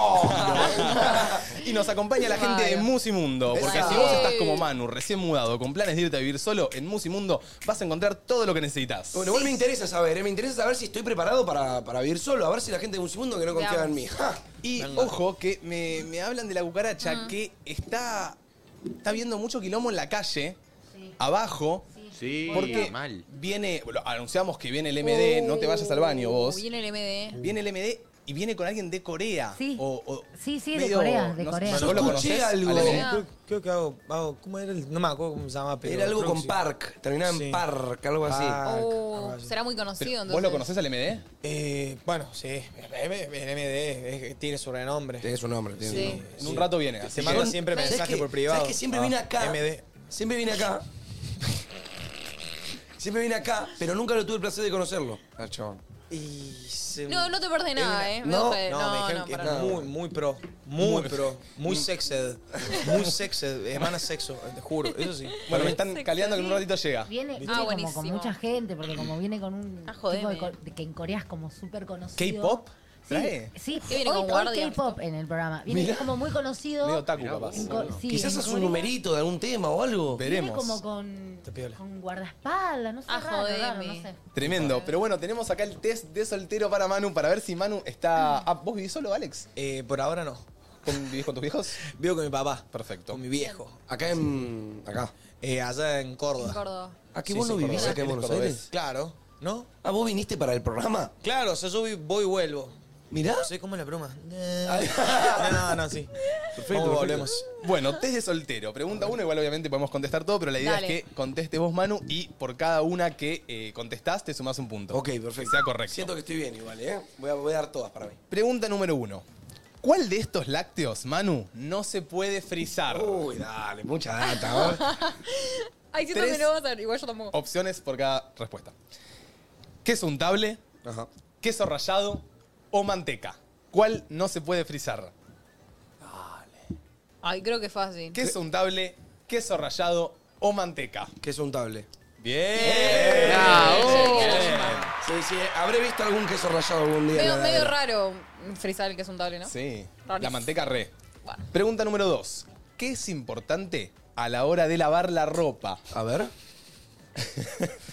Y nos acompaña la gente de Musimundo, porque Eso. si vos estás como Manu, recién mudado, con planes de irte a vivir solo, en Musimundo vas a encontrar todo lo que necesitas. Bueno, igual me interesa saber, ¿eh? me interesa saber si estoy preparado para, para vivir solo, a ver si la gente de un segundo que no confiaba en mí. Ja. Y ojo, que me, me hablan de la cucaracha que está, está viendo mucho quilombo en la calle, abajo, Sí, porque mal. viene, bueno, anunciamos que viene el MD, no te vayas al baño vos. Viene el MD. Viene el MD y viene con alguien de Corea. Sí. o- o Sí, sí, de Corea, de Corea. ¿vos Yo lo escuché conocés, algo. al MD? Ah. Eh, Creo, creo que hago, hago- ¿Cómo era el.? No me acuerdo cómo se llamaba, pero. Era algo creo con que sí. Park, terminaba en Sí. Park, algo así. Park. Oh, Ah, sí. será muy conocido. Pero, entonces. ¿Vos lo conocés al MD? Eh, bueno, sí. El MD es que tiene su renombre. Tienes un nombre, tienes un Sí. nombre. En un rato viene. Se así que- manda siempre ¿Sabes mensaje que- por privado. ¿Sabes que siempre Ah, vine acá? MD. Siempre vine acá. siempre vine acá, pero nunca lo tuve el placer de conocerlo. Y se- No, no te perdés nada, ¿eh? Me No, gusta- No, me dijeron que para es nada. muy, muy pro. Muy, pro. Muy sexed. Muy sexed. [laughs] Hermana sexo, te juro. Eso sí. Bueno, me están caleando que en un ratito llega. Viene, viene Ah, como con buenísimo. mucha gente, porque como viene con un Ah, tipo de jodeme. co- de que en Corea es como súper conocido. ¿K-pop? Sí, ¿Trae? sí. ¿Qué viene hoy, con hoy Guardian? K-pop en el programa. Viene Mirá. como muy conocido. Medio otaku, capaz. en co- sí, Quizás en es un Corea. numerito de algún tema o algo. Viene Veremos. como con, Está piola. con guardaespaldas, no sé, Ah, raro, raro, no jodeme. sé. Tremendo. Pero bueno, tenemos acá el test de soltero para Manu para ver si Manu está. Ah, ¿Vos vivís solo, Alex? Eh, por ahora no. ¿Con, ¿Vivís con tus viejos? Vivo con mi papá. Perfecto. Con mi viejo. Acá en. Acá. Eh, allá en Córdoba. En Córdoba. ¿A qué Ah, Sí, vos sí, no vivís cordobés. Él acá en es Buenos cordobés. Aires? Claro. ¿No? Ah, vos viniste para el programa. Claro, o sea, yo vi- voy y vuelvo. Mirá. Soy como la broma. [laughs] No, no, no, sí. Perfecto. volvemos? Bueno, test de soltero. Pregunta uno, igual obviamente podemos contestar todo, pero la idea Dale. es que conteste vos, Manu, y por cada una que eh, contestás te sumás un punto. Ok, perfecto. Que sea correcto. Siento que estoy bien igual, ¿eh? Voy a, voy a dar todas para mí. Pregunta número uno. ¿Cuál de estos lácteos, Manu, no se puede frizar? Uy, dale, mucha data, ¿eh? Ay, siento Tres. que no vas a ver. Igual yo tampoco. Opciones por cada respuesta. Queso untable, Ajá. queso rallado o manteca. ¿Cuál no se puede frizar? Ay, creo que es fácil. Queso untable, queso rallado o manteca. Que es untable. Bien. Ah, oh, Sí, sí, habré visto algún queso rallado algún día. en Medio, la medio heladera. raro frisar el que es un tablet, ¿no? Sí. Rarísimo. La manteca re. Bueno. Pregunta número dos. ¿Qué es importante a la hora de lavar la ropa? A ver. [laughs]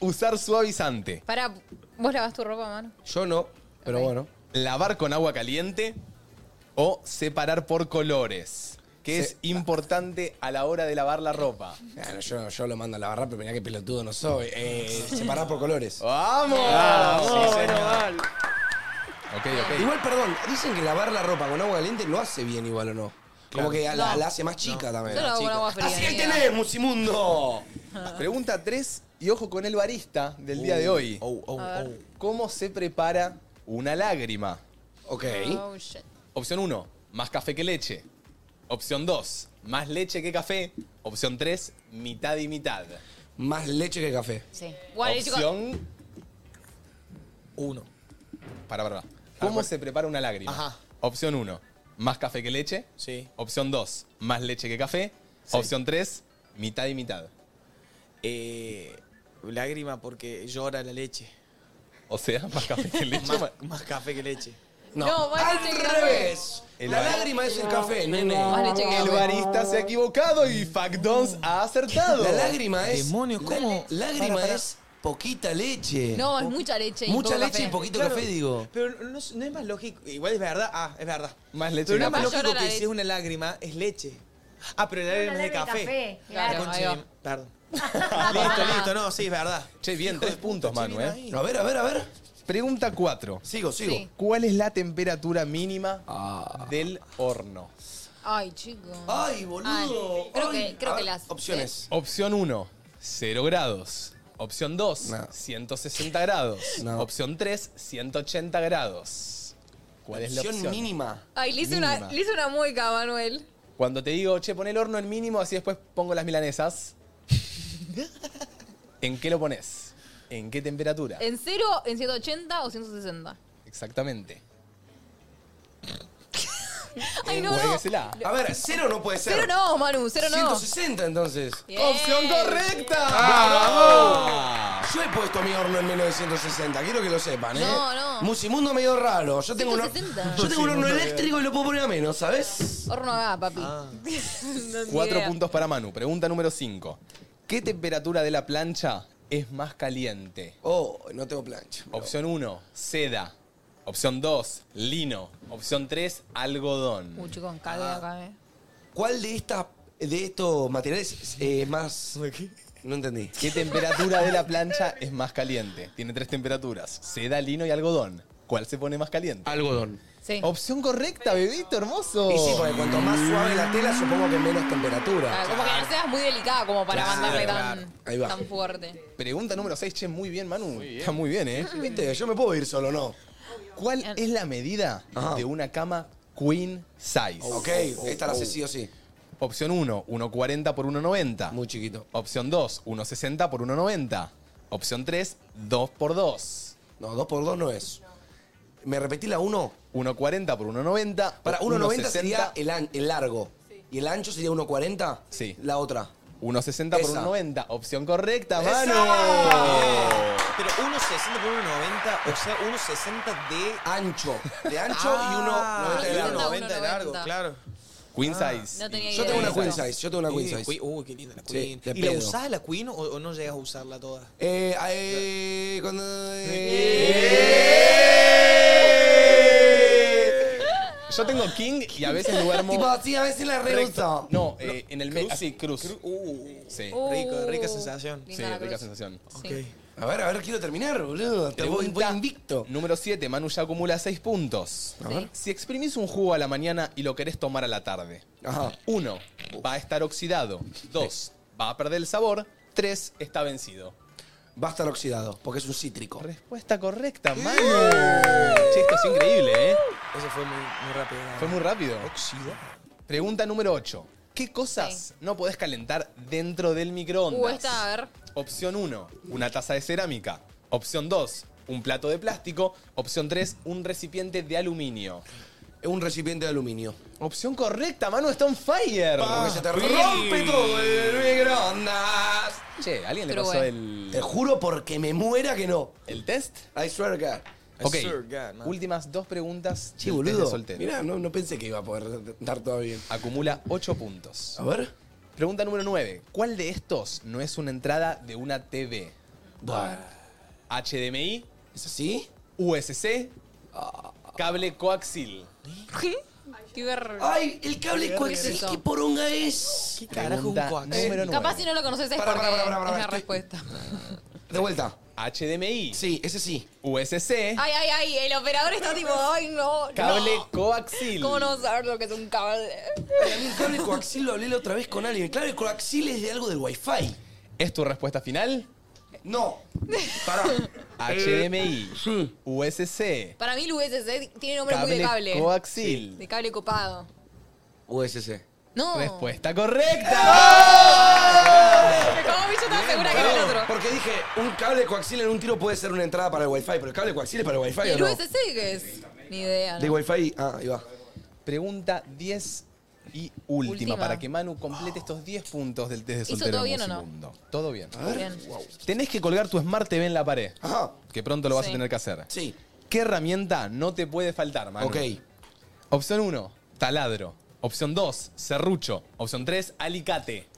Usar suavizante, Pará, ¿vos lavas tu ropa, mano? Yo no, pero bueno. lavar con agua caliente o separar por colores. ¿Qué Se- es importante a la hora de lavar la ropa? Bueno, yo, yo lo mando a lavar rápido, pero mirá que pelotudo no soy. Eh, separar por colores. ¡Vamos! Ok, ok. Igual, perdón, dicen que lavar la ropa con agua caliente lo hace bien igual o no. Como que la, la hace más chica también. Yo lo hago con agua fría. Así ahí ni tenés, idea. Musimundo. [laughs] Pregunta 3 y ojo con el barista del día de hoy. Oh, oh, A ver. oh. ¿Cómo se prepara una lágrima? Ok. Oh, shit. Opción 1, más café que leche. Opción 2, más leche que café. Opción 3, mitad y mitad. Más leche que café. Sí. Guay, chicos. Opción... Uno. Para, para, para. ¿Cómo se prepara una lágrima? Ajá. Opción 1, más café que leche. Sí. Opción 2, más leche que café. Opción 3, mitad y mitad. Eh, lágrima porque llora la leche. [laughs] O sea, más café que leche. Más, más café que leche. No, No, más al leche que café. revés. El la bar- lágrima es el café, nene. Más leche que El café. barista se ha equivocado y Factons ha acertado. La lágrima es. Demonios, ¿cómo? La lágrima Para, para. es poquita leche. No, es mucha leche. y Mucha poco leche café. y poquito Claro, café, digo. Pero no, es- no es más lógico. Igual es verdad. Ah, es verdad. Más leche Pero no que es más café. Llora lógico la que si leche. es una lágrima, es leche. Ah, pero la Pero la lágrima es de lágrima café. es café, La claro. concha ahí va. de mi- Perdón. listo, listo. No, sí, es verdad. Che, bien, tres puntos, Manu, bien ¿eh? ahí. A ver, a ver, a ver. Pregunta 4. Sigo, sigo. Ah. Sí. ¿Cuál es la temperatura mínima del horno? Ay, chico. Ay, boludo. Ay, creo que- Ay. creo A que ver, las- Opciones. Opción 1, 0 grados. Opción 2, No. 160 grados. No. Opción 3, 180 grados. ¿Cuál es la opción? mínima. Ay, le hice, una, Mínima. le hice una mueca, Manuel. Cuando te digo, che, pon el horno en mínimo, así después pongo las milanesas. ¿En qué lo pones? ¿En qué temperatura? ¿En cero, en 180 o 160? Exactamente. Ay, no, no. Juéguesela. A ver, cero no puede ser. Cero no, Manu, cero no. 160 entonces. Bien. ¡Opción correcta! Ah, ¡Bravo! Ah, Yo he puesto mi horno en menos de 160, quiero que lo sepan, ¿eh? No, no. Musimundo medio raro. Yo tengo, un hor- 160. yo tengo un horno eléctrico y lo puedo poner a menos, ¿sabes? Horno acá, papi. [laughs] No, ni Cuatro idea. puntos para Manu. Pregunta número 5. ¿Qué temperatura de la plancha es más caliente? Oh, no tengo plancha. Opción 1, seda. Opción 2, lino. Opción 3, Uh, algodón. chicón, cagué acá, eh. ¿Cuál de estas de estos materiales eh, es más. No entendí. ¿Qué temperatura de [laughs] la plancha es más caliente? Tiene tres temperaturas, seda, lino y algodón. ¿Cuál se pone más caliente? Algodón. Sí. Opción correcta, bebito hermoso. Y sí, porque cuanto más suave la tela, supongo que menos temperatura. Claro, como que no seas muy delicada como para Claro, mandarle claro. tan, Ahí va. tan fuerte. Pregunta número 6, che, muy bien, Manu. Está muy bien, ¿eh? ¿Viste? Yo me puedo ir solo, ¿no? ¿Cuál es la medida Ajá. de una cama queen size? Oh, Ok, esta la sé sí o sí. Opción 1, 1,40 por 1,90. Muy chiquito. Opción 2, 1,60 por 1,90. Opción 3, 2 por 2. No, 2 por 2 no es. ¿Me repetí la 1? 1,40 por 1,90. Para 1,90 1,60. sería el, an- el largo. ¿Y el ancho sería 1,40? Sí. La otra. 1,60 por Esa. 1,90. Opción correcta, ¡Esa! mano. Pero 1.60 por 1.90, o sea, 1.60 de... Ancho. De ancho Ah, y 1,90 de largo. 1.90 de largo, 1.90. claro. Queen size. Ah, No tenía Yo idea tengo de una eso. queen size. Yo tengo una queen Eh, size. Queen- Uy, qué linda la Sí, Queen. de ¿Y la pedo. usás la Queen o, o no llegas a usarla toda? Eh, eh, cuando, Yo tengo king y a veces duermo. eh. Tipo así, a veces la recto. reuso. No, eh, en el medio. Así, cruz. Uh, Sí. Uh, Rico, rica sensación. Sí, Linda la rica cruz. sensación. Sí. A ver, a ver, quiero terminar, boludo. Te voy, voy Pregunta invicto. Número 7. Manu ya acumula 6 puntos. A ver. Si exprimís un jugo a la mañana y lo querés tomar a la tarde. Ajá. 1. Va a estar oxidado. 2. Va a perder el sabor. 3. Está vencido. Va a estar oxidado, porque es un cítrico. Respuesta correcta, Manu. Che, esto es increíble, ¿eh? Eso fue muy, muy rápido. Fue muy rápido. Oxidado. Pregunta número 8. ¿Qué cosas no podés calentar dentro del microondas? Uh, esta, a ver. Opción 1, una taza de cerámica. Opción 2, un plato de plástico. Opción 3, un recipiente de aluminio. Es un recipiente de aluminio. Opción correcta, Manu está on fire. Porque se te rompe todo el microondas. Che, ¿alguien le Pero pasó bueno. Te el, juro porque me muera que no. el test? I swear to God. Ok, swear God, man. últimas dos preguntas Che, del test de boludo. soltero. Mirá, no, no pensé que iba a poder dar todo bien. Acumula 8 puntos. A ver. Pregunta número 9. ¿Cuál de estos no es una entrada de una TV? Bueno, HDMI, ¿Es así? USC, cable coaxil. ¿Qué? Qué verga. ¡Ay! El cable coaxial. eso. ¿Qué poronga es? ¿Qué carajo es un Pregunta coaxil? número Capaz 9. si no lo conoces es Para, porque para, para, para, es la estoy- respuesta. De vuelta. HDMI, Sí, ese sí. USC, Ay, ay, ay, el operador está tipo, ay, no. cable no. coaxil. ¿Cómo no saber lo que es un cable? Ay, a mí el cable coaxial lo hablé la otra vez con alguien. El cable coaxial es de algo del wifi. ¿Es tu respuesta final? No. Pará. HDMI, Eh, sí. USC, Para mí el USC tiene nombre muy cable, de cable. coaxil. De cable copado. USC. No. Respuesta correcta. Como yo estaba segura que era el Claro, otro. porque dije, un cable coaxial en un tiro puede ser una entrada para el wifi, pero el cable coaxial es para el wifi ¿Y o el no? USC qué es? Ni idea. De ¿no? wifi, ah, ahí va. Pregunta 10 y última, Última. para que Manu complete estos 10 puntos del test de ¿Hizo soltero todo bien o no? musimundo. Todo bien. Bien. Tenés que colgar tu Smart TV en la pared, Ajá. que pronto lo vas Sí. a tener que hacer. Sí. ¿Qué herramienta no te puede faltar, Manu? Ok. Opción 1, taladro. Opción 2, serrucho. Opción 3, alicate.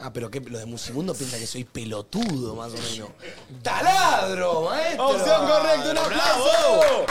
Ah, pero que los de Musimundo piensan que soy pelotudo, más o [laughs] menos. ¡Taladro, maestro! aplauso!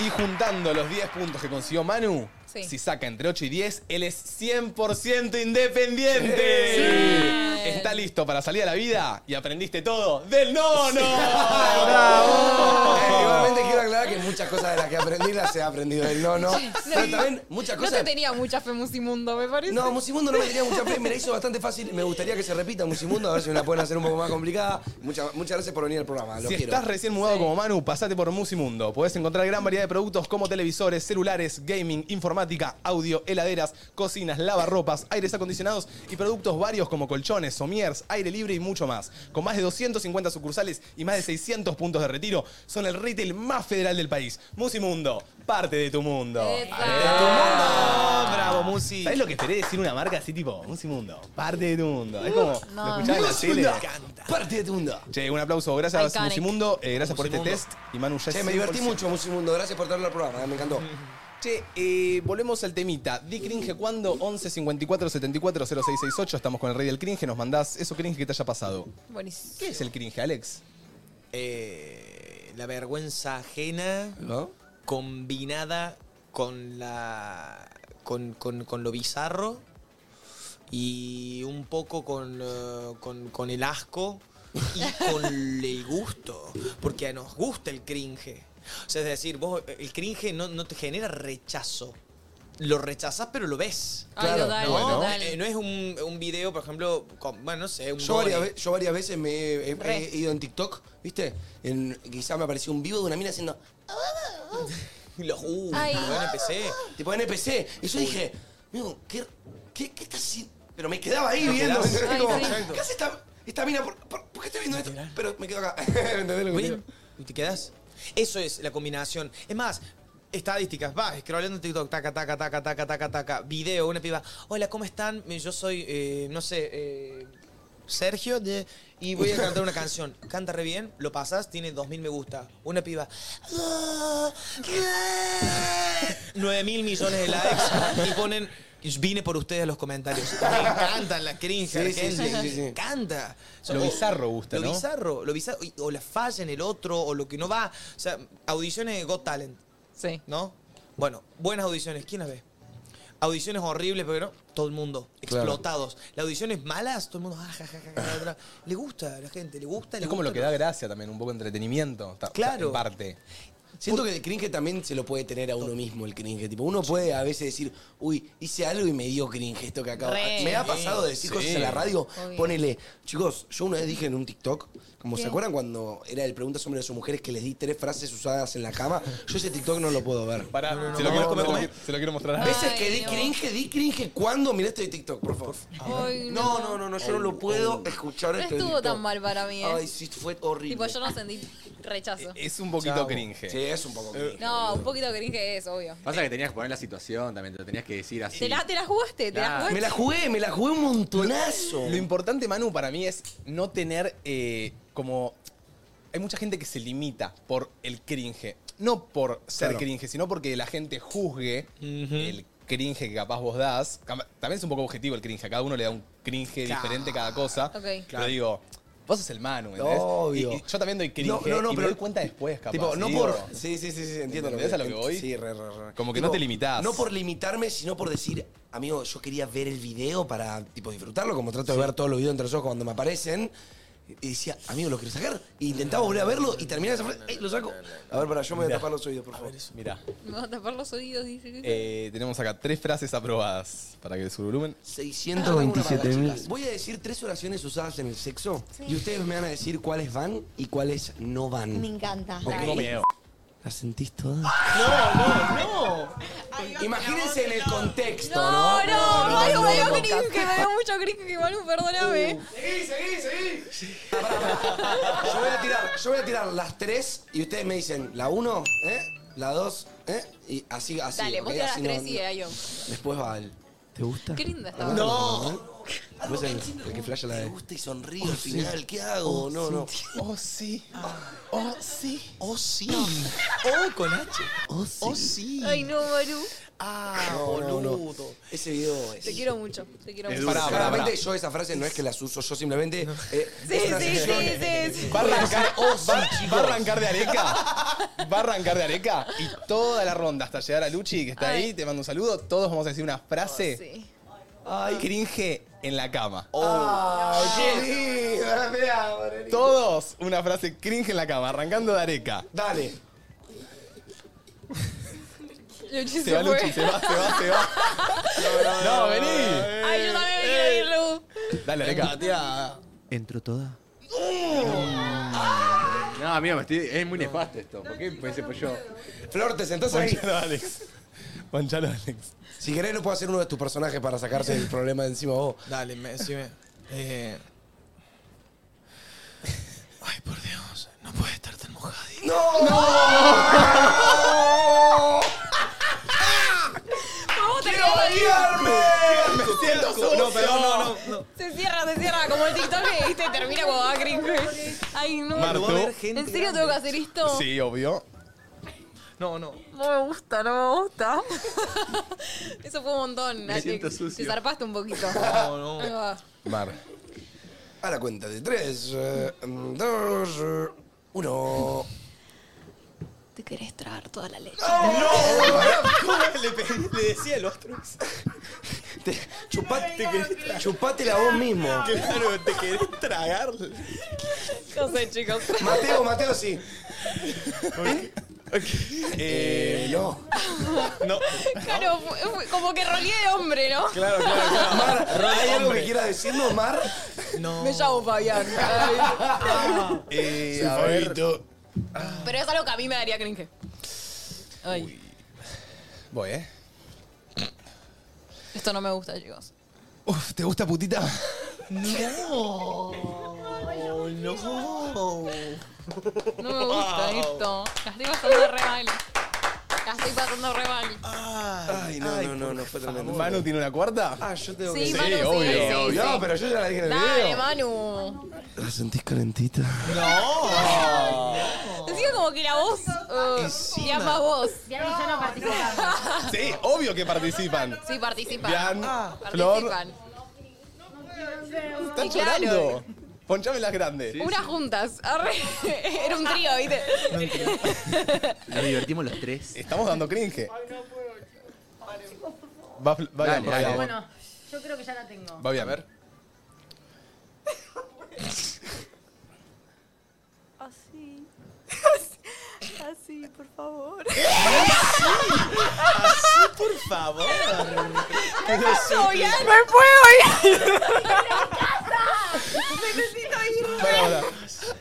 Y juntando los 10 puntos que consiguió Manu, Sí. si saca entre 8 y 10, él es 100% independiente. Está listo para salir a la vida y aprendiste todo del nono. Eh, igualmente quiero aclarar que muchas cosas de las que aprendí las he aprendido del no, no. Pero también muchas No cosas. te tenía mucha fe musimundo, me parece. No, Musimundo no me tenía mucha fe, me la hizo bastante fácil. Me gustaría que se repita Musimundo, a ver si me la pueden hacer un poco más complicada. Mucha- muchas gracias por venir al programa, los Si quiero. estás recién mudado como Manu, pasate por Musimundo. Podés encontrar gran variedad de productos como televisores, celulares, gaming, informática, audio, heladeras, cocinas, lavarropas, aires acondicionados y productos varios como colchones, somiers, aire libre y mucho más. Con más de 250 sucursales y más de 600 puntos de retiro, son el retail más federal del país. Musimundo, parte de tu mundo. ¡Epa! Parte de tu mundo. Bravo, Musi. ¿Sabés lo que esperé decir una marca así tipo Musimundo? Parte de tu mundo. Es como, No. lo escuchás en la tele. Parte de tu mundo. Che, un aplauso. Gracias, Iconic. Musimundo. Eh, gracias por este Musimundo. test. Y Manu, ya es Che, me divertí 100%. mucho, Musimundo. Gracias por traerlo al programa, eh, me encantó. Che, eh, volvemos al temita. Di cringe cuando 11 54 74 0668. Estamos con el rey del cringe. Nos mandás eso cringe que te haya pasado. Buenísimo. ¿Qué es el cringe, Alex? Eh, la vergüenza ajena combinada con la con, con- con lo bizarro y un poco con, eh, con- con el asco y con el gusto, porque nos gusta el cringe. O sea, es decir, vos el cringe no, no te genera rechazo. Lo rechazás, pero lo ves. Ay, Claro, total, No, total. Eh, no es un, un video, por ejemplo, con- bueno, no sé, un Yo varias, gore. ve- yo varias veces me he, he- Re. he ido en TikTok, ¿viste? En, quizá me apareció un vivo de una mina haciendo Y los uh, Ay. los "Eh, NPC. tipo NPC. Y yo dije, amigo, ¿qué, qué, qué estás haciendo? Pero me quedaba ahí viendo. [laughs] quedabas. ¿entendés? Ay, Como, sí. ¿Qué hace esta, esta mina? ¿Por, por, por qué está viendo esto? Pero me quedo acá. [laughs] ¿Entendés lo que te digo? Ven, y te quedas. Eso es la combinación. Es más, estadísticas. Vas scrollando en TikTok, taca, taca, taca, taca, taca, taca. Video, una piba. Hola, ¿cómo están? Me- Yo soy, eh, no sé, eh, Sergio de- y voy a cantar una canción. Canta re bien, lo pasas, tiene 2.000 me gusta. Una piba. 9 mil millones de likes y ponen. Vine por ustedes a los comentarios. Me encantan la cringe, Sí, sí, gente. sí, sí, sí. Me encanta. Lo O- bizarro gusta, lo ¿no? bizarro, lo bizarro, y- o la falla en el otro, o lo que no va. O sea, audiciones de Got Talent, Sí. ¿no? Bueno, buenas audiciones, ¿quién las ve? Audiciones horribles, pero no, todo el mundo, explotados. Las audiciones malas, todo el mundo, ah, ja, ja, ja, ja, ja. le gusta a la gente, le gusta. le Es como gusta, lo que pero- da gracia también, un poco de entretenimiento. ta- Claro. En parte. Siento que el cringe también se lo puede tener a uno mismo, el cringe. Tipo, uno puede a veces decir, uy, hice algo y me dio cringe esto que acabo. Re. Me ha pasado de decir Sí. cosas en la radio. Obvio. Ponele, chicos, yo una vez dije en un TikTok, como se acuerdan cuando era el preguntas hombres o mujeres que les di tres frases usadas en la cama, yo ese TikTok no lo puedo ver. Pará, se, no, lo quiero, no, se lo no. quiero- se lo quiero mostrar a Alex. Veces que di Dios. cringe, di cringe cuando mirá este TikTok, por favor. Ay, No, no, no, no, yo no lo puedo escuchar No este estuvo TikTok. tan mal para mí, eh. Ay, sí, fue horrible. Tipo, yo no sentí rechazo. Eh, Es un poquito Chau. cringe. Sí, es un poco cringe. No, un poquito cringe es, obvio. Pasa que tenías que poner la situación también, te lo tenías que decir así. Te, la, te la jugaste, te Nah. la jugaste. Me la jugué, me la jugué un montonazo. Lo importante, Manu, para mí es no tener eh, como... Hay mucha gente que se limita por el cringe. No por ser Claro. cringe, sino porque la gente juzgue el cringe que capaz vos das. Cam- También es un poco objetivo el cringe. A cada uno le da un cringe diferente a cada cosa. Ok. Pero digo, vos sos el Manu, ¿entendés? Obvio. Y- y yo también doy cringe y me doy cuenta después, capaz. Tipo, no digo, por. Sí, sí, sí, sí, entiendo ¿Entendés a lo que voy? Sí, re, re, re. Como que no te limitás. No por limitarme, sino por decir, amigo, yo quería ver el video para tipo disfrutarlo, como trato de ver todos los videos entre los ojos cuando me aparecen. Y decía, amigo, lo quiero sacar. Y intentaba volver a verlo y terminaba esa frase. ¡Ey, lo saco! A ver, para, yo me voy a tapar los oídos, por favor. Mirá, Me va a tapar los oídos, dice. eh, tenemos acá tres frases aprobadas para que su volumen. 627 mil. Voy a decir tres oraciones usadas en el sexo y ustedes me van a decir cuáles van y cuáles no van. Me encanta. Ok. ¿Las sentís todas? Imagínense en el contexto, No, ¿no? no, no, me dio no, cringe, me dio mucho cringe que igual, perdóname. Yo voy a tirar, yo voy a tirar las tres y ustedes me dicen la uno, ¿eh? La dos ¿Eh? Y así, así. Dale, ¿ok? vos te a las Así no- tres y no- a Ion. Después va el. ¿Te gusta? Qué linda estaba. No. Después el, Algo el que flasha la de. y sonríe Oh, sí. Oh, sí. Oh, sí. Oh, sí. Oh, sí. Oh, con H. Oh, sí. Oh, sí. Ay, no, Maru. Ah, No, no, no. boludo. Ese video es. Te quiero mucho. Te quiero Es mucho. duro. Pará, Pará, pará, pará, Claramente pará. yo esas frases no es que las uso, yo simplemente. eh, Sí, es una sí, sección- sí, sí, sí. Va a arrancar, Oh, sí, va- chicos. va a arrancar de [laughs] Areca. Va a arrancar de Areca. Y toda la ronda hasta llegar a Luchi, que está Ay. ahí, te mando un saludo. Todos vamos a decir una frase. Sí. Oh, Ay, Oh. cringe en la cama. Ay, qué lindo, mirá, Marilyn. Todos una frase cringe en la cama, arrancando de Areca. Dale. Luchi Se va fue. Luchi, se va, se va, se [laughs] va. No, vení. Ay, yo también me quiero ir, Lu. Dale, Areca. Entro toda. No, amigo, me estoy- es muy nefasto esto. ¿Por qué empecé por yo? Flor, te sentás ahí. Ponchalo, Alex. Ponchalo, Alex. Si querés, no puedo hacer uno de tus personajes para sacarte el problema de encima vos. Dale, me, sí me- eh. Ay, por Dios. No puede estar tan mojadito. Vamos, te quiero ir. Me siento sucio. No, perdón, no, no. Se cierra, se cierra, como el TikTok que viste, termina como va cringe. Ay, no. Martu. ¿En serio tengo que hacer esto? Sí, obvio. No, no. No me gusta, no me gusta. [laughs] Eso fue un montón. Me Nati. siento Te sucio. zarpaste un poquito. No, Ahí no. va. Mar. A la cuenta de tres, eh, dos, eh, uno. Te querés tragar toda la leche. ¡Oh, [laughs] Le decía el otro. Te- chupate, chupátela vos mismo. Claro, te querés tragar. No sé, chicos. Mateo, Mateo, sí. Eh, Eh, no. no. [laughs] Claro, fue- fue como que roleé de hombre, ¿no? Claro, claro, claro. Mar, ¿hay algo que quiera decirnos, Mar? No. Me llamo Fabián. Eh, a ver. Pero es algo que a mí me daría cringe. Ay, Voy, ¿eh? esto no me gusta, chicos. Uf, ¿te gusta putita? No, no. No me gusta esto. La estoy pasando re mal. La estoy pasando re mal. Ay, no, no, no, no fue tremendo. ¿Manu tiene una cuarta? Ah, yo tengo Sí, que Manu, sí, obvio, sí, obvio. sí. No, pero yo ya la dije en el Dale, video. Manu. ¿La sentís calentita? Decía como que la voz. Uh, la más voz. Diana y yo [laughs] no participamos. Sí, obvio que participan. Sí, participan. Bian, Ah, Flor, participan. están Y claro. llorando. Ponchame las grandes. Unas juntas. Arre. [laughs] Era un trío, ¿viste? Nos divertimos los tres. Estamos dando cringe. Va, Fl- va Dale, bien, dale. va bien. Bueno, yo creo que ya la tengo. Va bien. A ver. Así. Así, por favor. Por favor. Soy Bian.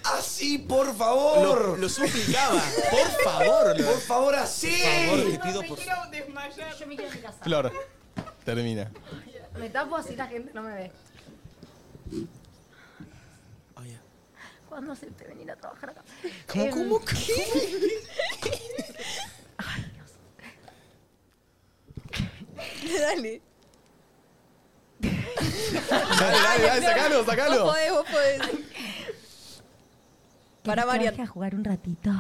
Así, por Lo, favor. lo suplicaba. Por favor. por favor, así. Por favor, te pido por quiero desmayar. Yo me quiero a mi casa. Flor, termina. Me tapo así la gente no me ve. Oh, yeah. ¿Cuándo se te venir a trabajar acá? ¿Cómo, Em, cómo, qué? [laughs] Dale. Dale, dale, dale, sacalo, Vos sacalo. podés, vos podés. Para ¿querés Marian. que baje a jugar un ratito.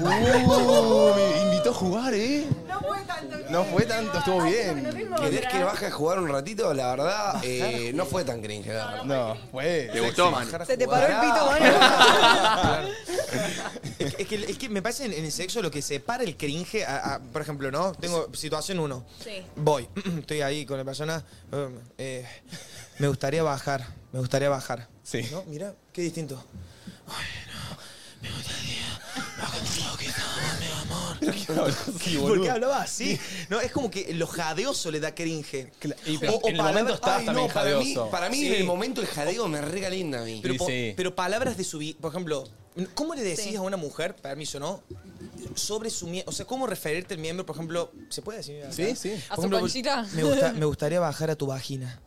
Uh, me invitó a jugar, ¿eh? No fue tanto. No fue tanto, estuvo Ah, No bien. tengo ¿Querés otra. que baje a jugar un ratito? La verdad, eh, no fue tan cringe. la verdad. No, fue. ¿Te gustó, man? Se te paró el pito, Marian. Es que, es que- es que me parece en, en el sexo lo que separa el cringe, a- a- por ejemplo, ¿no? Tengo situación uno. Sí. Voy, [clears throat] estoy ahí con la persona. um, eh, me gustaría bajar, me gustaría bajar. Sí. ¿No? Mira, qué distinto. Ay, no, me gustaría. bajar un poquito, mi amor. Sí, ¿Por qué boludo. hablaba así? No, es como que lo jadeoso le da cringe. Y pero en el palabra- momento estás Ay, también para mí, jadeoso. para mí Sí. en el momento el jadeo me rega linda a mí. Pero, Sí, po- sí. pero palabras de su vi- por ejemplo, ¿cómo le decís Sí. a una mujer, permiso, no? Sobre su miembro, o sea, ¿cómo referirte al miembro, por ejemplo? ¿Se puede decir? acá? Sí, sí. ¿A Por su ejemplo, conchita? Me, gusta- [laughs] me gustaría bajar a tu vagina.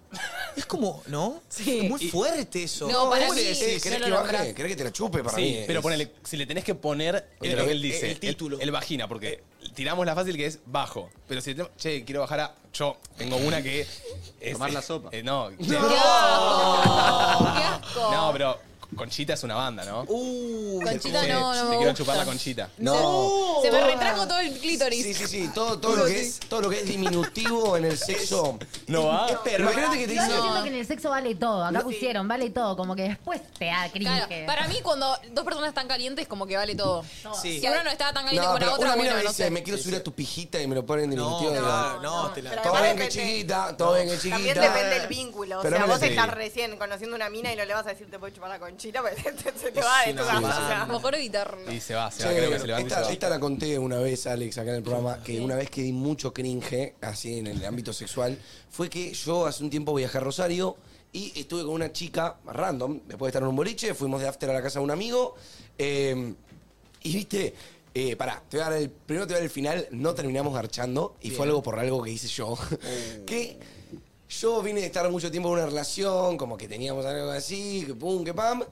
Es como, ¿no? Sí. Es muy fuerte eso. No, para ¿Cómo le mí- decís? ¿Querés no que lo baje? lográs. ¿Querés que te la chupe para mí? Sí, es- pero ponele, si le tenés que poner el, Pero lo que el- él dice, el título. El, vagina, porque tiramos la fácil que es bajo. Pero si, te- che, quiero bajar a. Yo tengo una que. Es, Tomar la es- sopa. eh, no, Oh. ¡Qué asco! no, pero Conchita es una banda, ¿no? Uh, Conchita Che, no, no Te me quiero gusta. chupar la conchita. No. Se me retrajo todo el clítoris. Sí, sí, sí. Todo, todo, lo, que es, todo lo que es diminutivo en el sexo. No va. Es perro. Imagínate que te Yo dicen. siento que en el sexo vale todo. Acá pusieron, vale todo. Como que después te da Claro, cringe. para mí cuando dos personas están calientes como que vale todo. Sí. Si una no estaba tan caliente No, con la pero otra, una mina bueno, me no dice, sé. me quiero subir a tu pijita y me lo ponen diminutivo. No, digo, claro, no, te la- pero Todo además bien que es depende. chiquita, todo bien que es chiquita. También depende del vínculo. O Pero sea, me vos la- estás sí. recién conociendo una mina y no le vas a decir te puedo chupar la conchita porque [laughs] se te, se te va de tu una casa. o sea. Mejor evitarlo. Y se va, Ah, se Sí, va, creo que se levanta y se esta, va. esta la conté una vez, Alex, acá en el programa, que una vez que di mucho cringe, así en el ámbito sexual, fue que yo hace un tiempo viajé a Rosario y estuve con una chica random, después de estar en un boliche, fuimos de after a la casa de un amigo, eh, y viste, eh, pará, te voy a dar el, primero te voy a dar el final, no terminamos garchando, y fue algo por algo que hice yo, [laughs] que... Yo vine de estar mucho tiempo en una relación, como que teníamos algo así, que pum, que pam.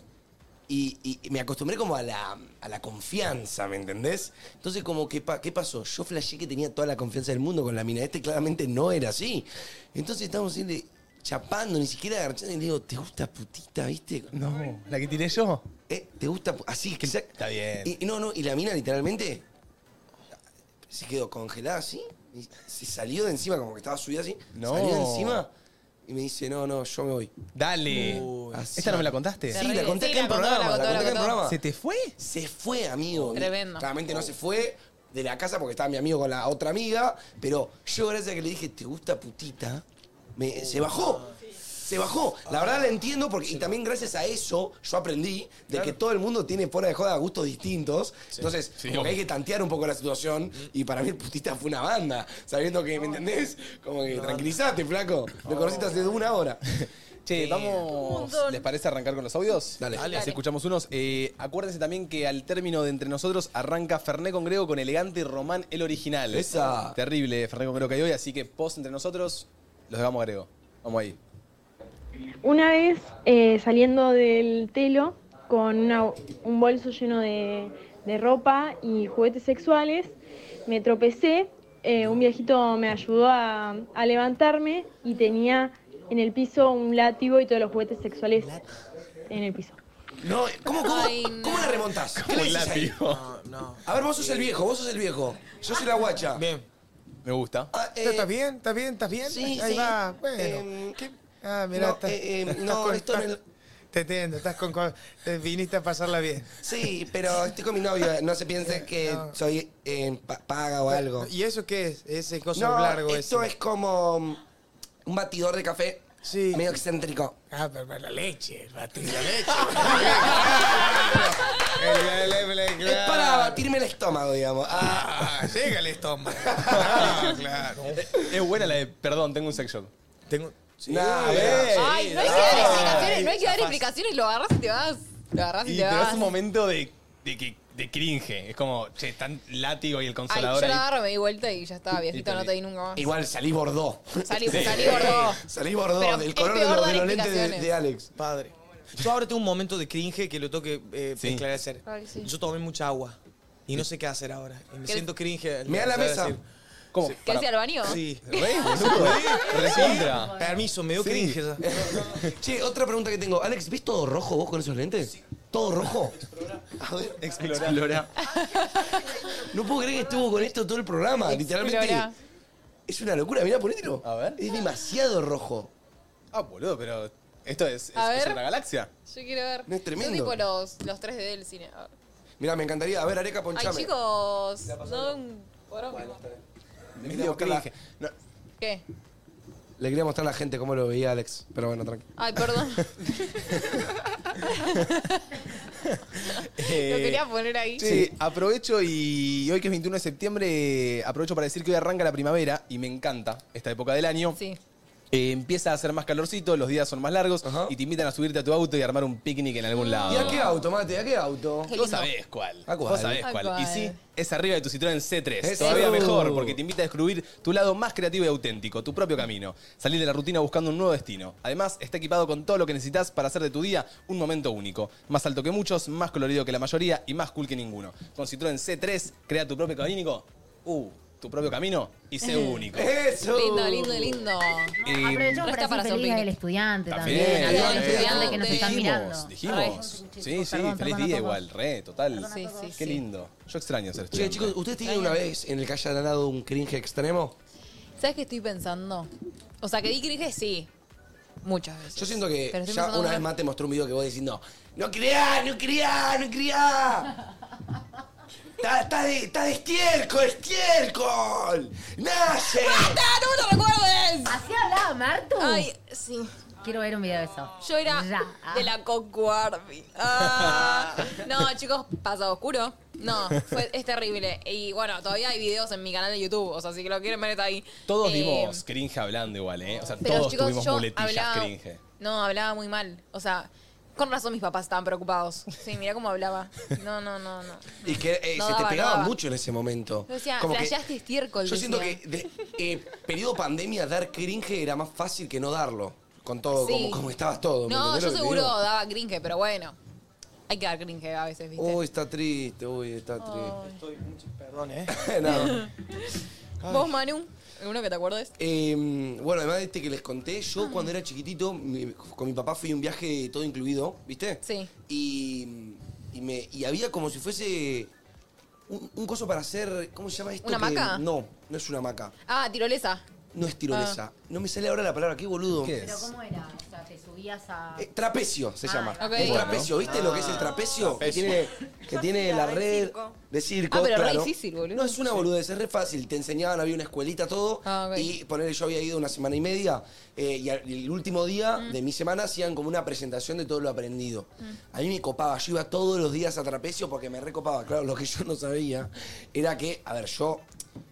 Y, y- y me acostumbré como a la, a la confianza, ¿me entendés? Entonces, como que, pa- ¿qué pasó? Yo flashé que tenía toda la confianza del mundo con la mina. Este claramente no era así. Entonces estábamos siempre chapando, ni siquiera agarchando. Y le digo, ¿te gusta putita, viste? No, la que tiré yo. Eh, ¿Te gusta? pu- Así, que Está bien. Y, y no, no, y la mina literalmente se quedó congelada así. y se salió de encima, como que estaba subida así. No. Salió de encima y me dice, no, no, yo me voy. Dale. Uy. ¿Esta no me la contaste? Sí, Terrible. la conté Sí, acá en la contó, programa, la la conté contó, la acá en contó. programa. ¿Se te fue? Se fue, amigo. Tremendo. Claramente no se fue de la casa porque estaba mi amigo con la otra amiga, pero yo gracias a que le dije, ¿te gusta putita? Me, Uh, se bajó. Se bajó. La verdad la entiendo porque, y también gracias a eso yo aprendí de que todo el mundo tiene fuera de joda gustos distintos. Entonces, Sí, como que obvio. hay que tantear un poco la situación. Y para mí el putita fue una banda. Sabiendo que, ¿me entendés? Como que tranquilizate, flaco. Me conociste hace una hora. Che, Sí. Un Eh, vamos. montón. ¿Les parece arrancar con los audios? Dale. Dale. Así escuchamos unos. Eh, acuérdense también que al término de entre nosotros arranca Ferné con Grego con elegante y Román el original. Esa. Terrible Ferné con Grego que hay hoy, así que post entre nosotros los dejamos a Grego. Vamos ahí. Una vez eh, saliendo del telo con una- un bolso lleno de, de ropa y juguetes sexuales, me tropecé. eh, un viejito me ayudó a, a levantarme y tenía en el piso un látigo y todos los juguetes sexuales en el piso. No, ¿cómo, cómo, Ay, no. ¿cómo la remontás? ¿Qué le El dices ahí? látigo. No, no. A ver, vos sos el viejo, vos sos el viejo. Yo soy la guacha. Bien. Me gusta. Ah, eh, ¿Estás bien? ¿Estás bien? ¿Estás bien? Sí, Ahí sí. va. Bueno. Em, ¿Qué? Ah, mira. no, eh, em, no, esto en el- Te entiendo. Estás con... con- Te viniste a pasarla bien. Sí, pero estoy con mi novio. No se piense que [laughs] No. soy eh, pa- paga o algo. ¿Y eso qué es? Ese coso No, largo esto ese. es como mm, un batidor de café. Sí. Medio excéntrico. Ah, pero, pero la leche. El batir la leche. [laughs] El- el- el- el- Es para batirme el estómago, digamos. Ah, Ah, llega [laughs] el estómago. Ah, claro. Es buena la de. Perdón, tengo un sex shop. Tengo... Sí. nah, Eh, mirá. Ay, no hay que dar explicaciones, no hay que dar explicaciones, lo agarras y te vas. Lo agarras y, Y, te pero vas. es un momento de, de, que- de cringe. Es como, che, tan látigo y el Ay, consolador yo lo ahí. agarro, me di vuelta y ya está, viejito, no te di nunca más. Igual salí bordó. [laughs] Salí, salí gordo. Salí bordó Pero del es color de, peor los- dar de los lentes de, explicaciones. de Alex. Padre. Yo ahora tengo un momento de cringe que lo tengo que eh, Sí. esclarecer. Ay, sí. Yo tomé mucha agua y no sé qué hacer ahora. Y me ¿Querés- siento cringe. al Mirá la empezar a mesa. decir- ¿Cómo? ¿Querés ir al Para- baño? Sí. Re, boludo, re, Ah. recontra. Permiso, me dio Sí. cringe. ya. Che, otra pregunta que tengo. Alex, ¿ves todo rojo vos con esos lentes? ¿Todo rojo? A ver. Explora. No puedo creer que estuvo con esto todo el programa. Explora. Literalmente. Es una locura, mirá, ponételo. A ver. Es demasiado rojo. Ah, boludo, pero esto es, es, A es ver. otra galaxia. Yo quiero ver. No, es tremendo. Son tipo los, los 3D del cine. A ver. Mirá, me encantaría. A ver, Areca, Ay, ponchame. chicos. No, Medio buscarla. cringe. No, ¿Qué? Le quería mostrar a la gente cómo lo veía Alex. Pero bueno, tranqui. [laughs] Ay, perdón. eh, Lo quería poner ahí. Sí, aprovecho y hoy que es 21 de septiembre, aprovecho para decir que hoy arranca la primavera y me encanta esta época del año. Sí. Eh, empieza a hacer más calorcito, los días son más largos Ajá. y te invitan a subirte a tu auto y armar un picnic en algún lado. ¿Y a qué auto, Mate? ¿A qué auto? Qué Vos lindo. sabés cuál. ¿A cuál? Vos sabés ¿A cuál. cuál? Y sí, es arriba de tu Citroën C3. Eso. Todavía mejor, porque te invita a descubrir tu lado más creativo y auténtico, tu propio camino. Salir de la rutina buscando un nuevo destino. Además, está equipado con todo lo que necesitas para hacer de tu día un momento único. Más alto que muchos, más colorido que la mayoría y más cool que ninguno. Con Citroën C3, crea tu propio camino uh, tu propio camino y [laughs] sé único. ¡Eso! Lindo, lindo, lindo. Ah, Y- Aprovechamos para Resta decir para feliz Sopic. día del estudiante también. También, a todos los eh, estudiantes que nos están dijimos, mirando. Dijimos. Ay, sí, sí, feliz perdón, perdón a día todos. igual, re, total. Sí, sí, Qué sí. lindo. Yo extraño ser Che, estudiante. chicos, ¿ustedes tienen una vez en el que hayan dado un cringe extremo? ¿Sabes qué estoy pensando? O sea, que di cringe sí. Muchas veces. Yo siento que Pero estoy ya pensando una en- vez más te mostré un video que vos decís, no, no creá, no creá, no creá. Está, está de, está de estiércol, estiércol. Nace. ¡Ah, no me lo recuerdes! Así hablaba Martu. Ay, sí. Quiero ver un video de eso. Yo era Ya. de la Coco Barbie. [laughs] Ah. No, chicos, pasado oscuro. No, fue- es terrible. Y bueno, todavía hay videos en mi canal de YouTube. O sea, si lo quieren ver está ahí. Todos Eh, vimos cringe hablando igual, ¿eh? O sea, Pero todos chicos, tuvimos yo muletillas hablaba, cringe. No, hablaba muy mal. O sea, con razón mis papás estaban preocupados. Sí, mirá cómo hablaba. No, no, no, no. Y que eh, No se te daba, pegaba no daba. mucho en ese momento. Yo decía, Como que- flasheaste estiércol. Yo siento que decía. de, eh, periodo pandemia dar cringe era más fácil que no darlo. Con todo, Sí. como, como estabas todo. ¿me No, entendés yo lo que te seguro digo? daba cringe, pero bueno. Hay que dar cringe a veces, ¿viste? Uy, está triste, uy, está triste. Perdón, ¿eh? [laughs] No. ¿Vos, Manu? ¿Alguno que te acuerdes? Eh, bueno, además de este que les conté, yo cuando era chiquitito, mi- con mi papá fui a un viaje todo incluido, ¿viste? Sí. Y, y me, y había como si fuese un, un coso para hacer, ¿cómo se llama esto? ¿Una que- hamaca? No, no es una hamaca, Ah, tirolesa. no es tirolesa. Ah. No me sale ahora la palabra, qué boludo. ¿Qué Pero es? ¿cómo era? O sea, te subías a... Eh, trapecio se llama. Ah, ok. El trapecio, ¿viste lo que es el trapecio? Que [laughs] tiene, que tiene la de red circo. de circo. Ah, pero re claro. difícil, boludo. No, es una boludez, es re fácil. Te enseñaban, había una escuelita, todo. Ah, ok. Y poner, yo había ido una semana y media. eh, y al- el último día de mi semana hacían como una presentación de todo lo aprendido. A mí me copaba, yo iba todos los días a trapecio porque me recopaba. Claro, lo que yo no sabía era que, a ver, yo.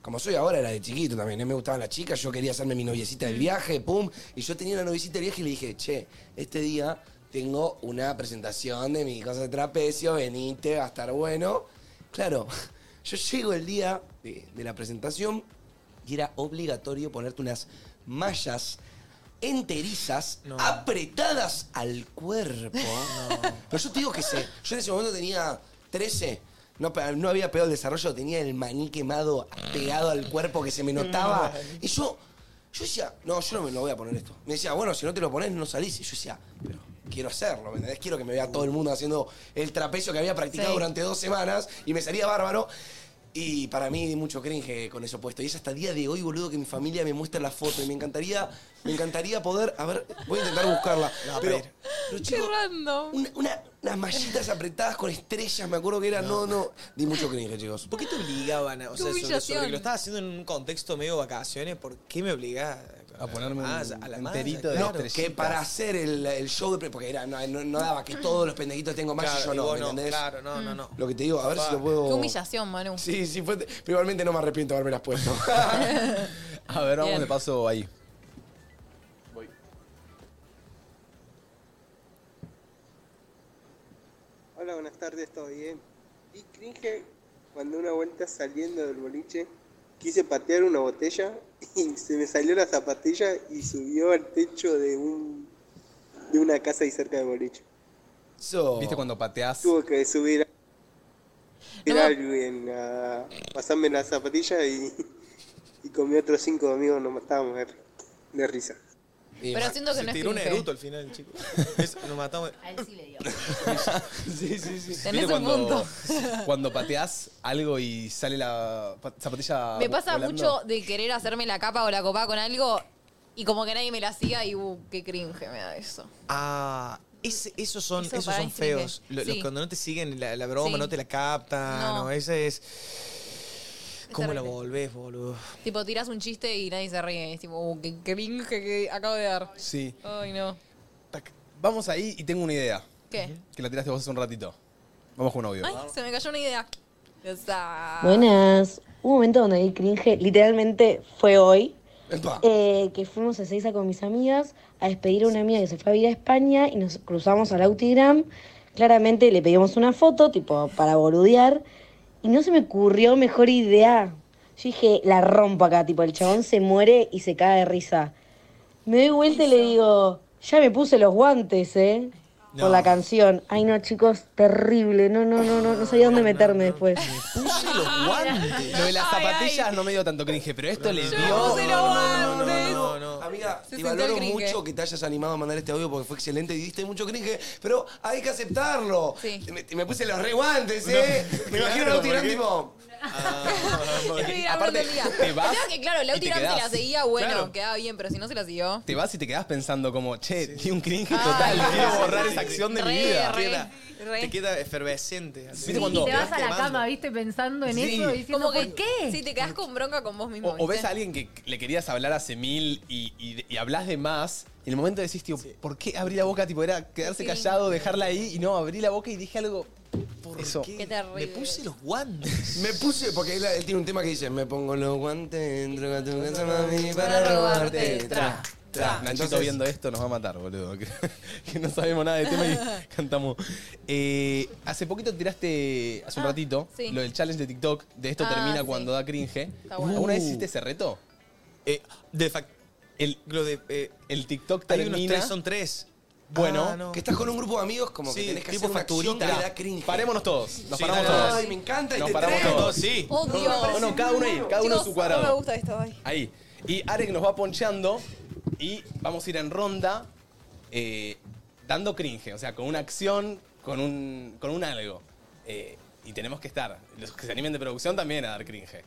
Como soy ahora, era de chiquito también, ¿eh? me gustaban las chicas, yo quería hacerme mi noviecita del viaje, pum. Y yo tenía una noviecita del viaje y le dije, che, este día tengo una presentación de mi cosa de trapecio, venite, va a estar bueno. Claro, [laughs] yo llego el día de, de la presentación y era obligatorio ponerte unas mallas enterizas, apretadas al cuerpo. Pero yo te digo que sé, yo en ese momento tenía 13. No, pe- no había pegado el desarrollo, tenía el maní quemado pegado al cuerpo que se me notaba. Y yo, yo decía, no, yo no me lo voy a poner esto. Me decía, bueno, si no te lo pones, no salís. Y yo decía, pero quiero hacerlo, ¿me entendés? Quiero que me vea todo el mundo haciendo el trapecio que había practicado Sí. durante dos semanas y me salía bárbaro. Y para mí mucho cringe con eso puesto. Y es hasta el día de hoy, boludo, que mi familia me muestra la foto. Y me encantaría, me encantaría poder. A ver, voy a intentar buscarla. pero, pero, Qué chico, random. una- una- unas mallitas apretadas con estrellas, me acuerdo que era. No, no. Di mucho cringe, chicos. ¿Por qué te obligaban? a- O Qué sea, sobre, sobre que humillación. lo estaba haciendo en un contexto medio vacaciones, ¿por qué me obligaba A ponerme un malla, enterito de claro. estrella. Que para hacer el, el show de pre- porque era, no, no- no daba que todos los pendejitos tengo más Claro, y yo y no, vos ¿me entendés? Claro, no, no, Mm. no. Lo que te digo, a ver si Papá. lo puedo. Qué humillación, Manu. Sí, sí, fue. Pero igualmente no me arrepiento de haberme las [laughs] puesto. A ver, vamos Bien. de paso ahí. Hola, buenas tardes, ¿todo bien? Y cringe cuando una vuelta saliendo del boliche quise patear una botella [laughs] y se me salió la zapatilla y subió al techo de un de una casa ahí cerca del boliche. So, ¿Viste cuando pateás? Tuve que subir a, No. a alguien a pasarme la zapatilla y, y con mis otros cinco amigos nos matábamos de, de risa. y- Pero siento que Se no es tiró un eruto cringe. al final, chico. [laughs] Eso, nos matamos. A él sí le dio. sí, sí, sí. Tenés ¿Viste un punto. [laughs] Cuando pateás algo y sale la pa- zapatilla. Me pasa volando? mucho de querer hacerme la capa o la copa con algo y como que nadie me la siga y uh, qué cringe me da eso. Ah, ese- esos son, Eso esos para son mí cringe. feos. Lo- los Sí. cuando no te siguen la, la broma, Sí. no te la captan. No. No. Ese es. ¿Cómo la terrible. volvés, boludo? Tipo, tirás un chiste y nadie se ríe. Es tipo, uh, qué cringe que acabo de dar. Sí. Ay, no. Tac. Vamos ahí y tengo una idea. ¿Qué? Que la tiraste vos hace un ratito. Vamos con un audio. Ay, se me cayó una idea. O sea, Buenas. Un momento donde di cringe, literalmente fue hoy, Epa. eh, que fuimos a Seiza con mis amigas a despedir a una amiga que se fue a vivir a España y nos cruzamos al Autigram. Claramente le pedimos una foto, tipo, para boludear. Y no se me ocurrió mejor idea. Yo dije, la rompo acá, tipo, el chabón se muere y se cae de risa. Me doy vuelta y le digo, ya me puse los guantes, ¿eh? por la canción. Ay, no, chicos, terrible. No, no, no, no, no sabía dónde meterme después. Puse los guantes. Lo de las zapatillas no me dio tanto cringe, pero esto le dio. no, no. Amiga, te valoro mucho que te hayas animado a mandar este audio porque fue excelente y diste mucho cringe, pero hay que aceptarlo. Me, me puse los re guantes, ¿eh? No, me claro, imagino a Lauti ¿por qué? Gran tipo. Sí, aparte, aparte, te vas que claro, y te Lauti Gram se la quedás. seguía, bueno, Claro. quedaba bien, pero si no se la siguió. Te vas y te quedás pensando como, che, di un cringe total, quiero borrar esa acción de mi Re, vida. re, Queda- re. Te queda efervescente. así. ¿Viste Y cuando te vas a la quedaste cama, viste, pensando en Sí. eso, diciendo, Como que- ¿por qué? Sí, te quedás con bronca con vos mismo. O, o ves ¿viste? a alguien que le querías hablar hace mil y, y, y hablas de más, y en el momento decís, tío, ¿por qué abrí la boca? Tipo, era quedarse Sí. callado, dejarla ahí, y no, abrí la boca y dije algo. ¿Por qué? Qué terrible. los guantes. Me puse, porque él, él tiene un tema que dice, me pongo los guantes, entro a tu casa, mami, Para para robarte. Tra, tra. Nachito Entonces- viendo esto nos va a matar, boludo. Que, [laughs] que no sabemos nada de tema y [laughs] cantamos. Eh, hace poquito tiraste, hace un Ah, ratito, sí. lo del challenge de TikTok, de esto Ah, termina sí. cuando da cringe. Está bueno. ¿Alguna vez Uh. hiciste ese reto? [laughs] Eh, de fact, El, lo de, eh, el TikTok hay unos termina. tres, son tres. Bueno, Ah, no. Que estás con un grupo de amigos como Sí, que tenés que tipo hacer una acción que Turita. le da cringe. Parémonos todos. Nos Sí, paramos dale, todos. dale. Ay, me encanta. y Nos te paramos traigo. todos. Sí. Oh, Dios. Bueno, cada uno ahí, cada uno en su Chicos, No me cuadrado. gusta esto ay. Ahí. Y Ares nos va ponchando y vamos a ir en ronda eh, dando cringe, o sea, con una acción, con un, con un algo. Eh, y tenemos que estar. Los que se animen de producción también a dar cringe.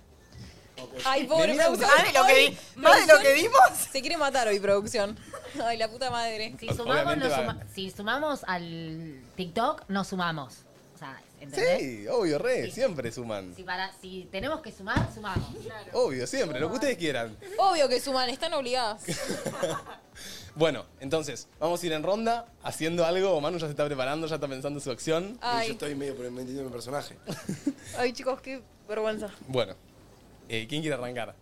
Ay, pobre Mirá, producción. más de lo que Ay, di- más de lo producción. que dimos. Se quiere matar hoy, producción. Ay, la puta madre. Si Ob- sumamos, obviamente nos va- suma- si sumamos al TikTok, nos sumamos. O sea, ¿entendés? Sí, obvio, re, Sí. siempre suman. Si, para, si tenemos que sumar, sumamos. Obvio, siempre, lo que ustedes quieran. Obvio que suman, están obligadas. Bueno, entonces, vamos a ir en ronda haciendo algo. Manu ya se está preparando, ya está pensando su acción. Y Yo Ay, estoy medio por- metido en mi personaje. ay chicos, qué vergüenza. Bueno, eh, ¿quién quiere arrancar?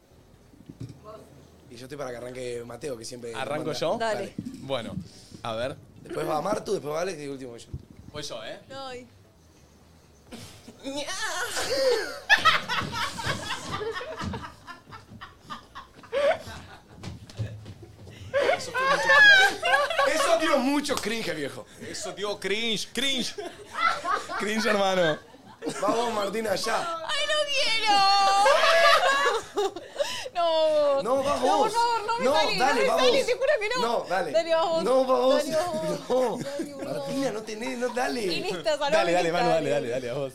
Y yo estoy para que arranque Mateo, que siempre. ¿Arranco manda. yo? Dale. Bueno, a ver. Después va Martu, después va Alex y último yo. Voy yo, ¿eh? Ay. Eso dio mucho cringe, viejo. Eso dio cringe, cringe. Cringe, hermano. Vamos, Martín, allá. ¡Ay, [laughs] no quiero! no. No, vas No, vos. por favor, no me No, salís, dale, no vas me salís, vos. te juro que no. No, dale. Dale, vas vos. No, vas vos. Dale, vas [laughs] No. Dale, boludo. Martina, no tenés, no, En dale. esta salón Dale, dale, está, Manu, dale, dale, dale, a vos.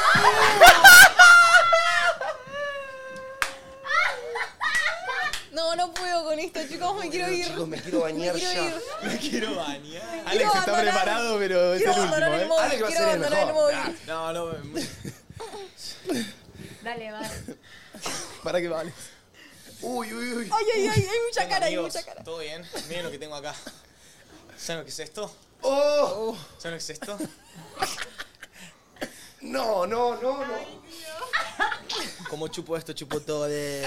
[laughs] No, no puedo con esto, chicos, me quiero ir. Chicos, me quiero bañar me quiero ya. ir. Me quiero bañar. Alex Quiero está abandonar- preparado, pero es el este Quiero abandonar el último, ¿eh? móvil, Alex va a ser quiero el abandonar el mejor. móvil. No, no. Dale, va. Para que vale. Uy, uy, uy. Ay, ay, ay, hay mucha cara, hay mucha cara. Todo bien. Miren lo que tengo acá. ¿Saben lo que es esto? Oh. ¿Saben lo que es esto? No, no, no, no. Como chupo esto, chupo todo [laughs] de.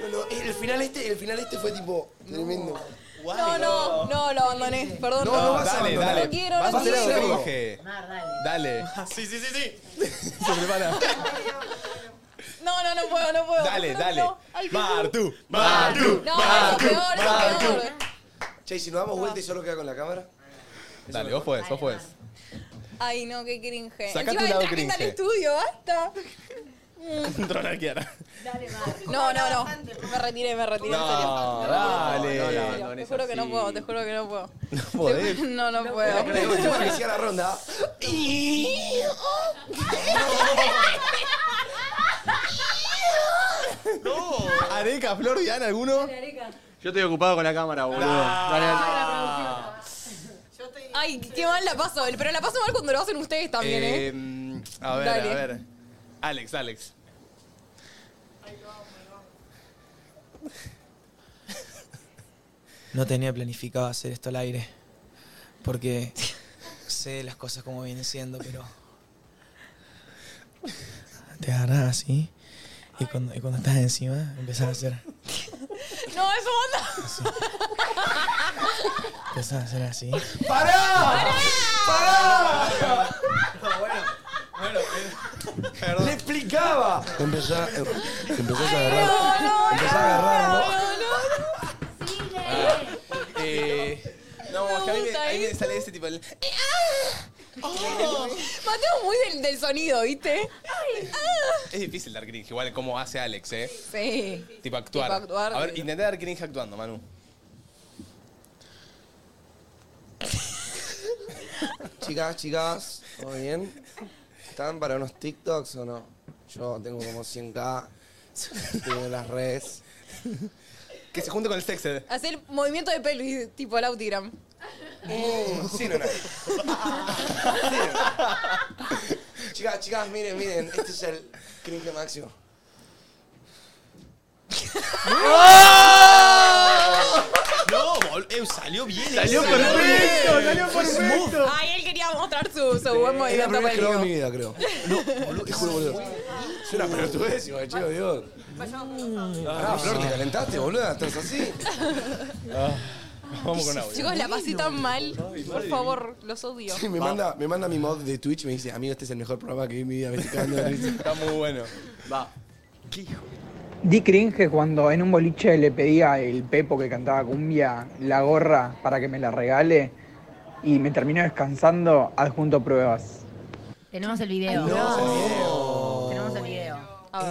No, no, el final este, el final este fue tipo tremendo. No, no, no, lo abandoné, perdón. No, no vas a Dale, abandonar. dale. No quiero, no Vas a hacer algo quiero. cringe. Mar, dale. Dale, Sí, sí, sí, sí. se prepara. No, no, no puedo, no puedo. Dale, No, dale. no. Ay, Jesús. Martu, Martu. No, eso es peor, eso es peor. Che, ¿y si nos damos vuelta y solo queda con la cámara. Dale, vos podés, vos podés. Ay, no, qué cringe. Sacá Encima tu lado entraste cringe. al estudio, basta. Controlar Kiara. Dale, Mar. No, no, no. Me retiré, me retiré. en serio. No, No, la dale. abandoné. Te juro que no puedo, te juro que no puedo. No podés. No, no puedo. Tengo que iniciar la ronda. Areca, Flor, Diana, ¿alguno? Yo estoy ocupado con la cámara, boludo. Dale, dale. Ay, qué mal la paso. Pero la paso mal cuando lo hacen ustedes también, ¿eh? Eh, a ver, Dale. a ver. Alex, Alex. No tenía planificado hacer esto al aire. Porque sé las cosas como vienen siendo, pero. Te agarras así. Y cuando, y cuando estás encima, empezás a hacer. No, eso manda. Empezás a hacer así. ¡Pará! ¡Pará! Bueno, bueno, ¡Le explicaba! Empezá, em- empezás a agarrar. empezás a agarrar, ¿no? Eh, no, es que a mí, me, a mí me sale ese tipo. el- Mateo muy del, del sonido, ¿viste? Ah, Es difícil dar cringe, igual como hace Alex, ¿eh? Sí. Tipo actuar. Tipo actuar. A ver, intenta dar cringe actuando, Manu. Chicas, chicas, ¿todo bien? ¿Están para unos TikToks o no? Yo tengo como 100k. Estoy en las redes. Que se junte con el sexed. Hacer movimiento de pelvis, tipo el autigram. sí, no, no. Chicas, chicas, miren, miren. Este es el cringe máximo. No, bol- eh, salió bien. Salió ese. perfecto, Salió salió Fue smooth. Ay, él quería mostrar su, su buen Es la movimiento primera vez que lo hago en mi pelvis. vida, creo. No, boludo, te juro, boludo. Es una pelotudésima, chico, Dios. Ah, Flor, te calentaste, boluda. Estás así. Vamos con Chicos, la pasé tan mal. Por favor, los odio. Sí, me, manda, me manda mi mod de Twitch, me dice, amigo, este es el mejor programa que vi en mi vida, me estoy cagando de risa". Está muy bueno. Va. Di cringe cuando en un boliche le pedía el Pepo que cantaba cumbia la gorra para que me la regale y me terminó descansando adjunto pruebas. Tenemos el video. Tenemos el video. Tenemos el video.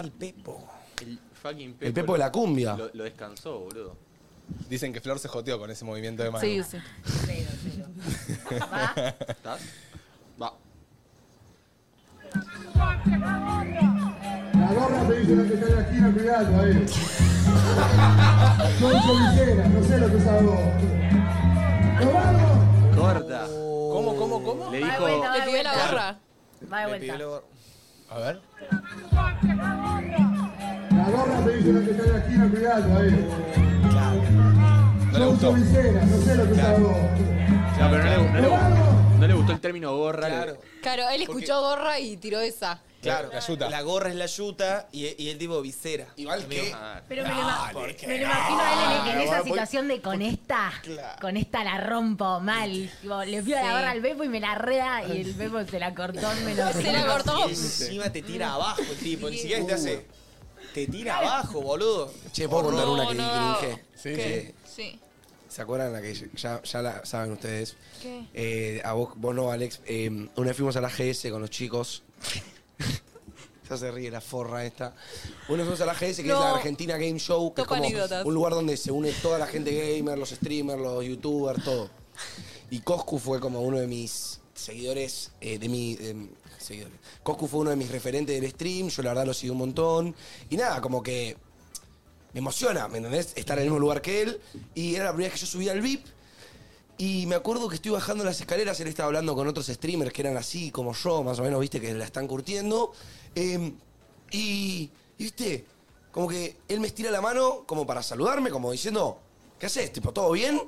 El Pepo. El fucking Pepo. El Pepo de la cumbia. Lo, lo descansó, boludo. Dicen que Flor se joteó con ese movimiento de mano. Sí, sí. ¿Estás? Va. La gorra me dice lo que está en la eh". esquina, cuidado ahí. Son choriceras, no sé lo que sabes vos. ¡Nos vamos! Corta. ¿Cómo, cómo, cómo? Le Va de dijo. vuelta, va Le de pidió la vuelta. gorra. Va de Le pidió vuelta. la gorra. A ver. La gorra me dice lo que está en la eh". esquina, cuidado ahí. No le Son gustó. choriceras, no sé lo que sabes vos. No, pero no le, no le gustó, no le gustó el término gorra. Claro. Claro, él escuchó gorra y tiró esa. Claro, La yuta. La gorra es la yuta y, y el tipo visera. Igual que... Ah, Pero me lo, ima- Dale, que me lo imagino a él Ah, en- en, no, esa voy- situación de con esta, con esta la rompo mal. Tipo, le pido Sí. la gorra al Pepo y me la reda y el Pepo se la cortó me lo Se la cortó. Y encima te tira abajo el tipo, ni siquiera te hace. Te tira abajo, boludo. Che, ¿puedo contar una que no. cringe? Sí, Que- Sí. ¿Se acuerdan la que ya, ya la saben ustedes? ¿Qué? Eh, a vos, vos no, Alex. Eh, una vez fuimos a la GS con los chicos. [laughs] ya se ríe la forra esta. Una vez fuimos a la GS, que No. es la Argentina Game Show, que Toco es como anécdotas. un lugar donde se une toda la gente gamer, los streamers, los youtubers, todo. Y Coscu fue como uno de mis seguidores, eh, de mi... de- seguidores. Coscu fue uno de mis referentes del stream, yo la verdad lo sigo un montón. Y nada, como que me emociona, ¿me entendés? Estar en el mismo lugar que él. Y era la primera vez que yo subía al VIP. Y me acuerdo que estoy bajando las escaleras, él estaba hablando con otros streamers que eran así, como yo, más o menos, viste, que la están curtiendo. Eh, y, y, viste, como que él me estira la mano como para saludarme, como diciendo, ¿qué haces? Tipo, ¿todo bien?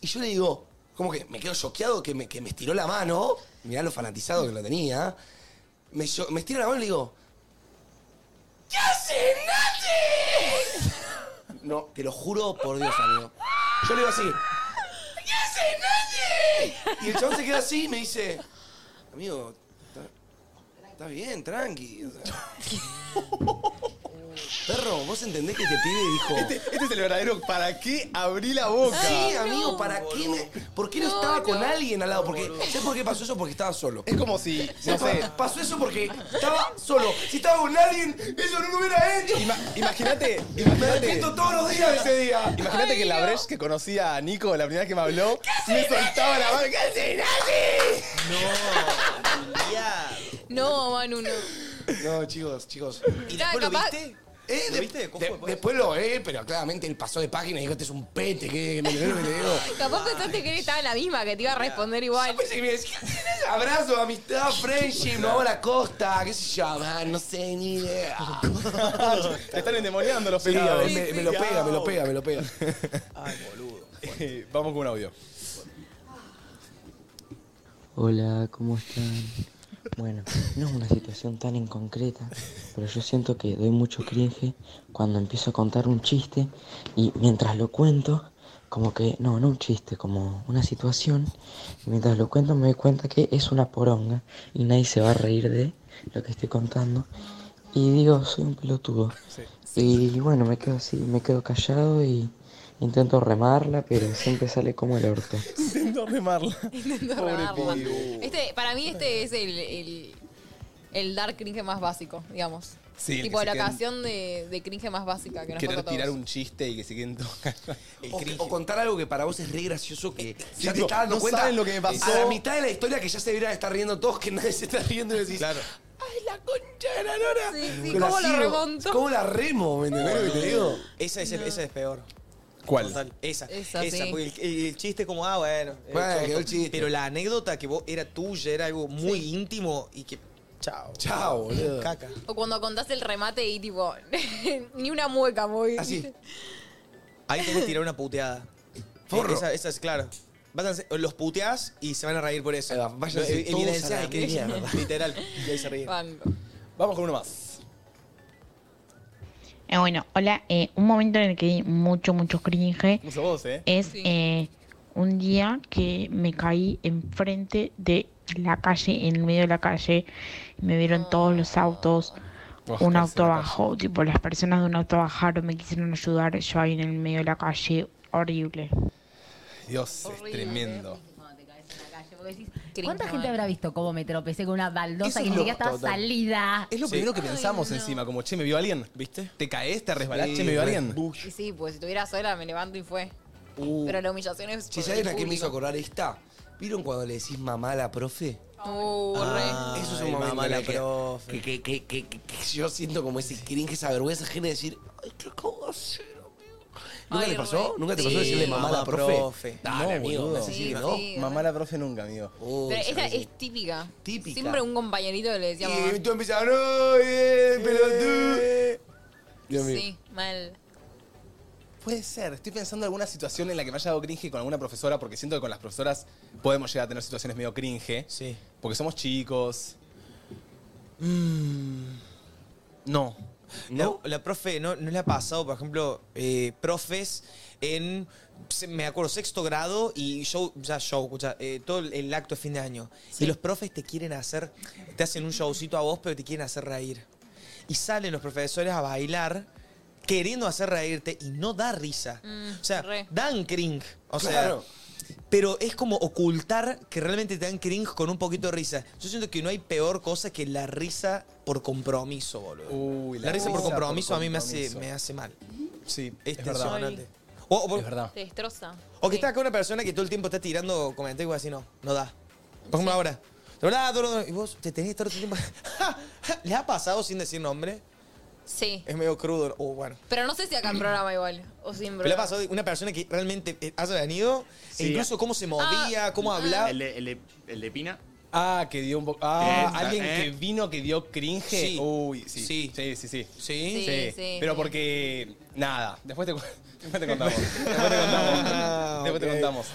Y yo le digo, como que me quedo choqueado que me, que me estiró la mano. Mirá lo fanatizado que lo tenía. Me, cho- me estira la mano y le digo, ¿qué haces, Nati? [laughs] No, te lo juro por Dios, amigo. Yo le digo así. ¿Qué hace nadie? Y el chabón se queda así y me dice, amigo, está- está bien, tranqui. o sea. Perro, vos entendés que te pide, dijo. Este, este es el verdadero. ¿Para qué abrí la boca? Sí, amigo, ¿para qué? me- ¿Por qué no, estaba con alguien al lado? Porque, ¿Sabes por qué pasó eso? Porque estaba solo. Es como si, no Pa- sé. Pasó eso porque estaba solo. Si estaba con alguien, eso no lo hubiera hecho. ima- Imagínate, Me imagínate. arrepiento todos los días de ese día. Imagínate que la Bresh que conocía a Nico la primera vez que me habló, me soltaba la mano. ¿Qué haces, Nati? Ya. No, Manu, no. No, chicos, chicos. ¿Y Ya, después lo capaz- viste? Eh, ¿Lo de- viste? ¿Cómo de- fue? después lo ve, pero claramente él pasó de página y dijo, este es un pete, que me lo que te [laughs] digo. Capaz pensaste que él estaba en la misma, que te iba a responder Yo igual. pensé que Pues me decía, ¿qué tienes? Abrazo, amistad, friendship, me hago la costa, qué sé yo, man, no sé, ni idea. Te están endemoniando los Sí, pelados. me, me lo pega, me lo pega, me lo pega. Eh, Vamos con un audio. Hola, ¿cómo están? Bueno, no es una situación tan en concreta, pero yo siento que doy mucho cringe cuando empiezo a contar un chiste y mientras lo cuento, como que, no, no un chiste, como una situación, y mientras lo cuento me doy cuenta que es una poronga y nadie se va a reír de lo que estoy contando. Y digo, soy un pelotudo. Y bueno, me quedo así, me quedo callado y intento remarla, pero siempre sale como el orto. Intento remarla. Intento remarla. Este, para mí este es el, el, el dark cringe más básico, digamos. Sí, el tipo que se la queda- canción de, de cringe más básica que nos Querer pasa a tirar todos. un chiste y que se queden todos [laughs] callados. O, o contar algo que para vos es re gracioso que ya te tipo, estás dando Eh, no cuenta. saben lo que me pasó. A la mitad de la historia que ya se deberían estar riendo todos, que nadie se está riendo y decís. Claro. Sí, sí, ¿cómo la remonto? ¿Cómo la remo? ¿Me entendés lo que te digo? Esa es, esa es peor. ¿Cuál? Total, Esa. Esa, Esa, sí. porque el, el chiste es como, ah, bueno. eh, Bueno, choto. quedó el chiste. Pero la anécdota que vos era tuya, era algo muy íntimo y que. Chao. Chao, boludo. Caca. O cuando contás el remate y tipo, [laughs] ni una mueca muy. Ah, [laughs] Así. [laughs] Ahí tengo que tirar una puteada. Forro. Esa, esa es claro. Váyanse- los puteás y se van a reír por eso. váyanse Lo- todos evidencias a la de que- mierda. [laughs] Literal. Y ahí se ríen. Vamos con uno más. Eh, bueno, hola. eh, un momento en el que di mucho, mucho cringe Mucho vos, ¿eh? es eh, un día que me caí enfrente de la calle, en el medio de la calle. Me vieron todos los autos. Uf, un casi auto la bajó, tipo, las personas de un auto bajaron, me quisieron ayudar. Yo ahí en el medio de la calle, horrible. Dios, es tremendo. ¿Cuánta eh. gente habrá visto cómo me tropecé con una Eso baldosa que es ni lo- siquiera estaba total. salida? Es lo primero que pensamos encima, como, che, me vio alguien. ¿Viste? ¿Te caes? ¿Te resbalás? Sí, che, me vio re- alguien. Y sí, pues si estuviera sola me levanto y fue. Uh. Pero la humillación es. Si por sabes el la que me hizo público. acordar esta, ¿vieron cuando le decís mamá a la profe? Uh, Ah, re. Eso es Ay, un momento mamá en la el que, profe. que, que, que, que- que- que yo siento como ese cringe, esa vergüenza ajena de decir, ay, ¿qué acabo de hacer, amigo? ¿Nunca Ay, les pasó? re. ¿Nunca te Sí. pasó decirle mamá a la Mamá, profe? profe. Dale, No, amigo, boludo. me haces decir, Sí, ¿no? sí, Mamá la profe nunca, amigo. Pero esa es típica. Típica. Siempre un compañerito le decía mamá. tú empiezas, no, eh, pelotudo. Dios mío. Sí, mal. Puede ser. Estoy pensando en alguna situación en la que me haya dado cringe con alguna profesora, porque siento que con las profesoras podemos llegar a tener situaciones medio cringe. Sí. Porque somos chicos. Mm, No. La, la profe, ¿no, ¿no le ha pasado, por ejemplo, eh, profes en, se- me acuerdo, sexto grado y show, ya show, escucha, eh, todo el, el acto de fin de año? Y los profes te quieren hacer, te hacen un showcito a vos, pero te quieren hacer reír. Y salen los profesores a bailar queriendo hacer reírte y no da risa. o sea, dan cringe. O sea, Claro. pero es como ocultar que realmente te dan cringe con un poquito de risa. Yo siento que no hay peor cosa que la risa por compromiso, boludo. la, risa por compromiso, a mí me hace, me hace mal. Este, Sí, Este es, es verdad. tensionante. O, o por- Te destroza. o que está acá una persona que todo el tiempo está tirando comentarios y así, no, no da. Por ejemplo, ahora. "No da, no da", Y vos te tenés que estar todo [laughs] el tiempo. ¿Les ha pasado sin decir nombre? Sí. Es medio crudo. O bueno. Pero no sé si acá en programa igual. O sin Pero le ha programa. pasado una persona que realmente eh, haya venido, e Sí. incluso cómo se movía, cómo hablaba. El, de- el, de- el de Pina. Ah, que dio un poco. Ah, Eh, alguien eh. que vino que dio cringe. Sí. Uy, sí. Sí. Sí, sí, sí. Sí. Sí, sí, Pero sí. porque. Nada. Después te, cu- [laughs] después te contamos. Después te Ah, [laughs] contamos. Después te ok. contamos.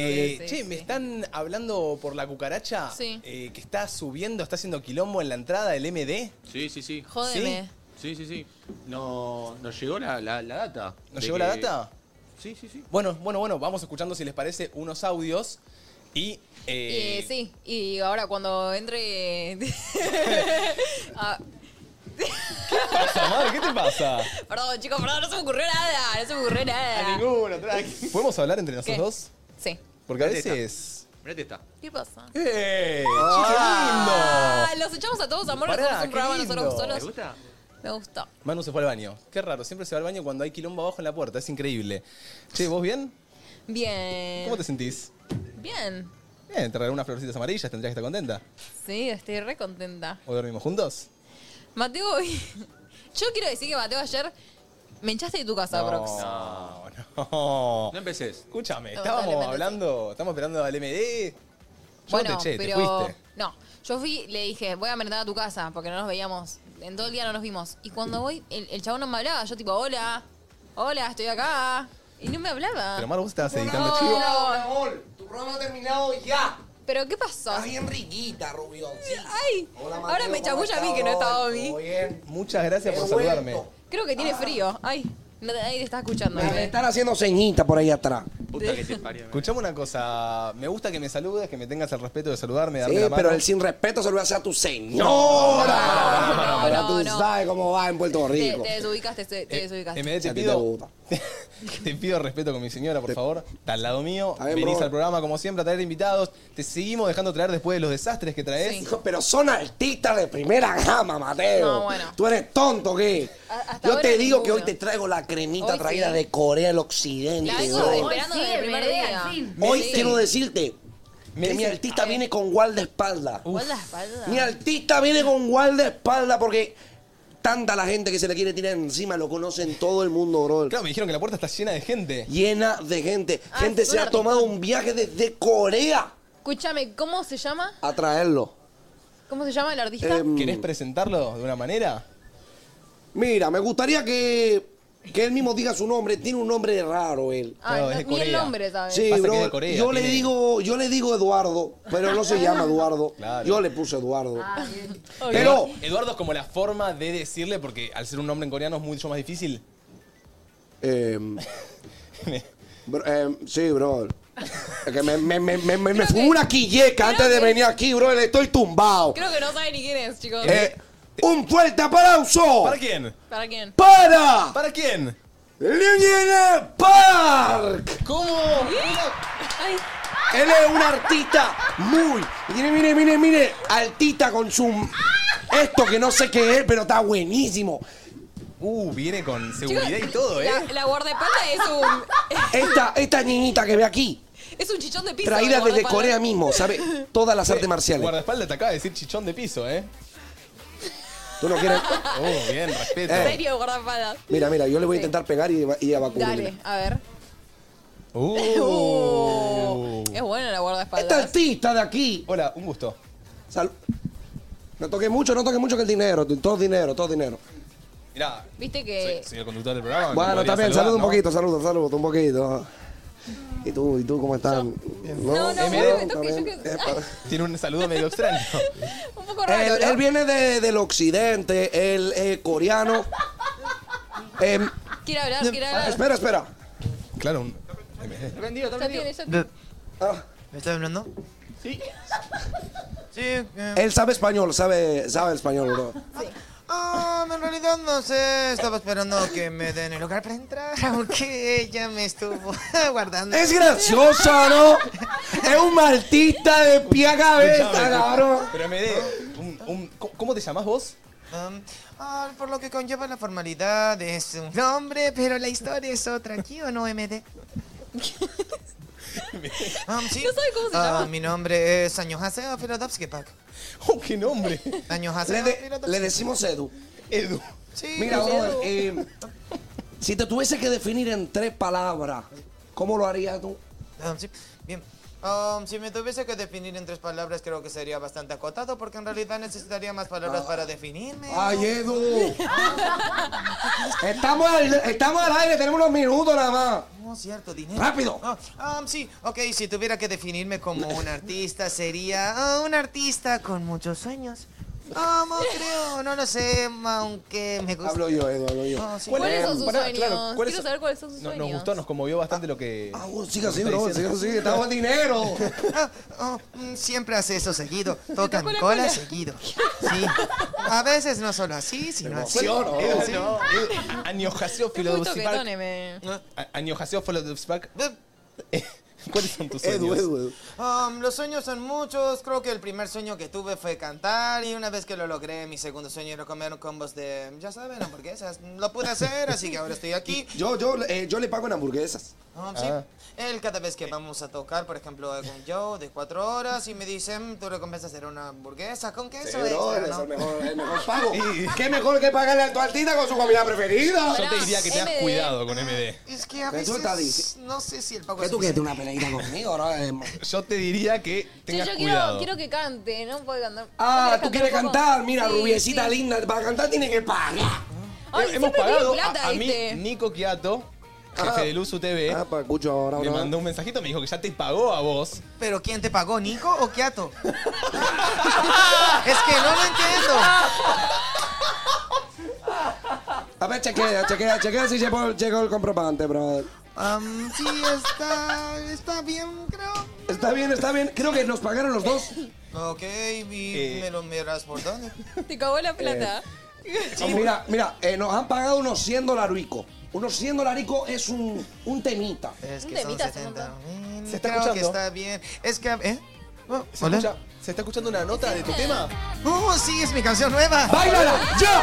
Eh, ok. che, me están hablando por la cucaracha Sí. eh, que está subiendo, está haciendo quilombo en la entrada del MD. Sí, sí, sí. Jódeme. Sí, sí, sí. No, nos llegó la, la- la data. ¿Nos de llegó la que- data? Sí, sí, sí. Bueno, bueno, bueno, vamos escuchando si les parece unos audios y. Y, eh, eh, sí, y ahora cuando entre. [laughs] Ah, Samar, ¿qué te [laughs] pasa? perdón, chicos, perdón, no se me ocurrió nada. No se me ocurrió nada. ninguno, ¿Podemos hablar entre nosotros ¿Qué? dos? Sí. Porque a Mirate esta. veces. Mirate esta. ¿Qué pasa? ¡Eh! Ah, ¡Qué lindo! los echamos a todos, amor. Pará, hacemos un qué programa lindo. nosotros solos. ¿Te gusta? Me gusta. Manu se fue al baño. Qué raro, siempre se va al baño cuando hay quilombo abajo en la puerta, es increíble. Che, ¿vos bien? Bien. ¿Cómo te sentís? Bien. Bien, te regalé unas florcitas amarillas, tendrías que estar contenta. Sí, estoy re contenta. ¿O dormimos juntos? Mateo, [laughs] yo quiero decir que Mateo ayer me hinchaste de tu casa, Brox. no, no. No empecés. Escúchame, No, estábamos lamentablemente hablando, estamos esperando al MD. Yo Bueno, te eché, pero Ah. te fuiste. no, yo fui, le dije, voy a merendar a tu casa porque no nos veíamos, en todo el día no nos vimos. Y cuando voy, el, el chabón no me hablaba, yo tipo, hola, hola, estoy acá. Y no me hablaba. Pero Mar, vos estabas editando No. chivo. Amor, tu programa ha terminado ya. ¿Pero qué pasó? Estás bien riquita, Rubio. Ay, ahora me chamulla a mí que no estaba a mí. bien? Muchas gracias He por saludarme. Creo que tiene frío. Ay, Nadie te está escuchando. bebé. Están haciendo ceñita por ahí atrás. Puta que te [laughs] Escuchame una cosa. Me gusta que me saludes, que me tengas el respeto de saludarme, darme Sí, la mano. pero el sin respeto se lo hace a tu señora. No, no, Pero no, tú no. sabes cómo va en Puerto Te, Rico. te desubicas, te, Eh, te desubicas. En vez de te pido, [laughs] te pido respeto con mi señora, por favor. Está al lado mío. bien, Venís bro. al programa, como siempre, a traer invitados. Te seguimos dejando traer después de los desastres que traes. Hijo, pero son artistas de primera gama, Mateo. No, bueno. Tú eres tonto, ¿qué? hasta Yo ahora te digo que hoy ninguno. te traigo la cremita Hoy traída sí. de Corea del Occidente. La vengo bro. esperando desde el primer día. Hoy Sí. quiero decirte Me que mi dicen- artista viene con guardaespaldas. ¿Cuál la espalda? Mi artista viene con guardaespaldas porque tanta la gente que se le quiere tirar encima, lo conocen todo el mundo, bro. Claro, me dijeron que la puerta está llena de gente. Llena de gente. Ah, gente es se un ha tomado un viaje desde Corea Escúchame, ¿cómo se llama? a traerlo. ¿Cómo se llama el artista? Em, ¿Querés presentarlo de una manera? Mira, me gustaría que, que él mismo diga su nombre. Tiene un nombre raro él. Ay, no, ni el nombre, ¿sabes? Sí, Pasa que es de bro, Corea, yo, le tiene- digo, yo le digo Eduardo, pero no se llama Eduardo. Claro. Yo le puse Eduardo. Pero Pero- Eduardo es como la forma de decirle, porque al ser un nombre en coreano es mucho más difícil. [laughs] Em, bro, em, sí, bro. Es que me, me, me, me, me fumé una quilleca antes de venir aquí, bro. Le estoy tumbado. Creo que no sabe ni quién es, chicos. Eh, un fuerte aplauso. ¿Para quién? ¿Para quién? ¡Para! ¿Para quién? Leonel Park. ¿Cómo? Ay, Él es un artista muy. Mire, mire, mire, mire. Artista con su. Esto que no sé qué es, pero está buenísimo. Uh, viene con seguridad y chicos, todo, ¿eh? La, la guardaespaldas es un. [laughs] Esta, esta niñita que ve aquí, Es un chichón de pizza. traída el desde guardaespaldas. Corea eh. mismo, sabe todas las artes marciales. Guardaespaldas te acaba de decir chichón de piso, ¿eh? Tú no quieres. Oh, bien, En respeto. Eh. serio, guardaespaldas. Mira, mira, yo le voy a intentar pegar y, va- y a vacunar. Dale, a ver. Uh. Es buena la Esta guardaespaldas. artista de aquí. Hola, un gusto. Sal- no toque mucho, no toque mucho que el dinero, todo dinero, todo dinero. Mirá, Viste que. soy el conductor del programa. me Eh. Bueno, podría está bien, saludar, saluda un Ah, ¿no? poquito, saluda, saluda un poquito. ¿Y tú, y tú cómo estás? No, no, MD. me toques, yo también. que- Eh, pa- Tiene un saludo medio [laughs] extraño. Un poco raro. Él, ¿no? él viene de- del occidente, él es coreano. Em, ah, Quiere hablar, quiere hablar. espera, espera. Claro, un... Ya tiene, ya tiene. Ve- Ah, ¿Me estás hablando? Sí. Sí. eh, Él sabe español, sabe, sabe español, bro. Ah, en realidad no sé. Estaba esperando que me den el lugar para entrar [laughs] porque ella me estuvo [laughs] guardando. Es graciosa, ¿no? Es un artista de pie a cabeza, Escuchame, cabrón. Pero me dé un, un- ¿cómo- ¿Cómo te llamás vos? [laughs] Um, ah, por lo que conlleva la formalidad es un nombre, pero la historia es otra. ¿Aquí o no, [laughs] MD? Um, sí. No sabe cómo se Ah, llama. Mi nombre es Añojaseo Firodovsky Pak. Oh, qué nombre. Le, Añojaseo de- Firodovsky. le decimos Edu. Edu. Sí, Mira, sí. brother, eh, si te tuviese que definir en tres palabras, ¿cómo lo harías tú? Um, sí, Bien. Um, si me tuviese que definir en tres palabras, creo que sería bastante acotado, porque en realidad necesitaría más palabras para definirme. Ah. ¡Ay, Edu! Estamos al, estamos al aire, tenemos unos minutos nada más. No, cierto, dinero. ¡Rápido! Ah, um, sí, ok, si tuviera que definirme como [laughs] un artista, sería ah, un artista con muchos sueños. Ah, no creo, no lo sé, aunque me gusta. Hablo yo, Edu, hablo yo. Ah, sí. ¿Cuáles son sus Pará, sueños? claro, ¿cuáles Quiero son- saber cuáles son sus No, sueños. nos gustó, nos conmovió bastante lo que. Ah, bueno, siga así, lo que bro, está siga diciendo. así, estamos al [laughs] dinero. Ah, oh, mm, siempre hace [laughs] eso seguido. Toca tocó mi la cola cola. seguido. Sí. A veces no solo así, sino así. emociono, Edu, Edu, sí. no, Edu, Añojaseo Es muy toquetón, Filodopsipac. M. Ah, A- Añojaseo Filodopsipac. eh, [laughs] ¿Cuáles son tus sueños? Edu, Edu, Edu. Um, los sueños son muchos. Creo que el primer sueño que tuve fue cantar. Y una vez que lo logré, mi segundo sueño era comer combos de, ya saben, hamburguesas. Lo pude hacer, así que ahora estoy aquí. Yo, yo, eh, yo le pago en hamburguesas. Um, sí. Ah. Él cada vez que vamos a tocar, por ejemplo, algún show de cuatro horas y me dicen, tu recompensa será una hamburguesa con Sí, queso bro, extra, es el ¿no? mejor, el mejor [laughs] pago. ¿Qué mejor que pagarle a tu artista con su comida preferida? Yo te diría que tengas MD. cuidado con MD. Es que a ¿Qué tú estás veces diciendo? no sé si el pago ¿Qué es tú quieres? suficiente. ¿Una peleita conmigo? bro? Yo te diría que Sí, tengas yo quiero, cuidado. quiero que cante, no puede cantar. Ah, ¿No tú quieres un poco? cantar. Mira, Sí, rubiecita sí. linda, para cantar tiene que pagar. Ay, Hemos siempre pide pagado plata, a, a mí, ¿viste? Nico Quiato, jefe Ah. de Luzu TV. Ah, para escucho ahora, me bro. mandó un mensajito, me dijo que ya te pagó a vos. ¿Pero quién te pagó, Nico o Kiato? [laughs] es que no lo entiendo. A ver, chequea, chequea, chequea si llegó, llegó el comprobante, brother. Am, sí, está, está bien, creo. Está bien, está bien. Creo que nos pagaron los dos. Eh. Ok, vi- me lo miras por dónde. Te cagó Eh, la plata. Sí, mira, mira, eh, nos han pagado unos 100 dolarico. Unos 100 dolarico es un, un temita. Es que son temita, 70. ¿Se está creo escuchando? que está bien. Es que, ¿eh? ¿Se, Hola. escucha- ¿Se está escuchando una nota de tu tema? ¡Uh, sí, es mi canción nueva! ¡Báilala! ¡Ya!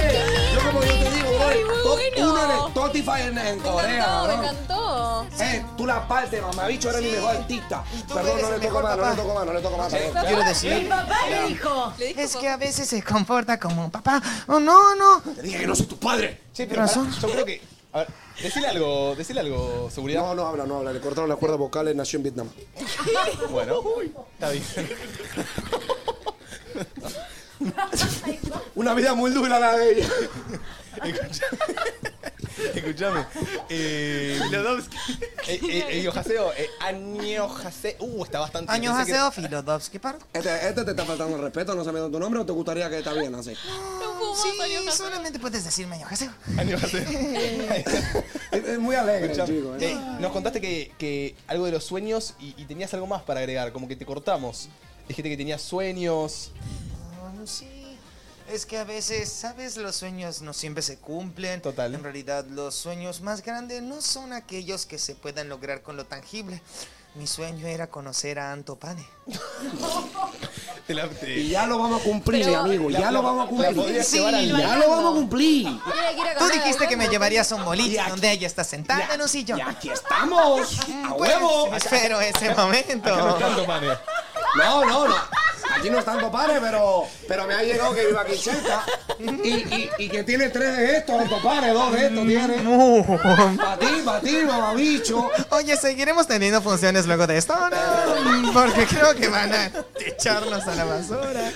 como yo te digo, voy top uno en el Spotify en, en Corea, me bro. encantó. Eh, tú la parte, mamabicho, eres mi mejor artista. Perdón, eres no le el toco mejor mano, no le papá. toco mano, no le toco mano. Eh, quiero decir- Mi papá le dijo. Es que a veces se comporta como un papá. Oh, no, no. Te dije que no soy tu padre. Sí, pero pará, yo creo que. A ver, decile algo, decile algo, seguridad. No, no habla, no habla. Le cortaron las cuerdas vocales, nació en [laughs] Vietnam. Bueno, está bien. Una vida muy dura la de ella. Escuchame. Eh, los dos. Eh, eh, eh, Yojaseo, eh, Añojase- Uh, está bastante. Año pensé que- Haseo, Filodovsky Park. Este, este te está faltando el respeto, no sabiendo tu nombre o te gustaría que está bien así. Sí, solamente puedes decirme yo, José. Es, es muy alegre, Escuchame, chico. eh, nos contaste que, que algo de los sueños y, y tenías algo más para agregar, como que te cortamos. Dijiste que tenías sueños. Oh, sí. Es que a veces, ¿sabes? Los sueños no siempre se cumplen. Total. En realidad, los sueños más grandes no son aquellos que se puedan lograr con lo tangible. Mi sueño era conocer a Anto Pane. Te la- te- Y ya lo vamos a cumplir, Pero- amigo. Ya La- lo vamos a la cumplir. podrías llevar al- ya lo vamos a cumplir. Tú dijiste que me llevarías a un boliche donde ella está sentada en un sillón. Y aquí estamos. ¡A Pues, huevo! espero ese momento. Acá no están [laughs] tomanes. No, no, no. Aquí no están topares, pero, pero me ha llegado que vive aquí cerca. Y, y, y que tiene tres de estos, topares, dos de estos tiene. No. Para ti, para ti, mamabicho. Oye, ¿seguiremos teniendo funciones luego de esto? No, porque creo que van a echarnos a la basura.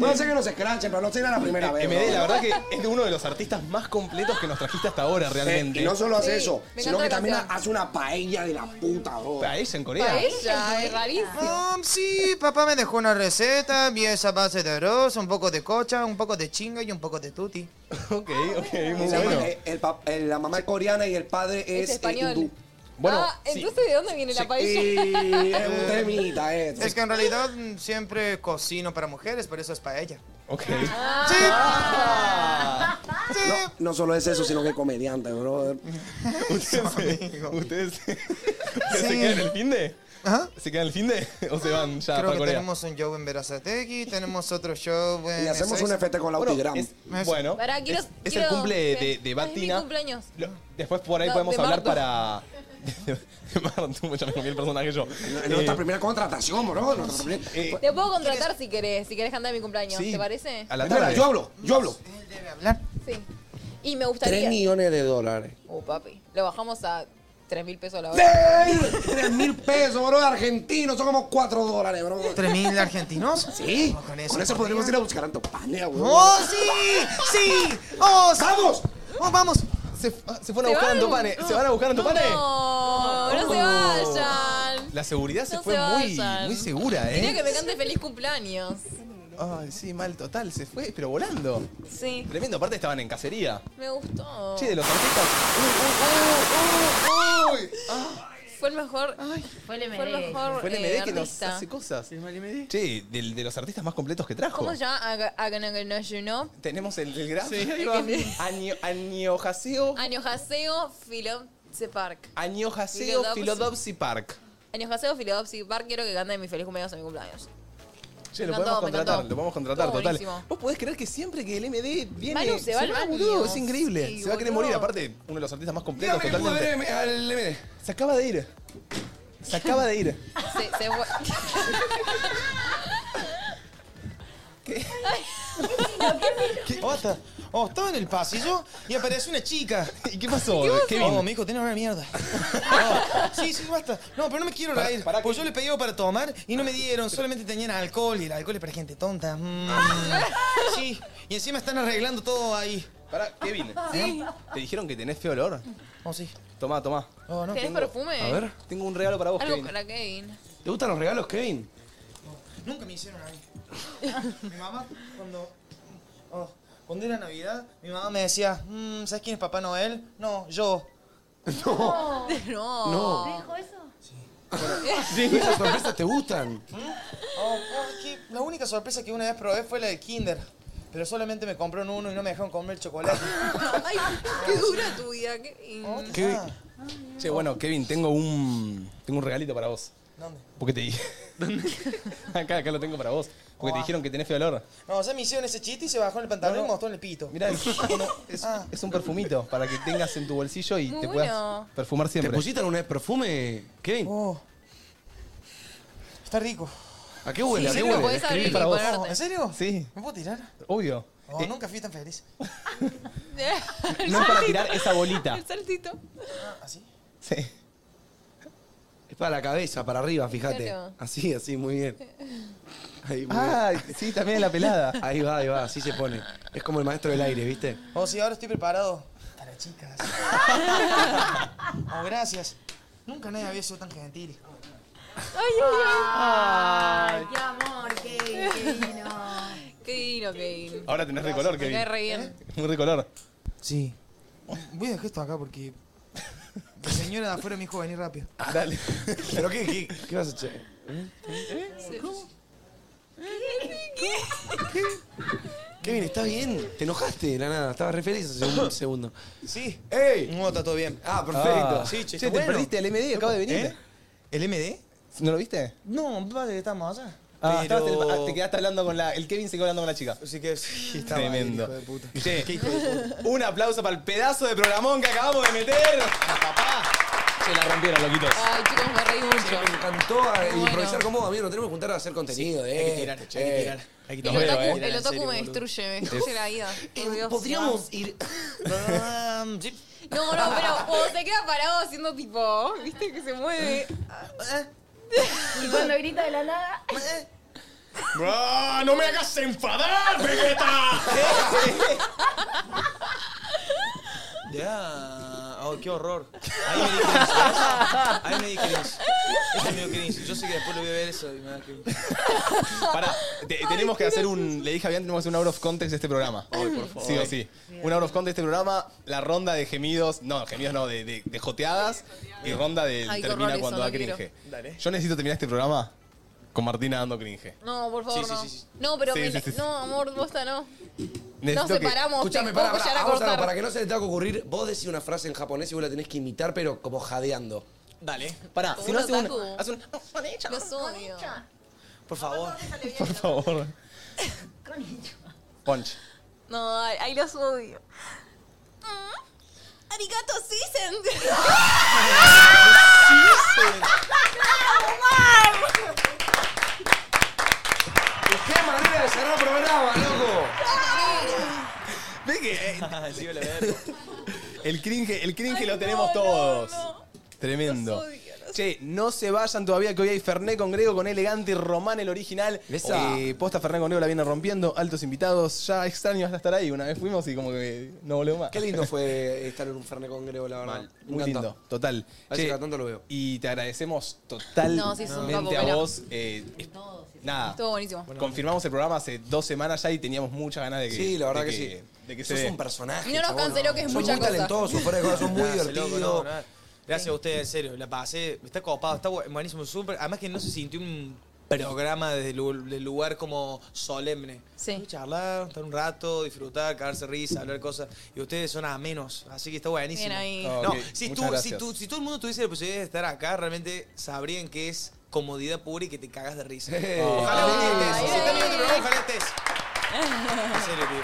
Puede ser que nos escrachen, pero no será la primera vez. MD, ¿no? la verdad que es de uno de los artistas más completos que nos trajiste hasta ahora, realmente. Eh, y no solo hace Sí, eso, me sino encanta que la también canción. hace una paella de la puta, bro. Eh, ¿Paella en Corea? Paella, es rarísimo. Ah, sí, papá me dejó una receta, vi esa base de arroz, un poco de cocha, un poco de chinga y un poco de tutti. [laughs] Ok, ok, muy la, bueno. eh, el pa- eh, la mamá es coreana y el padre Es es, eh, español. hindú. ah, entonces, ¿de dónde viene la Y es paella? un [laughs] temita esto. Es que en realidad mm, siempre cocino para mujeres, por eso es paella. Ok. Ah. Ah. No, no solo es eso, sino que es comediante, Eh, brother. [laughs] ¿Ustedes, se, ustedes se- [laughs] ¿ustedes se quedan el fin de? ¿Se quedan el fin de? ¿O se van ya Creo para que Corea? tenemos un show en Verazategui, tenemos otro show en... Y hacemos Ezeiza. un FT con la Autigram. es- bueno, Pará, quiero- es, es el quiero- cumple de, de, de Es mi Batina. cumpleaños. Lo- después por ahí No, podemos de hablar Marto. para... [laughs] De Marto, ya me comí el personaje yo. Es Eh, Nuestra primera contratación, bro. nuestra primera- Te puedo contratar si querés, si querés cantar en mi cumpleaños, Sí. ¿te parece? A la Espera, tarde. Yo hablo, yo hablo. Sí. Y me Tres gustaría. millones de dólares. Oh, papi. Lo bajamos a 3 mil pesos la hora. ¡Ey! Tres mil pesos, bro, argentinos. Son como cuatro dólares, bro. ¿Tres mil argentinos? Sí. Con eso, eso podríamos podría. ir a buscar a Antopania, güey. ¡Oh, sí! ¡Sí! ¡Oh, sí! ¡Vamos! ¡Oh, vamos! Se, se fueron a buscar a Antopane. ¿Se van a buscar a Antopane? No, no se vayan. La seguridad se No fue se muy, vayan. muy segura, ¿eh? Quería que me cante feliz cumpleaños. Ay, sí, mal total. Se fue, pero volando. Sí. Tremendo, aparte estaban en cacería. Me gustó. Che, de los artistas. Fue el mejor. fue Fue el el MD. mejor. Fue el eh, MD que nos artista. hace cosas. Che, del- de los artistas más completos que trajo. ¿Cómo se llama? Aga- Agana Ganojuno. Tenemos el, el graf. [laughs] Sí, ahí va. Año, año Haseo. Añojaseo Filopse Park. Año Haseo Filodopsi. Filodopsi Park. Añojaseo Filopse Park. Quiero que cante mi feliz cumpleaños en mi cumpleaños. Che, lo Me podemos encantó, me contratar, encantó. lo podemos contratar, Estuvo total. buenísimo. Vos podés creer que siempre que el MD viene. Manu se va al baño. boludo, es increíble. Sí, se va a querer boludo. morir, aparte, uno de los artistas más completos Dígame que totalmente. puede al MD. Se acaba de ir. Se acaba de ir. Se, [laughs] se fue. ¿Qué? Basta. Oh, estaba en el pasillo y apareció [laughs] una chica. ¿Y qué pasó, ¿Qué pasó? Kevin? Oh, mi hijo tiene [laughs] una mierda. No, sí, sí, basta. No, pero no me quiero reír. Porque yo le pedí algo para tomar y no me dieron. Solamente tenían alcohol y el alcohol es para gente [laughs] tonta. Mm. Sí, y encima están arreglando todo ahí. Pará, [laughs] Kevin. Sí. ¿Te dijeron que tenés feo olor? Oh, sí. Tomá, tomá. Oh, no, ¿Tenés tengo- perfume? A ver, tengo un regalo para vos, Algo Kevin. para Kevin. ¿Te gustan los regalos, Kevin? Nunca me hicieron a mí. [laughs] mi mamá, cuando, oh, cuando era Navidad, mi mamá me decía, "Mm, ¿sabes quién es Papá Noel? No, yo. No. [laughs] No. No. ¿Te dijo eso? ¿Esas sorpresas te gustan? Oh, oh, es que la única sorpresa que una vez probé fue la de Kinder. Pero solamente me compraron uno y no me dejaron comer [laughs] el chocolate. Oh, Ay, qué dura tu vida, Kevin. Kevin. ah, Che, bueno, Kevin, tengo un, tengo un regalito para vos. ¿Dónde? Porque te dije. [laughs] acá, acá lo tengo para vos. Porque te dijeron que tenés feo olor. No, o sea, me hicieron ese chiste y se bajó en el pantalón y me mostró en el pito. Mirá, es, es- es un perfumito para que tengas en tu bolsillo y Muy te bueno. puedas perfumar siempre. ¿Te pusiste alguna vez perfume, Kevin? Oh. Está rico. ¿A qué huele? Sí, ¿A qué sí, lo huele? podés abrir Escribí y para vos. ponerte. Oh, ¿En serio? Sí, ¿Me puedo tirar? [laughs] obvio. Oh, Eh, nunca fui tan feliz. No es para tirar esa bolita. [laughs] [laughs] El saltito. ¿Así? Sí. Es para la cabeza, para arriba, fíjate. Claro. Así, así, muy bien. Ahí, muy Ah, sí, también es la pelada. bien. Ahí va, ahí va, así se pone. Es como el maestro del aire, ¿viste? Oh, sí, ahora estoy preparado. Para [laughs] chicas. oh, gracias. Nunca nadie había sido tan gentil. Ay, ay, ay. Ay, qué amor, Kevin, qué divino. Qué divino, Kevin. Ahora tenés recolor, Me Kevin. ¿Eh? cae re bien. Muy recolor. Sí. Voy a dejar esto acá porque. La señora de afuera me dijo venir rápido. Dale. ¿Pero qué, qué, qué vas a hacer? ¿Eh? Kevin, ¿estás bien? ¿Te enojaste de la nada? Estaba re feliz hace [laughs] un segundo. Sí. ¡Ey! No, está todo bien. Ah, perfecto. Ah. Sí, che, Che, está te bueno. perdiste el MD, acaba de venir. ¿Eh? ¿El MD? ¿No lo viste? No, vale, estamos allá. Ah, Pero- estabas tele- ah, te quedaste hablando con la. El Kevin se quedó hablando con la chica. Así que sí, estaba ahí, Tremendo. hijo de puta. Che, Qué hijo de puta. un aplauso para el pedazo de programón que acabamos de meter. Se la rompieron, loquitos. Ay, chicos, me reí mucho. Me encantó a- Bueno. improvisar con vos, amigo. Nos tenemos que juntar a hacer contenido. eh. hay que tirar, che, hay que Eh. tirar. Hay que El Nos veo, otaku, eh. el otaku En serio, me boludo. destruye, me destruye la vida. Por Dios. Podríamos ir. Ah, sí. No, no, pero cuando se queda parado haciendo tipo, viste que se mueve. Y cuando grita de la nada, Ah, ¡No me hagas enfadar, Vegeta! [laughs] Ya. Oh, qué horror. Ahí me di cringe. ¿sabes? Ahí me di cringe. Eso me dio cringe. Yo sé que después lo voy a ver eso y me da cringe. Pará, te- tenemos que hacer un. Le dije a Bian, tenemos que hacer un out of context de este programa. por favor. Sí o sí. Un out of context de este programa, la ronda de gemidos. No, gemidos no, de, de- de joteadas. Y ronda de Ay, qué horror termina eso, cuando da no quiero. cringe. Dale. Yo necesito terminar este programa con Martina dando cringe. No, por favor, Sí, sí, no. sí, sí. No, pero Sí, me- sí, sí, sí. no, amor, bosta no. Necesito Nos que- separamos, Escuchame, ah, te para, puedo para, llegar a vamos a- cortar. para que no se te tenga que ocurrir, vos decís una frase en japonés y vos la tenés que imitar, pero como jadeando. Dale. Pará, Como si no un hace un. otaku. Hace un. Los odio. Por favor. Por favor. Punch. No, ay, ay, los odio. Mm. Arigato Sisen. [laughs] ¡Qué manera de cerrar el programa, loco! Ve que eh, Ah, sí, la verga. el cringe, el cringe Ay, lo no, tenemos no, todos. no. Tremendo. Los odio, los Che, no se vayan todavía que hoy hay Ferné con Grego con Elegante y Román el original. Esa. Eh, posta Ferné con Grego la viene rompiendo, altos invitados, ya extraño hasta estar ahí. Una vez fuimos y como que no volvemos más. Qué lindo fue estar en un Fernet con Grego, la verdad. Me Muy encantó. lindo, total. A veces cada tanto lo veo. Y te agradecemos totalmente No, sí, es un capo, a Vela. vos. eh, es- nada, Estuvo buenísimo. confirmamos el programa hace dos semanas ya y teníamos muchas ganas de que Sí, la verdad de que sí. De que se Sos dé. un personaje. Y no nos chabón. canceló, que es Sos mucha muy cosa. talentoso, fuera de cosas, sos muy Gracias, divertido. loco, no, no. Gracias a ustedes, en serio. La pasé. Está copado, está bu- buenísimo, súper. Además que no se sintió un programa desde el lu- del lugar como solemne. Sí. Fue Charlar, estar un rato, disfrutar, cagarse risa, hablar cosas. Y ustedes son a menos, así que está buenísimo. Bien ahí. Oh, No, ok, si, muchas tú, si, gracias. tú- si todo el mundo tuviese la posibilidad de estar acá, realmente sabrían que es comodidad pura y que te cagas de risa. Hey. [laughs] Ojalá Ay, un día estés. Si ay, están viendo el ay. programa, ojalá estés.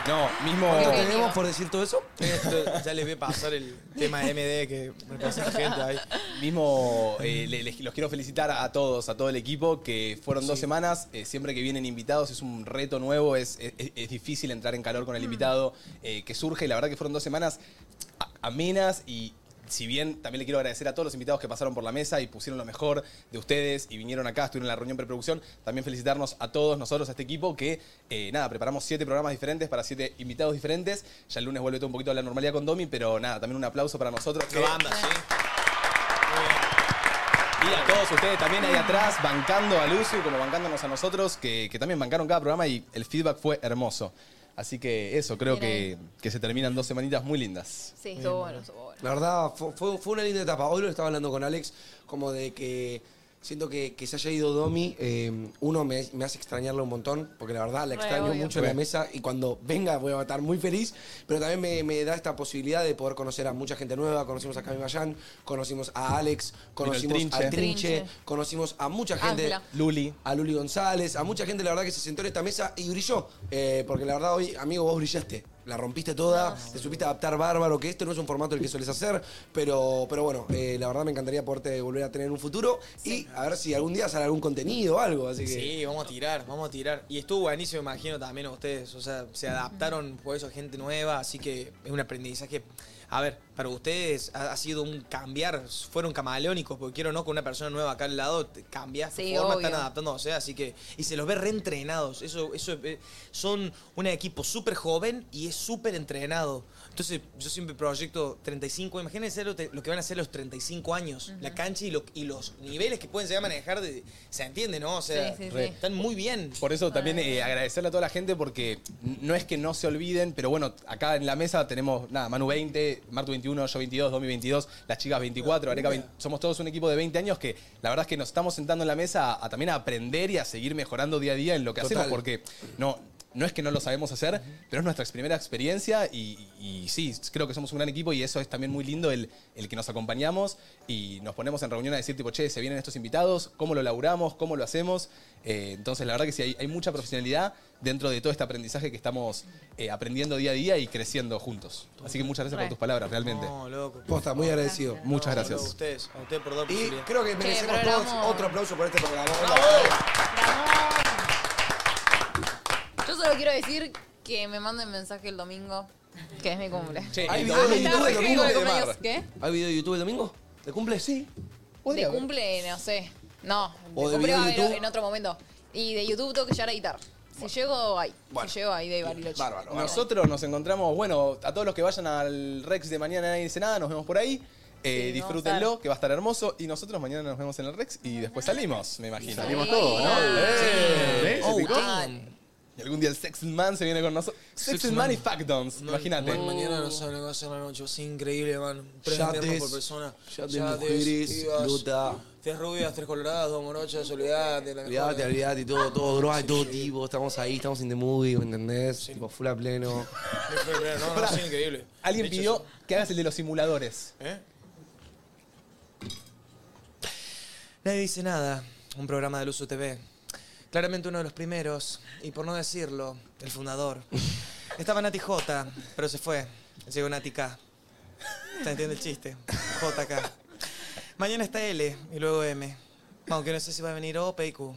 No, mismo. ¿Cuánto tenemos por decir todo eso? Eh, ya les voy a pasar el tema de MD que me pasa la gente ahí. Mismo, eh, le- les- los quiero felicitar a todos, a todo el equipo, que fueron dos semanas. eh, siempre que vienen invitados es un reto nuevo, es, es- es difícil entrar en calor con el invitado eh, que surge. La verdad que fueron dos semanas a- amenas y. Si bien también le quiero agradecer a todos los invitados que pasaron por la mesa y pusieron lo mejor de ustedes y vinieron acá, estuvieron en la reunión preproducción, también felicitarnos a todos nosotros, a este equipo, que eh, nada, preparamos siete programas diferentes para siete invitados diferentes. Ya el lunes vuelve todo un poquito a la normalidad con Domi, pero nada, también un aplauso para nosotros. que- y a todos ustedes también ahí atrás, bancando a Lucio, como bancándonos a nosotros, que, que también bancaron cada programa y el feedback fue hermoso. Así que eso, creo que, que se terminan dos semanitas muy lindas. Sí, estuvo bueno, estuvo bueno. La verdad, fue, fue- fue una linda etapa. Hoy lo estaba hablando con Alex, como de que siento que, que se haya ido Domi. eh, uno, me, me hace extrañarlo un montón, porque la verdad la Re, extraño obvio. mucho en la Re. mesa y cuando venga voy a estar muy feliz. Pero también me, me da esta posibilidad de poder conocer a mucha gente nueva. Conocimos a Cami Bayán, conocimos a Alex, conocimos Trinche. a Trinche, Trinche. conocimos a mucha gente. Ángela. Luli. A Luli González, a mucha gente, la verdad, que se sentó en esta mesa y brilló. Eh, porque la verdad, hoy, amigo, vos brillaste. La rompiste toda, te supiste adaptar bárbaro, que este no es un formato el que sueles hacer. Pero, pero bueno, eh, la verdad me encantaría poderte volver a tener en un futuro y a ver si algún día sale algún contenido o algo. Así que. Sí, vamos a tirar, vamos a tirar. Y estuvo buenísimo, imagino, también a ustedes. O sea, se adaptaron por eso a gente nueva, así que es un aprendizaje. A ver, para ustedes ha, ha sido un cambiar, fueron camaleónicos, porque quiero o no, con una persona nueva acá al lado, te cambias tu Sí, forma, obvio. están adaptándose, así que. Y se los ve reentrenados. Eso, eso eh, son un equipo súper joven y es súper entrenado. Entonces, yo siempre proyecto 35, imagínense lo, te- lo que van a hacer los 35 años, la cancha y, lo- y los niveles que pueden llegar a manejar, de- se entiende, ¿no? O sea, Sí, sí, sí. re- están muy bien. Por eso también eh, agradecerle a toda la gente porque n- no es que no se olviden, pero bueno, acá en la mesa tenemos, nada, Manu 20, Martu 21, yo 22, Domi 22, las chicas 24, Areca 20. Somos todos un equipo de 20 años que la verdad es que nos estamos sentando en la mesa a, a también a aprender y a seguir mejorando día a día en lo que Total. hacemos porque no... No es que no lo sabemos hacer, pero es nuestra primera experiencia y, y sí, creo que somos un gran equipo y eso es también muy lindo el, el que nos acompañamos y nos ponemos en reunión a decir tipo, che, se vienen estos invitados, cómo lo laburamos, cómo lo hacemos. Eh, entonces, la verdad que sí, hay, hay mucha profesionalidad dentro de todo este aprendizaje que estamos eh, aprendiendo día a día y creciendo juntos. Así que muchas gracias por tus palabras, realmente. No, loco. Posta, muy agradecido. Muchas No, A gracias. ustedes, a ustedes por dar Y posibilidad. creo que merecemos pero el todos amor. otro aplauso por este programa. Yo solo quiero decir que me manden mensaje el domingo, que es mi cumple. Che, Ah, ¿Hay video de está, YouTube el porque domingo? mi de cumpleaños, Mar? ¿Qué? ¿Hay video de YouTube el domingo? ¿De cumple? Sí. De Podría haber. cumple, no sé. No, O de de cumple video va a de haber YouTube. en otro momento. Y de YouTube tengo que llegar a editar. Si llego, ahí. Si llego, ahí de Bariloche. Nosotros nos encontramos, bueno, a todos los que vayan al Rex de mañana, nadie dice nada, nos vemos por ahí. Eh, Sí, vamos a disfrútenlo, que va a estar hermoso. Y nosotros mañana nos vemos en el Rex y después salimos, me imagino. Salimos todos, ¿no? Oh, Sí. ¡Eh! ¿Ves? ¿Se picó? Y algún día el Sex Man se viene con nosotros. Sex, Sex Man y Man. Factons, imagínate. Man, mañana no saben lo que va a hacer la noche. Es increíble, man. Tres Yates, piernas por persona. yates, mujeres, pibas, luta. Tres rubias, tres coloradas, dos morochas, olvidate. La mejor. Olvidate, olvidate, todo, todo, droga, todo tipo. Estamos ahí, estamos en the movie, ¿me entendés? Tipo, full a pleno. No, no, Pará. es increíble. Alguien De hecho, pidió que hagas el de los simuladores. ¿Eh? Nadie dice nada. Un programa de Luzu TV. Claramente uno de los primeros, y por no decirlo, el fundador. Estaba Nati J, pero se fue. Llegó Nati K. ¿Se entiende el chiste? JK. Mañana está L y luego M. Aunque no sé si va a venir O, P y Q.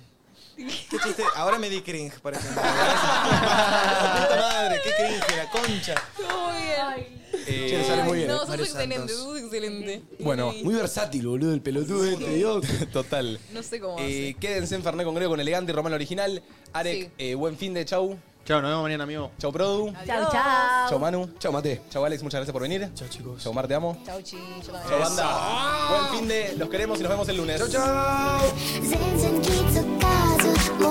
¿Qué chiste? Ahora me di cringe, por [laughs] ejemplo. La puta madre, qué cringe, la concha. Todo bien. Che, le sale muy bien, No, eh. sos Mario excelente, Santos. sos excelente. Bueno, muy versátil, boludo, el pelotudo este, Dios. [laughs] Total. No sé cómo hace. Eh, quédense en Fernet con Grego, con Elegante y Román Original. Arek, Sí. eh, buen fin de chau. Chau, nos vemos mañana, amigo. Chau, Produ. Chau, chau. Chau, Manu. Chau, Mate. Chau, Alex, muchas gracias por venir. Chau, chicos. Chau, Mar, te amo. Chau, chi. Yo también. Chau, banda. Buen fin de. Los queremos y nos vemos el lunes. Chau, chau. Sind, sind, geht zur Gase.